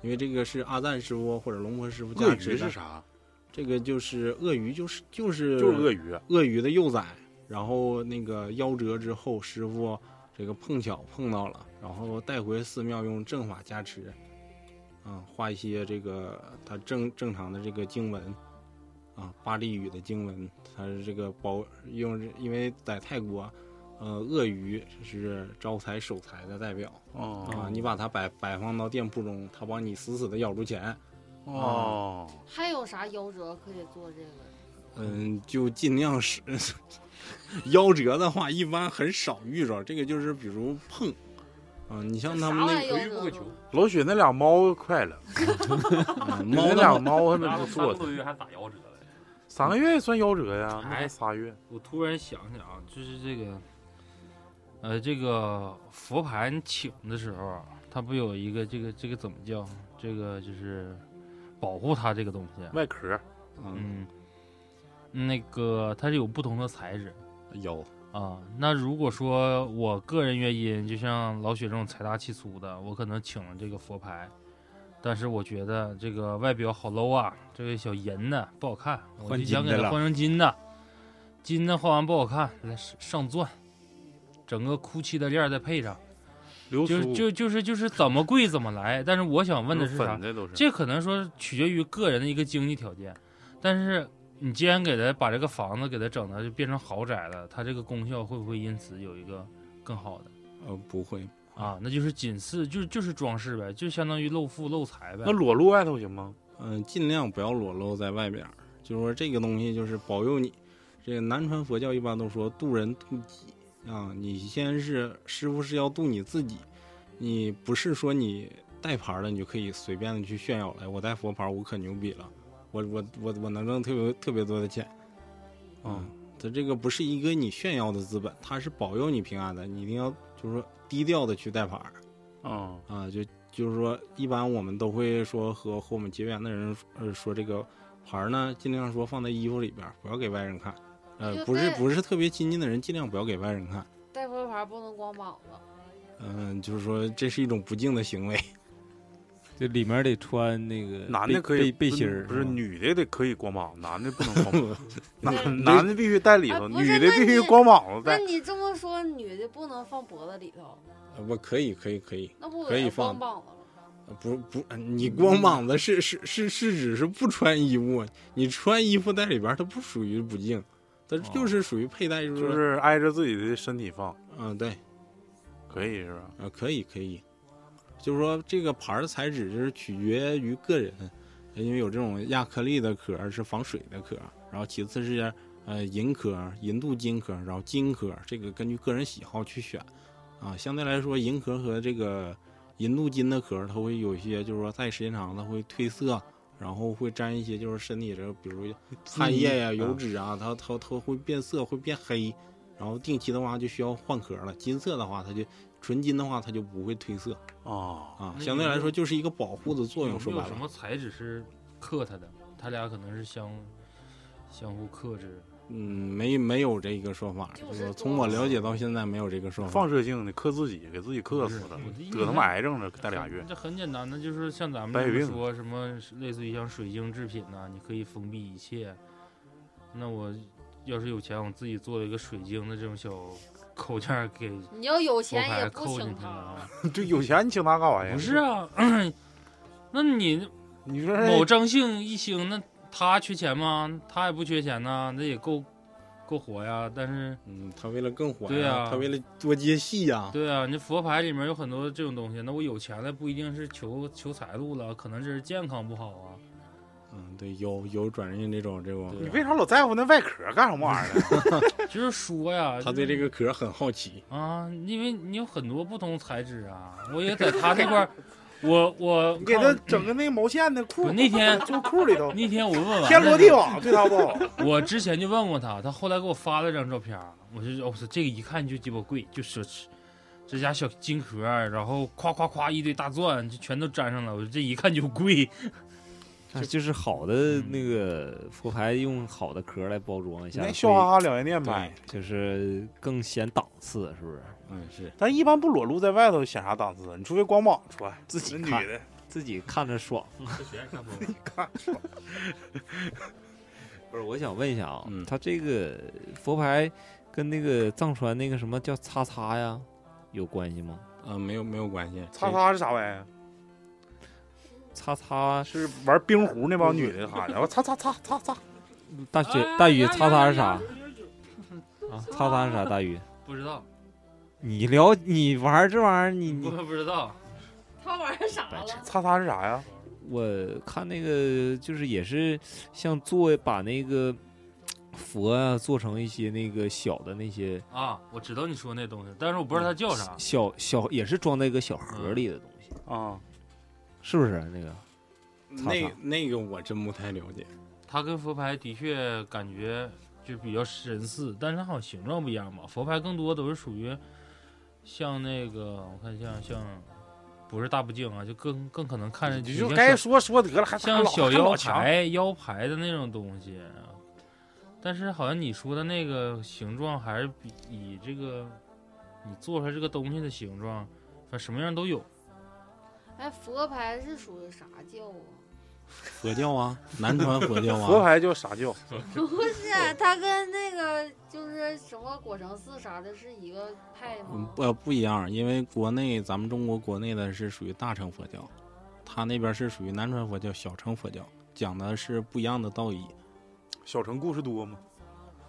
Speaker 3: 因为这个是阿赞师傅或者龙婆师傅
Speaker 1: 鳄
Speaker 3: 家
Speaker 1: 鱼
Speaker 3: 指的
Speaker 1: 是。啥？
Speaker 3: 这个就是鳄鱼，就是就是
Speaker 1: 就是鳄鱼。啊
Speaker 3: 鳄鱼的幼崽，然后那个夭折之后，师傅这个碰巧碰到了，然后带回寺庙用正法加持，啊，画一些这个他正正常的这个经文，啊，巴利语的经文，它是这个保用这，因为在泰国，呃，鳄鱼是招财守财的代表
Speaker 1: 哦
Speaker 3: 啊，你把它摆摆放到店铺中，它帮你死死的咬住钱，
Speaker 4: 嗯
Speaker 1: 哦，
Speaker 5: 还有啥夭折可以做这个？
Speaker 3: 嗯，就尽量是 夭折的话，一般很少遇着。这个就是比如碰，啊、你像他们
Speaker 5: 啥玩
Speaker 3: 那
Speaker 5: 意
Speaker 3: 个
Speaker 5: 儿夭折都？
Speaker 1: 老雪那俩猫快了，
Speaker 3: 嗯
Speaker 1: 你
Speaker 3: 猫
Speaker 1: 那
Speaker 3: 的
Speaker 1: 俩
Speaker 3: 话，
Speaker 1: 猫还 没
Speaker 7: 那
Speaker 1: 不
Speaker 7: 都三
Speaker 1: 错
Speaker 7: 个
Speaker 1: 呢
Speaker 7: 多，月还咋夭折了？
Speaker 1: 三个月算夭折呀？那才仨月。
Speaker 4: 我突然想想啊，就是这个，呃，这个佛牌你请的时候啊，它不有一个这个这个怎么叫？这个就是保护它这个东西。
Speaker 1: 外壳
Speaker 3: 嗯，
Speaker 4: 嗯，那个它是有不同的材质
Speaker 3: 有，
Speaker 4: 啊。那如果说我个人原因，就像老雪这种财大气粗的，我可能请了这个佛牌，但是我觉得这个外表好 low 啊，这个小银的不好看，我
Speaker 6: 换
Speaker 4: 就想
Speaker 6: 金的
Speaker 4: 给它
Speaker 6: 了
Speaker 4: 换成金的。金的画完不好看，来上钻，整个哭泣的链儿再配上，
Speaker 1: 流
Speaker 4: 就是
Speaker 1: 苏
Speaker 4: 就就是就是怎么贵怎么来。但是我想问的是啥
Speaker 1: 粉？的都是，
Speaker 4: 这可能说取决于个人的一个经济条件，但是你既然给他把这个房子给他整的就变成豪宅了，它这个功效会不会因此有一个更好的？
Speaker 3: 呃，不会，
Speaker 4: 啊，那就是仅次，就是就是装饰呗，就相当于露富露财呗。
Speaker 1: 那裸露外头行吗？
Speaker 3: 嗯、尽量不要裸露在外边儿。就是说这个东西就是保佑你。这个南传佛教一般都说渡人渡己啊，你先是师傅是要渡你自己，你不是说你带牌儿了，你就可以随便的去炫耀来，我带佛牌儿，我可牛逼了，我我我我能挣特别特别多的钱，
Speaker 4: 嗯
Speaker 3: 啊、它这个不是一个你炫耀的资本，它是保佑你平安的，你一定要就是说低调的去带牌儿。
Speaker 1: 啊，
Speaker 3: 啊，就就是说，一般我们都会说和和我们结缘的人说呃说这个牌儿呢，尽量说放在衣服里边儿，不要给外人看。
Speaker 5: 就
Speaker 3: 呃，不是
Speaker 5: 在
Speaker 3: 不是特别亲近的人，尽量不要给外人看。
Speaker 5: 带佛牌不能光膀子，
Speaker 3: 嗯、就是说这是一种不敬的行为。
Speaker 9: 这里面得穿那个
Speaker 1: 男
Speaker 9: 背
Speaker 1: 的可以
Speaker 9: 背背心儿，
Speaker 1: 不是
Speaker 9: 吧
Speaker 1: 女的得可以光膀子，男的不能光膀子， 男
Speaker 5: 对
Speaker 1: 男的必须带里
Speaker 5: 哎
Speaker 1: 头，
Speaker 5: 不是
Speaker 1: 女的
Speaker 5: 那
Speaker 1: 必须
Speaker 5: 你
Speaker 1: 光膀子
Speaker 5: 那
Speaker 1: 带。
Speaker 5: 你这么说，女的不能放脖子里头，
Speaker 3: 呃我可以可以可以，
Speaker 5: 那不
Speaker 3: 可以
Speaker 5: 得光
Speaker 3: 放
Speaker 5: 膀子了？
Speaker 3: 呃不不，呃你光膀子是是是是指是不穿衣物，你穿衣服在里边儿，它不属于不敬，它就是属于佩戴，就是
Speaker 1: 就
Speaker 3: 说
Speaker 1: 是挨着自己的身体放，
Speaker 3: 嗯、对。
Speaker 1: 可以是吧？
Speaker 3: 啊，可以可以，就是说这个牌儿的材质就是取决于个人，因为有这种亚克力的壳儿是防水的壳儿，然后其次是呃银壳儿、银镀金壳儿，然后金壳儿，这个根据个人喜好去选啊。相对来说，银壳和这个银镀金的壳儿，它会有一些就是说戴时间长它会褪色。然后会沾一些，就是身体这个，比如
Speaker 1: 嗯
Speaker 3: 汗液呀、油脂啊，它它它会变色，会变黑。然后定期的话就需要换壳儿了。金色的话，它就纯金的话，它就不会褪色
Speaker 1: 啊，
Speaker 3: 啊，
Speaker 4: 那
Speaker 3: 相对
Speaker 4: 有没
Speaker 3: 来
Speaker 4: 有
Speaker 3: 说就是一个保护的作
Speaker 4: 有
Speaker 3: 用。
Speaker 4: 没
Speaker 3: 说
Speaker 4: 有
Speaker 3: 白
Speaker 4: 什
Speaker 3: 了，
Speaker 4: 么材质是克他的？他俩可能是相相互克制。
Speaker 3: 嗯，没没有这个说法，
Speaker 5: 就
Speaker 3: 就是是从我
Speaker 5: 多
Speaker 3: 了解到现在没有这个说法。
Speaker 1: 放射性的克自己，给自己克死了
Speaker 4: 不是，
Speaker 1: 得他妈癌症了，带俩 月。
Speaker 4: 这很简单的，就是像咱
Speaker 1: 白
Speaker 4: 们
Speaker 1: 血
Speaker 4: 这
Speaker 1: 病
Speaker 4: 么说什么类似于像水晶制品呐、你可以封闭一切。那我要是有钱，我自己做一个水晶的这种小扣件儿给
Speaker 5: 你要有
Speaker 4: 佛
Speaker 5: 钱
Speaker 4: 牌
Speaker 5: 也不啊
Speaker 4: 扣进
Speaker 5: 请
Speaker 4: 去
Speaker 5: 他
Speaker 4: 了。。
Speaker 1: 对，有钱你请他干啥呀？
Speaker 4: 不是，啊， 那你
Speaker 1: 你说哎
Speaker 4: 某
Speaker 1: 这
Speaker 4: 张姓一星，那他缺钱吗？他也不缺钱呐，那也够够活呀。但是，
Speaker 3: 嗯，他为了更火
Speaker 4: 对
Speaker 3: 呀、
Speaker 4: 啊
Speaker 3: 他为了多接戏呀、
Speaker 4: 对啊，你这佛牌里面有很多这种东西，那我有钱了不一定是求求财路了，可能只是健康不好啊。
Speaker 3: 嗯，对，有有转运这种这种，
Speaker 1: 你为啥老在乎那外壳干什么玩意 儿呢？
Speaker 4: 就是说呀，
Speaker 3: 他对这
Speaker 4: 就是
Speaker 3: 个壳很好奇。
Speaker 4: 啊，因为你有很多不同材质啊，我也在他这块儿，我我
Speaker 1: 你给
Speaker 4: 看
Speaker 1: 他整个那个毛线的裤
Speaker 4: 我，那天
Speaker 1: 就裤里头，
Speaker 4: 那天我问完
Speaker 1: 天罗
Speaker 4: 了
Speaker 1: 地网对他不好。
Speaker 4: 我之前就问过他，他后来给我发了张照片儿，我就哦我操，这个一看就鸡巴贵，就奢侈。这家小金壳儿，然后夸夸夸一堆大钻，就全都粘上了。我这一看就贵，
Speaker 9: 啊就是嗯好的那个佛牌，用好的壳来包装一下，
Speaker 1: 那
Speaker 9: 会
Speaker 1: 笑哈哈两元店啊买
Speaker 3: 对，，
Speaker 9: 就是更显档次，是不是？
Speaker 3: 嗯，是
Speaker 1: 咱一般不裸露在外头显啥档次，你除非光膀穿，
Speaker 9: 自己
Speaker 1: 那
Speaker 9: 看
Speaker 1: 女的
Speaker 9: 自己看着爽。
Speaker 1: 看
Speaker 9: 不是，我想问一下啊
Speaker 3: 嗯，
Speaker 9: 他这个佛牌跟那个藏传那个什么叫叉叉呀有关系吗？
Speaker 3: 啊、没有没有关系。
Speaker 1: 擦擦是啥玩意儿？
Speaker 9: 叉叉
Speaker 1: 啊是玩冰壶那帮女的啥的，我擦擦擦擦擦，
Speaker 9: 大雪大雨叉叉是啥啊？叉叉是啥？大雨，
Speaker 4: 不知道，
Speaker 9: 你聊你玩这玩意儿，你
Speaker 4: 我
Speaker 9: 你
Speaker 4: 不知道。
Speaker 5: 他玩啥了？
Speaker 1: 擦擦是啥呀？
Speaker 9: 我看那个就是也是像做把那个佛啊做成一些那个小的那些
Speaker 4: 啊，我知道你说那东西，但是我不知道它叫啥。嗯
Speaker 9: 小小也是装在一个小盒里的东西，
Speaker 1: 啊，
Speaker 9: 是不是那个？
Speaker 4: 啊
Speaker 3: 那
Speaker 9: 擦
Speaker 3: 那个我真不太了解。
Speaker 4: 它跟佛牌的确感觉就比较神似，但是它好像形状不一样吧。佛牌更多都是属于像那个，我看像像不是大不敬啊，就更更可能看着
Speaker 1: 啊你
Speaker 4: 有
Speaker 1: 就
Speaker 4: 点
Speaker 1: 该
Speaker 4: 小
Speaker 1: 说说得了，还
Speaker 4: 像小
Speaker 1: 妖
Speaker 4: 腰牌、腰牌的那种东西。但是好像你说的那个形状还是比以这个你做出来这个东西的形状，反正什么样都有。
Speaker 5: 哎，佛牌是属于啥教啊？
Speaker 3: 佛教啊，南传佛教
Speaker 1: 佛
Speaker 3: 啊，
Speaker 1: 牌叫傻教，
Speaker 5: 不是，它跟那个就是什么果城寺啥的是一个派
Speaker 3: 嗯
Speaker 5: 吗？
Speaker 3: 不不一样，因为国内咱们中国国内的是属于大乘佛教，他那边是属于南传佛教、小乘佛教，讲的是不一样的道义。
Speaker 1: 小城故事多吗？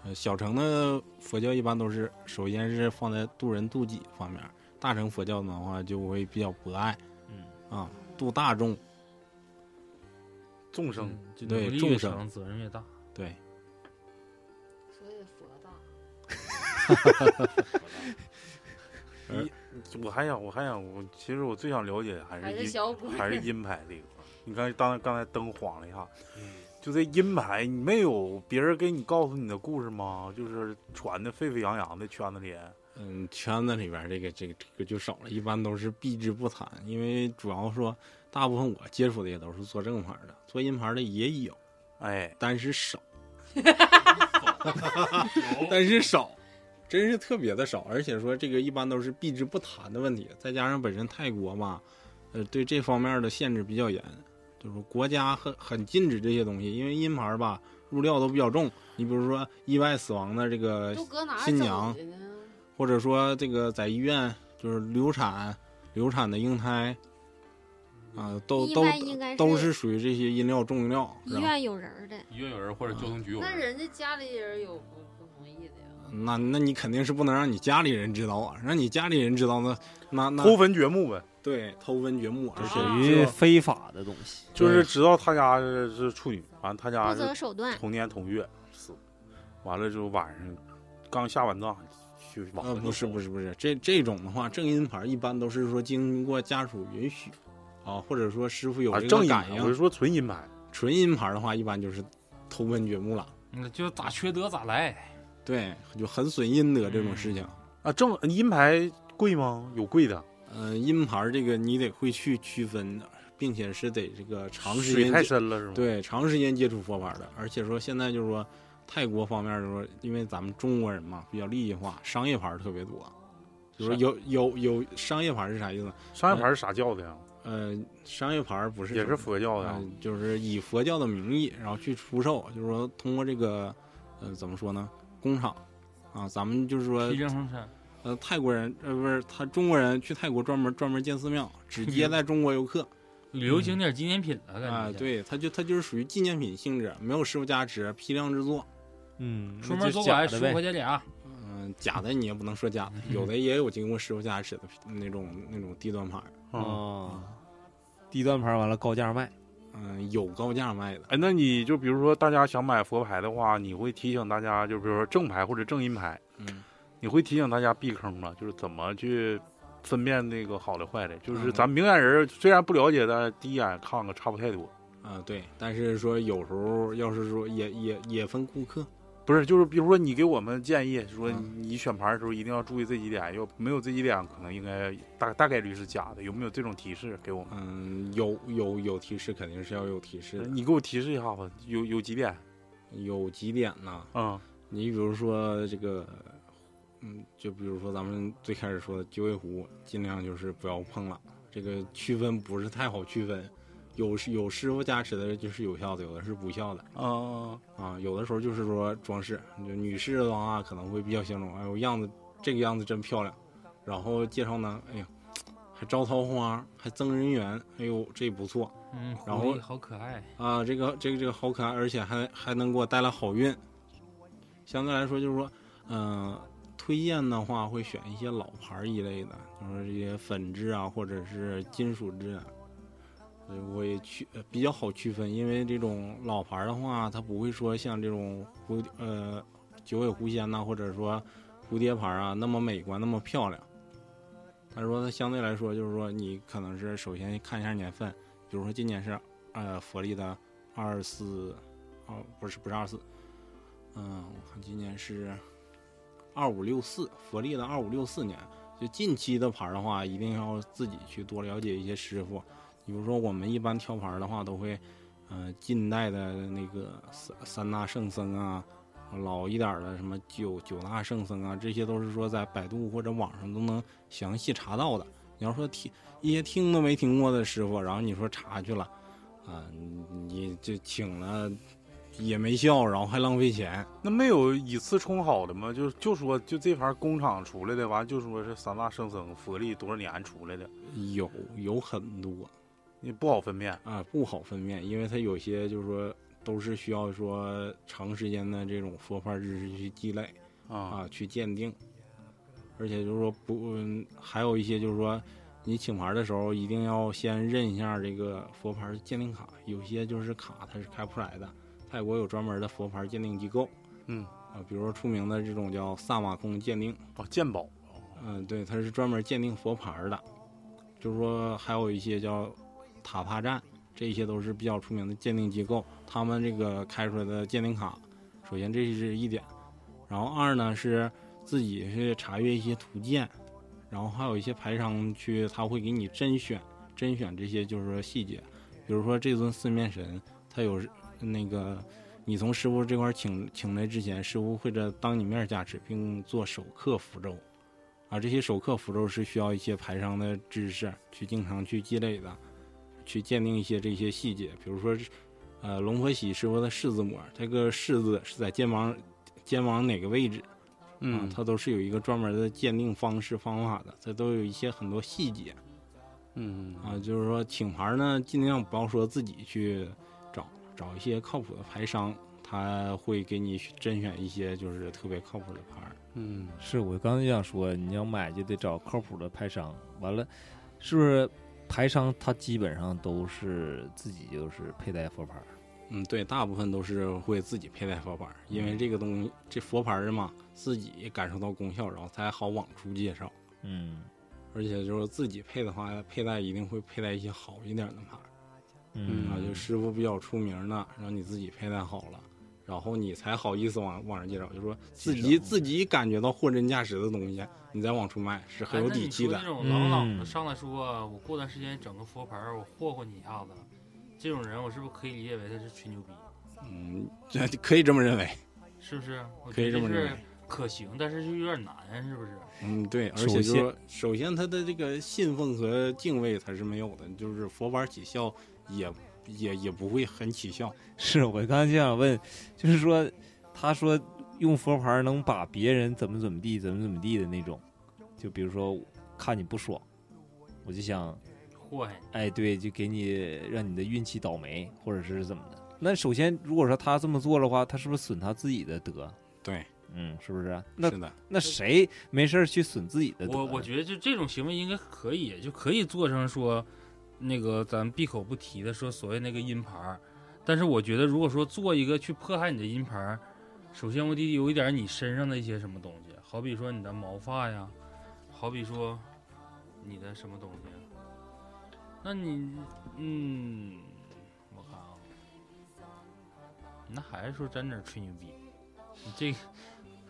Speaker 3: 呃，小乘的佛教一般都是首先是放在度人度己方面儿，大乘佛教的话就会比较博爱，嗯啊，度大众，
Speaker 1: 众生，
Speaker 4: 就
Speaker 3: 对
Speaker 4: 努力
Speaker 3: 众
Speaker 4: 越
Speaker 3: 生
Speaker 4: 强，责任越大。
Speaker 3: 对，
Speaker 5: 所以佛大，
Speaker 4: 嗯
Speaker 1: 我还想，我还想，我其实我最想了解的还
Speaker 5: 还
Speaker 1: 是
Speaker 5: 是
Speaker 1: 阴
Speaker 5: 小鬼。
Speaker 1: 还是阴牌这一块儿。你看，当刚才灯晃了一下，就这阴牌，你没有别人给你告诉你的故事吗？就是传的沸沸扬扬的圈子里，
Speaker 3: 嗯，圈子里边儿这个这个这个就少了，一般都是避之不谈，因为主要说大部分我接触的也都是做正牌儿的，做阴牌儿的也有，
Speaker 1: 哎，
Speaker 3: 但是少，但是少，真是特别的少。而且说这个一般都是避之不谈的问题，再加上本身泰国嘛，呃，对这方面的限制比较严，就是国家很很禁止这些东西，因为阴牌儿吧入料都比较重。你比如说意外死亡的这个
Speaker 5: 都搁哪儿
Speaker 3: 新
Speaker 5: 整
Speaker 3: 娘
Speaker 5: 的呢？
Speaker 3: 或者说这个在医院就是流产、流产的婴胎，啊、都
Speaker 8: 一
Speaker 3: 都
Speaker 8: 般应该
Speaker 3: 都是属于这些阴料重料。
Speaker 8: 医
Speaker 3: 然后
Speaker 8: 院有人儿的，
Speaker 7: 医院有人或者交通局有
Speaker 4: 啊
Speaker 5: 那人
Speaker 7: 人，
Speaker 5: 家家里人有不不同意的呀？
Speaker 3: 那那你肯定是不能让你家里人知道啊，让你家里人知道那那
Speaker 1: 偷
Speaker 3: 那
Speaker 1: 坟掘墓呗，
Speaker 3: 对偷坟掘墓，而
Speaker 5: 啊
Speaker 3: 且
Speaker 5: 属
Speaker 9: 于非法的东西。
Speaker 1: 就是知道他家是是处女，完了他家
Speaker 3: 啊
Speaker 8: 不
Speaker 1: 是
Speaker 8: 择手段。
Speaker 1: 同年同月死，完了之后晚上刚下完葬就往
Speaker 3: 呃，不是不是不是，这这种的话，正阴牌一般都是说经过家属允许，啊，或者说师傅有
Speaker 1: 啊
Speaker 3: 这
Speaker 1: 正
Speaker 3: 个
Speaker 1: 阴
Speaker 3: 感
Speaker 1: 牌，我是
Speaker 3: 应。
Speaker 1: 说纯阴牌，
Speaker 3: 纯阴牌的话，一般就是偷坟掘墓了，
Speaker 4: 嗯，就咋缺德咋来，
Speaker 3: 对，就很损阴德这种事情。
Speaker 1: 啊，正阴牌贵吗？有贵的，
Speaker 3: 嗯，阴牌儿这个你得会去区分的，并且是得这个长时
Speaker 1: 水
Speaker 3: 间
Speaker 1: 太
Speaker 3: 接
Speaker 1: 深了是吗？，
Speaker 3: 对长时间接触佛牌的，而且说现在就是说泰国方面就是说，因为咱们中国人嘛比较利益化，商业牌儿特别多，就是说
Speaker 1: 是
Speaker 3: 有有有商业牌儿是啥意思呢？
Speaker 1: 商业牌是啥教的呀？
Speaker 3: 呃，商业牌儿嗯不是
Speaker 1: 也
Speaker 3: 什
Speaker 1: 是
Speaker 3: 么
Speaker 1: 佛教的呀
Speaker 3: 呃，就是以佛教的名义，然后去出售，就是说通过这个呃怎么说呢，工厂啊，咱们就是说
Speaker 4: 披荆横山。
Speaker 3: 呃，泰国人呃不是他中国人去泰国专门专门建寺庙，只接
Speaker 1: 嗯
Speaker 3: 待中国游客
Speaker 4: 旅游景点纪念品了，感觉
Speaker 3: 嗯啊、
Speaker 4: 像，
Speaker 3: 对，他就他就是属于纪念品性质，没有师傅加持，批量制作。
Speaker 9: 嗯，
Speaker 4: 出门
Speaker 9: 就
Speaker 4: 左
Speaker 9: 假
Speaker 4: 拐
Speaker 9: 的
Speaker 4: 十
Speaker 9: 呗
Speaker 4: 块钱俩，
Speaker 3: 嗯、假的你也不能说假的，有的也有经过师傅加持的那种那种低端牌儿，
Speaker 1: 嗯
Speaker 9: 啊，低端牌完了高价卖，
Speaker 3: 嗯、有高价卖的。
Speaker 1: 哎，那你就比如说大家想买佛牌的话，你会提醒大家，就比如说正牌或者正阴牌，
Speaker 3: 嗯，
Speaker 1: 你会提醒大家避坑吗？就是怎么去分辨那个好的坏的？就是
Speaker 3: 嗯
Speaker 1: 咱明眼人虽然不了解，但是第一眼看看差不太多。
Speaker 3: 啊、对，但是说有时候要是说也也也分顾客，
Speaker 1: 不是，就是比如说你给我们建议说，
Speaker 3: 嗯
Speaker 1: 你选牌的时候一定要注意这几点，要没有这几点，可能应该大大概率是假的。有没有这种提示给我们？
Speaker 3: 嗯，有有有提示肯定是要有提示的，
Speaker 1: 你给我提示一下吧，有有几点？
Speaker 3: 有几点呢？
Speaker 1: 嗯，
Speaker 3: 你比如说这个，嗯，就比如说咱们最开始说的九尾狐，尽量就是不要碰了。这个区分不是太好区分，有有师傅加持的就是有效的，有的是无效的
Speaker 1: 嗯，
Speaker 3: 啊。有的时候就是说装饰，就女士的话可能会比较形容，哎呦样子这个样子真漂亮，然后介绍呢，哎呀，还招桃花，还增人缘，哎呦这不错
Speaker 4: 嗯，
Speaker 3: 然
Speaker 4: 狐狸
Speaker 3: 后
Speaker 4: 好可爱，
Speaker 3: 啊，这个这个这个好可爱，而且还还能给我带来好运。相对来说，就是说，嗯、推荐的话会选一些老牌儿一类的，就是这些粉质啊，或者是金属质啊。所以我也区呃比较好区分，因为这种老牌儿的话，它不会说像这种蝴呃九尾狐仙呐、或者说蝴蝶牌儿啊那么美观那么漂亮。但是说它相对来说，就是说你可能是首先看一下年份，比如说今年是呃佛历的二四，哦不是不是二四，嗯，我看今年是二五六四，佛历的二五六四年。就近期的牌儿的话，一定要自己去多了解一些师傅。比如说我们一般挑牌儿的话，都会，呃，近代的那个三三大圣僧啊，老一点儿的什么九九大圣僧啊，这些都是说在百度或者网上都能详细查到的。你要说听一些听都没听过的师傅，然后你说查去了，啊、啊，你你这请了也没效，然后还浪费钱，
Speaker 1: 那没有以次充好的吗？就就说就这盘工厂出来的，完就说是三大生生佛力多少年出来的，
Speaker 3: 有有很多
Speaker 1: 你不好分辨。
Speaker 3: 啊不好分辨，因为它有些就是说都是需要说长时间的这种佛法知识去积累
Speaker 1: 啊
Speaker 3: 啊，去鉴定，而且就是说不，嗯还有一些就是说你请牌的时候一定要先认一下这个佛牌鉴定卡，有些就是卡它是开不出来的，泰国有专门的佛牌鉴定机构，
Speaker 1: 嗯
Speaker 3: 啊，比如说出名的这种叫萨瓦空鉴定。
Speaker 1: 哦，鉴宝
Speaker 3: 嗯，对，它是专门鉴定佛牌儿的，就是说还有一些叫塔帕站，这些都是比较出名的鉴定机构，他们这个开出来的鉴定卡，首先这是一点，然后二呢是自己去查阅一些图鉴，然后还有一些牌商去，他会给你甄选，甄选这些就是说细节，比如说这尊四面神，它有那个。你从师傅这块儿请请来之前，师傅会在当你面加持，并做手刻符咒。啊，这些手刻符咒是需要一些牌商的知识去经常去积累的，去鉴定一些这些细节，比如说是，呃，龙婆喜师傅的柿字膜，这个柿字是在肩膀肩膀哪个位置，
Speaker 1: 嗯
Speaker 3: 啊，它都是有一个专门的鉴定方式方法的，这都有一些很多细节
Speaker 1: 嗯
Speaker 3: 啊，就是说请牌呢，尽量不要说自己去找找一些靠谱的牌商，他会给你甄选一些就是特别靠谱的牌儿。
Speaker 1: 嗯，
Speaker 9: 是我刚才就想说，你要买就得找靠谱的牌商。完了，是不是牌商他基本上都是自己就是佩戴佛牌儿？
Speaker 3: 嗯，对，大部分都是会自己佩戴佛牌儿，因为这个东西，这佛牌儿嘛，自己感受到功效，然后才好往出介绍。
Speaker 9: 嗯
Speaker 3: 而且就是自己配的话，佩戴一定会佩戴一些好一点的牌儿，
Speaker 9: 嗯
Speaker 6: 嗯
Speaker 4: 嗯
Speaker 3: 啊，就师傅比较出名的，然后你自己佩戴好了，然后你才好意思往往上介绍，就说自己自己感觉到货真价实的东西，你再往出卖是
Speaker 4: 哎
Speaker 3: 很有
Speaker 4: 那
Speaker 3: 底
Speaker 4: 你
Speaker 3: 气
Speaker 4: 说
Speaker 3: 的
Speaker 4: 那。种朗朗的
Speaker 9: 嗯
Speaker 4: 上来说，我过段时间整个佛牌儿，我霍霍你一下子，这种人我是不是可以理解为他是吹牛逼？
Speaker 3: 嗯， 这可以这么认为。
Speaker 4: 是不是？我
Speaker 3: 可以
Speaker 4: 觉得
Speaker 3: 这么认
Speaker 4: 是
Speaker 3: 为
Speaker 4: 可行，但是就有点难，是不是？
Speaker 3: 嗯，对，而
Speaker 9: 首
Speaker 3: 且就是
Speaker 9: 先
Speaker 3: 说，首先他的这个信奉和敬畏他是没有的，就是佛牌起效也也也不会很起效。
Speaker 9: 是我刚才就想问，就是说，他说用佛牌儿能把别人怎么怎么地，怎么怎么地的那种，就比如说看你不爽，我就想，
Speaker 4: 祸害你。
Speaker 9: 哎，对，就给你让你的运气倒霉，或者是怎么的。那首先，如果说他这么做的话，他是不是损他自己的德？
Speaker 3: 对，
Speaker 9: 嗯，是不是？那
Speaker 3: 是的，
Speaker 9: 那谁没事儿去损自己的德呢？
Speaker 4: 我我觉得就这种行为应该可以，就可以做成说，那个咱闭口不提的说所谓那个阴牌儿。但是我觉得，如果说做一个去迫害你的阴牌儿，首先我得有一点你身上的一些什么东西，好比说你的毛发呀，好比说你的什么东西啊。那你嗯，我看啊，那还是说咱这吹牛逼，你这个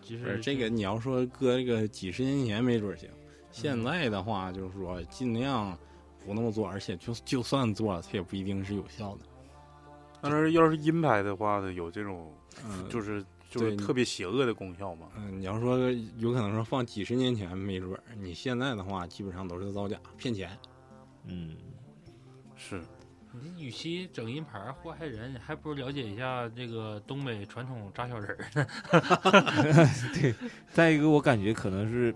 Speaker 4: 就
Speaker 3: 不是
Speaker 4: 是
Speaker 3: 这个你要说搁这个几十年前没准儿行，现在的话就是说尽量不那么做，而且就就算做了，它也不一定是有效的。
Speaker 1: 但是要是阴牌的话呢，有这种
Speaker 3: 嗯，就
Speaker 1: 就是就是
Speaker 3: 对
Speaker 1: 特别邪恶的功效嘛。
Speaker 3: 嗯，你要说有可能说放几十年前没准儿，你现在的话基本上都是造假骗钱。
Speaker 9: 嗯，
Speaker 1: 是，
Speaker 4: 你与其整阴牌儿祸害人，你还不如了解一下这个东北传统扎小人儿呢。
Speaker 9: 再一个，我感觉可能是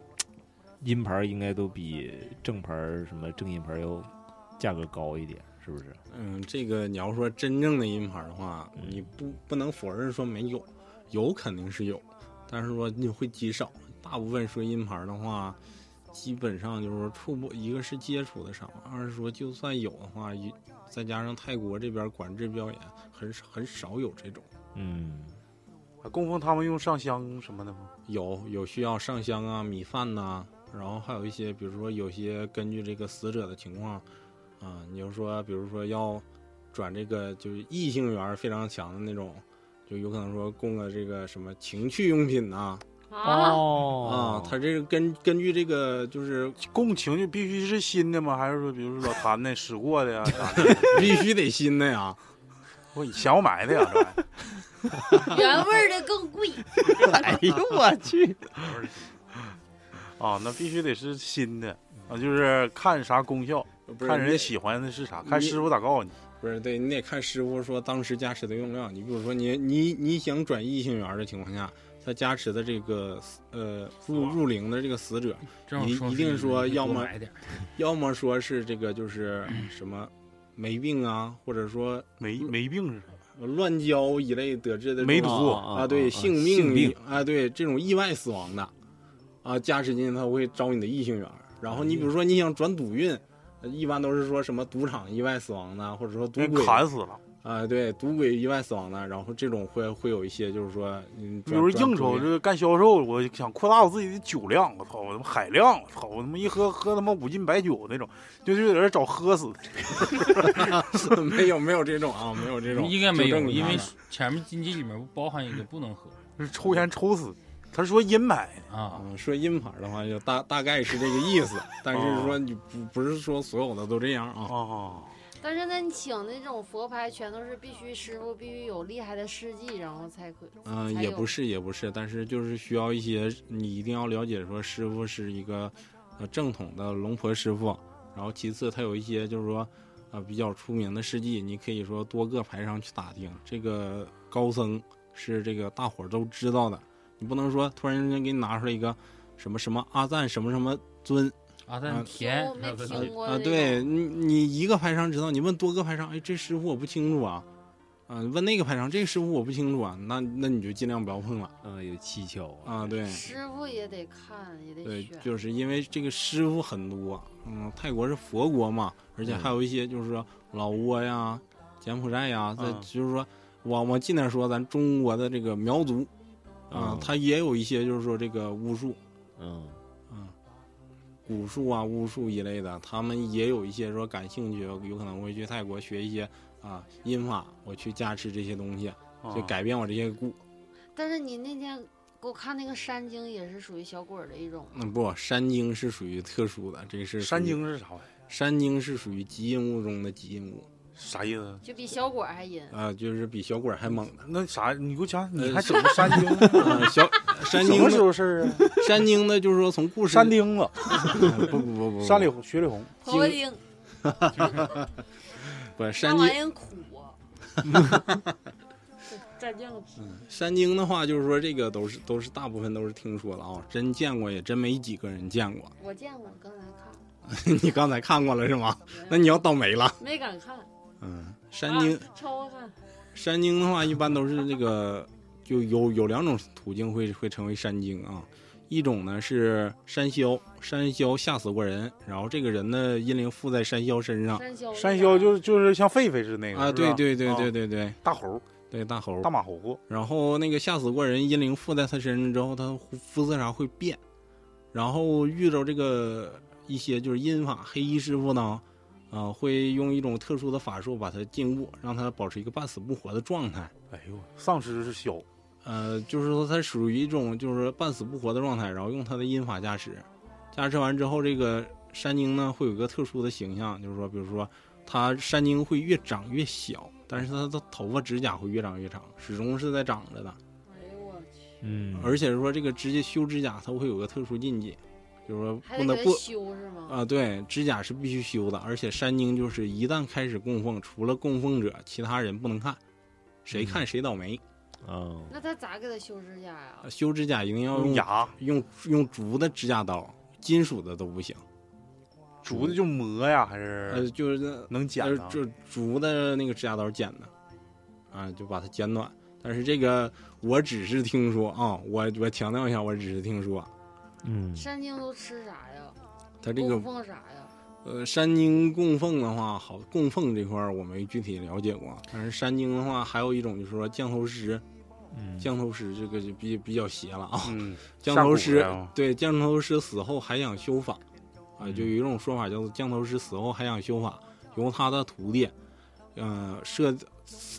Speaker 9: 阴牌儿应该都比正牌儿什么正阴牌儿要价格高一点，是不是？
Speaker 3: 嗯，这个你要说真正的阴牌的话，
Speaker 9: 嗯
Speaker 3: 你不不能否认说没有，有肯定是有，但是说你会极少。大部分说阴牌的话，基本上就是说触不，一个是接触的少，二是说就算有的话，一再加上泰国这边管制表演，很少很少有这种。
Speaker 9: 嗯，
Speaker 1: 啊供奉他们用上香什么的吗？
Speaker 3: 有有需要上香啊、米饭呐、然后还有一些，比如说有些根据这个死者的情况，啊、你就说，比如说要转这个就是异性缘非常强的那种，就有可能说供个这个什么情趣用品呐、
Speaker 5: 啊，
Speaker 3: 啊，
Speaker 9: 哦
Speaker 3: 他这个根根据这个就是
Speaker 1: 供情就必须是新的吗？还是说，比如说老谭的、使过的呀？咋的
Speaker 3: 必须得新的呀，
Speaker 1: 我以前我买的呀，这玩意儿
Speaker 5: 原味儿的更贵。
Speaker 9: 哎 呦我去，
Speaker 1: 啊，那必须得是新的啊，就是看啥功效，
Speaker 3: 嗯不是
Speaker 1: 看人
Speaker 3: 你
Speaker 1: 喜欢的是啥，
Speaker 3: 你
Speaker 1: 看师傅咋告诉你。
Speaker 3: 不不是，对你得看师傅说当时加持的用量。你比如说你你你想转异性缘的情况下，他加持的这个呃入入灵的这个死者，
Speaker 4: 正好
Speaker 3: 一
Speaker 4: 双
Speaker 3: 一
Speaker 4: 十
Speaker 3: 定说
Speaker 4: 你多
Speaker 3: 要么
Speaker 4: 买点儿
Speaker 3: 要么说是这个就是什么没病啊，或者说
Speaker 1: 没没病是啥？
Speaker 3: 乱交一类得知的这
Speaker 1: 梅
Speaker 3: 种
Speaker 9: 哦
Speaker 1: 毒
Speaker 3: 啊，对，性命啊，对这种意外死亡的啊，加持进去他会招你的异性缘儿。然后你比如说你想转赌运，呃一般都是说什么赌场意外死亡的，或者说赌
Speaker 1: 人
Speaker 3: 鬼
Speaker 1: 哎砍死了。
Speaker 3: 啊，对，赌鬼意外死亡的，然后这种会会有一些就是说，嗯，
Speaker 1: 比如
Speaker 3: 转转
Speaker 1: 应酬，
Speaker 3: 主
Speaker 1: 这干销售，我想扩大我自己的酒量，我操，我他妈海量，我操，我他妈一喝喝他妈五斤白酒那种，就就在这找喝死的。
Speaker 3: 意 没有没有这种啊，没有这种，
Speaker 4: 应该没
Speaker 3: 就
Speaker 4: 有，
Speaker 3: 正
Speaker 4: 因
Speaker 3: 常
Speaker 4: 为
Speaker 3: 的
Speaker 4: 前面禁忌里面包含一个不能喝
Speaker 1: 是抽烟抽死。他说阴霾，
Speaker 4: 啊。
Speaker 3: 嗯，说阴牌的话，就大大概是这个意思，但是说你不不是说所有的都这样啊，
Speaker 1: 哦，
Speaker 5: 但是那你请那种佛牌，全都是必须师傅必须有厉害的事迹，然后才可。
Speaker 3: 嗯、
Speaker 5: 才
Speaker 3: 也
Speaker 5: 有
Speaker 3: 不是也不是，但是就是需要一些，你一定要了解说师傅是一个呃正统的龙婆师傅，然后其次他有一些就是说呃比较出名的事迹，你可以说多个牌上去打听，这个高僧是这个大伙儿都知道的，你不能说突然间给你拿出来一个什么什么阿赞什么什么尊
Speaker 4: 啊，但甜
Speaker 5: 我没
Speaker 4: 是吧
Speaker 5: 听过
Speaker 3: 啊，
Speaker 5: 那种
Speaker 3: 对你，你一个牌商知道，你问多个牌商，哎，这师傅我不清楚啊，啊，问那个牌商，这个师傅我不清楚啊，那那你就尽量不要碰了
Speaker 9: 嗯，有蹊跷啊。
Speaker 3: 啊，对
Speaker 5: 师傅也得看，也得
Speaker 3: 对，
Speaker 5: 选。
Speaker 3: 就是因为这个师傅很多，嗯，泰国是佛国嘛，而且还有一些就是说老挝呀、柬埔寨呀，再
Speaker 1: 嗯
Speaker 3: 就是说往往近点说，咱中国的这个苗族啊
Speaker 9: 嗯，
Speaker 3: 他也有一些就是说这个巫术，
Speaker 9: 嗯，
Speaker 3: 嗯，古术啊、巫术一类的，他们也有一些说感兴趣，有可能会去泰国学一些啊阴法，我去加持这些东西，
Speaker 1: 啊
Speaker 3: 就改变我这些故。
Speaker 5: 但是你那天给我看那个山精，也是属于小鬼儿的一种。
Speaker 3: 嗯，不，山精是属于特殊的，这是属于
Speaker 1: 山，精是啥玩意儿？
Speaker 3: 山精是属于极阴物中的极阴物，
Speaker 1: 啥意思？
Speaker 5: 就比小鬼儿还阴。
Speaker 3: 啊、就是比小鬼儿还猛的。
Speaker 1: 那啥，你给我讲，你
Speaker 3: 呃
Speaker 1: 还整个山精？
Speaker 3: 啊小 山
Speaker 1: 什
Speaker 3: 精
Speaker 1: 么时
Speaker 3: 的
Speaker 1: 候事儿啊？
Speaker 3: 山精的，就是说哦从故事
Speaker 1: 山钉子，
Speaker 3: 不不不不，
Speaker 1: 山里红雪里红，
Speaker 5: 婆精，
Speaker 3: 不是山
Speaker 5: 那
Speaker 3: 精
Speaker 5: 玩意儿苦 啊。蘸酱
Speaker 3: 山精的话，就是说这个都是都是大部分都是听说了啊，真见过也真没几个人见过。
Speaker 5: 我见过，刚才看了
Speaker 3: 你刚才看过了是吗？那你要倒霉了。
Speaker 5: 没敢看。
Speaker 3: 嗯，山精
Speaker 5: 啊，抽我看。
Speaker 3: 山精的话，一般都是那个，就有有两种途径会会成为山精啊。一种呢是山魈，山魈吓死过人，然后这个人的阴灵附在山魈身上
Speaker 5: 山魈，
Speaker 1: 山魈就是就是像狒狒似的那个
Speaker 3: 啊，对对对，
Speaker 1: 是吧
Speaker 3: 对对对
Speaker 1: 啊大猴、
Speaker 3: 对，大猴
Speaker 1: 大。马猴，
Speaker 3: 然后那个吓死过人，阴灵附在他身上之后，他肤肤色啥会变，然后遇到这个一些就是阴法黑衣师傅呢，啊、会用一种特殊的法术把他禁锢，让他保持一个半死不活的状态。
Speaker 1: 哎呦，丧尸是枭，
Speaker 3: 呃，就是说他属于一种就是说半死不活的状态，然后用他的阴法加持，加持完之后，这个山精呢会有一个特殊的形象，就是说，比如说它山精会越长越小，但是它的头发指甲会越长越长，始终是在长着的。
Speaker 5: 哎呦我去，
Speaker 9: 嗯
Speaker 3: 而且说这个指甲修指甲，它会有个特殊禁忌，就是说
Speaker 5: 还
Speaker 3: 不
Speaker 5: 得
Speaker 3: 能
Speaker 5: 给
Speaker 3: 不
Speaker 5: 他修是吗？
Speaker 3: 啊、对，指甲是必须修的，而且山精就是一旦开始供奉，除了供奉者，其他人不能看，谁看谁倒霉。
Speaker 9: 嗯，
Speaker 5: 那他咋给他修指甲呀？
Speaker 3: 修指甲一定要用
Speaker 5: 嗯
Speaker 1: 牙
Speaker 3: 用用竹的指甲刀，金属的都不行。
Speaker 1: 竹的就磨呀，还
Speaker 3: 呃，
Speaker 1: 是
Speaker 3: 就是
Speaker 1: 能剪
Speaker 3: 呃
Speaker 1: 呢？
Speaker 3: 就竹的那个指甲刀剪的，啊，就把它剪短。但是这个我只是听说啊，我我强调一下，我只是听说，
Speaker 9: 嗯
Speaker 5: 山精都吃啥呀？
Speaker 3: 它这个
Speaker 5: 供奉啥呀？
Speaker 3: 呃，山精供奉的话，好供奉这块儿我没具体了解过，但是山精的话，还有一种就是说降头师，
Speaker 9: 嗯
Speaker 3: 降头师这个就比比较邪了啊。
Speaker 1: 嗯，
Speaker 3: 降
Speaker 1: 下
Speaker 3: 头
Speaker 1: 蛊
Speaker 3: 师
Speaker 1: 的
Speaker 3: 对降头师死后还想修法，啊，就有一种说法叫做降头师死后还想修法，由他的徒弟，呃，设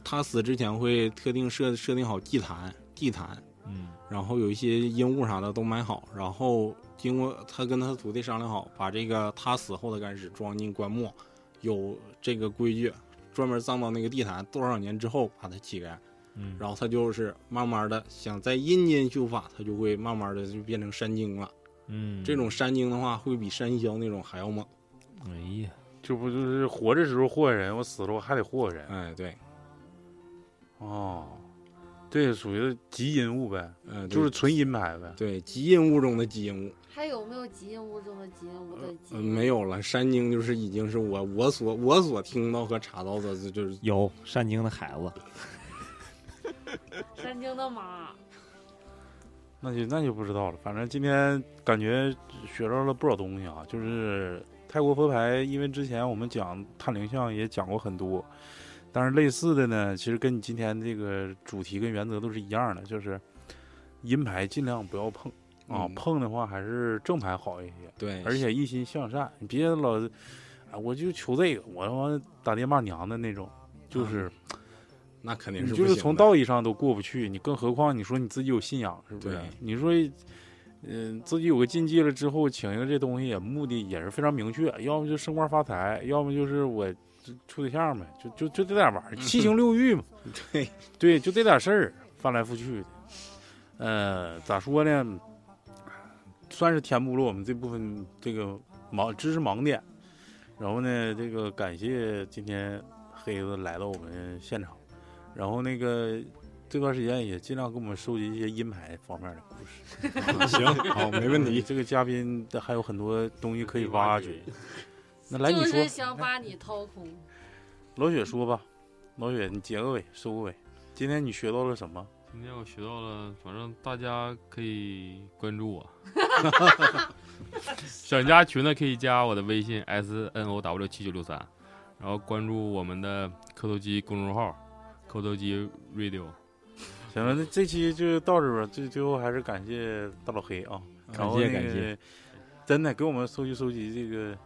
Speaker 3: 他死之前会特定设设定好祭坛，祭坛，
Speaker 9: 嗯，
Speaker 3: 然后有一些阴物啥的都买好，然后经过他跟他徒弟商量好，把这个他死后的干尸装进棺木，有这个规矩，专门葬到那个地坛，多少年之后把它起开。
Speaker 9: 嗯
Speaker 3: 然后他就是慢慢的想在阴间修法，他就会慢慢的就变成山精了。
Speaker 9: 嗯，
Speaker 3: 这种山精的话，会比山魈那种还要猛。
Speaker 9: 哎呀，
Speaker 1: 这不就是活着时候祸害人，我死了我还得祸害人。
Speaker 3: 哎，对，
Speaker 1: 哦，这属于极阴物呗，
Speaker 3: 嗯、对
Speaker 1: 就是纯阴牌呗。
Speaker 3: 对极阴物中的极阴物，
Speaker 5: 还有没有极阴物中的极阴物
Speaker 1: 呃
Speaker 5: 的极
Speaker 3: 嗯，
Speaker 5: 阴物？
Speaker 3: 没有了。山精就是已经是我我所我所听到和查到的，这就是
Speaker 6: 有善经的孩子，
Speaker 5: 山精的妈，
Speaker 1: 那就那就不知道了。反正今天感觉学到了不少东西啊，就是泰国佛牌，因为之前我们讲探灵像也讲过很多，但是类似的呢，其实跟你今天这个主题跟原则都是一样的，就是阴牌尽量不要碰啊，
Speaker 3: 嗯
Speaker 1: 碰的话还是正牌好一些。
Speaker 3: 对，
Speaker 1: 而且一心向善，你别老，啊，我就求这个，我他妈打爹骂娘的那种，就是、
Speaker 3: 啊那肯定
Speaker 1: 你
Speaker 3: 是
Speaker 1: 就
Speaker 3: 不
Speaker 1: 是
Speaker 3: 行
Speaker 1: 从
Speaker 3: 的
Speaker 1: 道义上都过不去，你更何况你说你自己有信仰是不是
Speaker 3: 对？
Speaker 1: 你说，嗯、自己有个禁忌了之后，请一个这东西也目的也是非常明确，要么就升官发财，要么就是我就处对象呗，就就就这点玩意儿，七情六欲嘛，
Speaker 3: 对
Speaker 1: 对，就这点事儿，翻来覆去的。呃，咋说呢？算是填补了我们这部分这个盲知识盲点。然后呢，这个感谢今天黑子来到我们现场。然后那个这段时间也尽量给我们收集一些阴牌方面的故事。
Speaker 3: 行，好，没问题。
Speaker 1: 这个嘉宾还有很多东西可以挖掘。那来你
Speaker 5: 就
Speaker 1: 说
Speaker 5: 是，想把你掏空。
Speaker 1: 老雪说吧，老雪你结个尾，收个尾。今天你学到了什么？
Speaker 7: 今天我学到了，反正大家可以关注我。想加群的可以加我的微信 s n o w 七九六三，然后关注我们的磕头机公众号“磕头机 radio”。
Speaker 1: 行了，那这期就到这边儿。最最后还是感谢大老黑啊，然
Speaker 6: 感
Speaker 1: 后
Speaker 6: 谢
Speaker 1: 那
Speaker 6: 感谢，
Speaker 1: 个真的给我们收集收集这个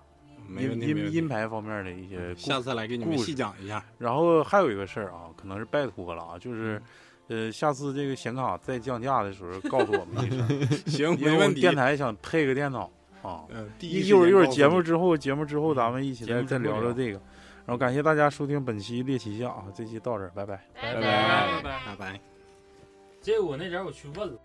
Speaker 3: 没
Speaker 1: 音
Speaker 3: 问题，没问
Speaker 1: 音
Speaker 3: 题
Speaker 1: 音牌方面的一些故
Speaker 3: 下次来给你们
Speaker 1: 故事
Speaker 3: 细讲 一下。
Speaker 1: 然后还有一个事儿啊，可能是拜托了啊，就是，呃，下次这个显卡再降价的时候，告诉我们一声，
Speaker 3: 行，
Speaker 1: 因为
Speaker 3: 没
Speaker 1: 我
Speaker 3: 问
Speaker 1: 们
Speaker 3: 题。
Speaker 1: 电台想配个电脑啊。
Speaker 3: 嗯，第
Speaker 1: 一
Speaker 3: 一
Speaker 1: 一会儿一会儿
Speaker 3: 时间
Speaker 1: 节
Speaker 3: 告
Speaker 1: 目
Speaker 3: 诉
Speaker 1: 之后，节目之后咱们一起
Speaker 7: 节
Speaker 1: 再
Speaker 7: 目
Speaker 1: 再
Speaker 7: 之后
Speaker 1: 聊聊
Speaker 7: 聊
Speaker 1: 这个。然后感谢大家收听本期猎奇象啊，这期到这儿，拜拜。
Speaker 5: 拜
Speaker 3: 拜
Speaker 5: 拜
Speaker 4: 拜拜
Speaker 3: 你，拜拜。
Speaker 4: 这我那点儿我去问了。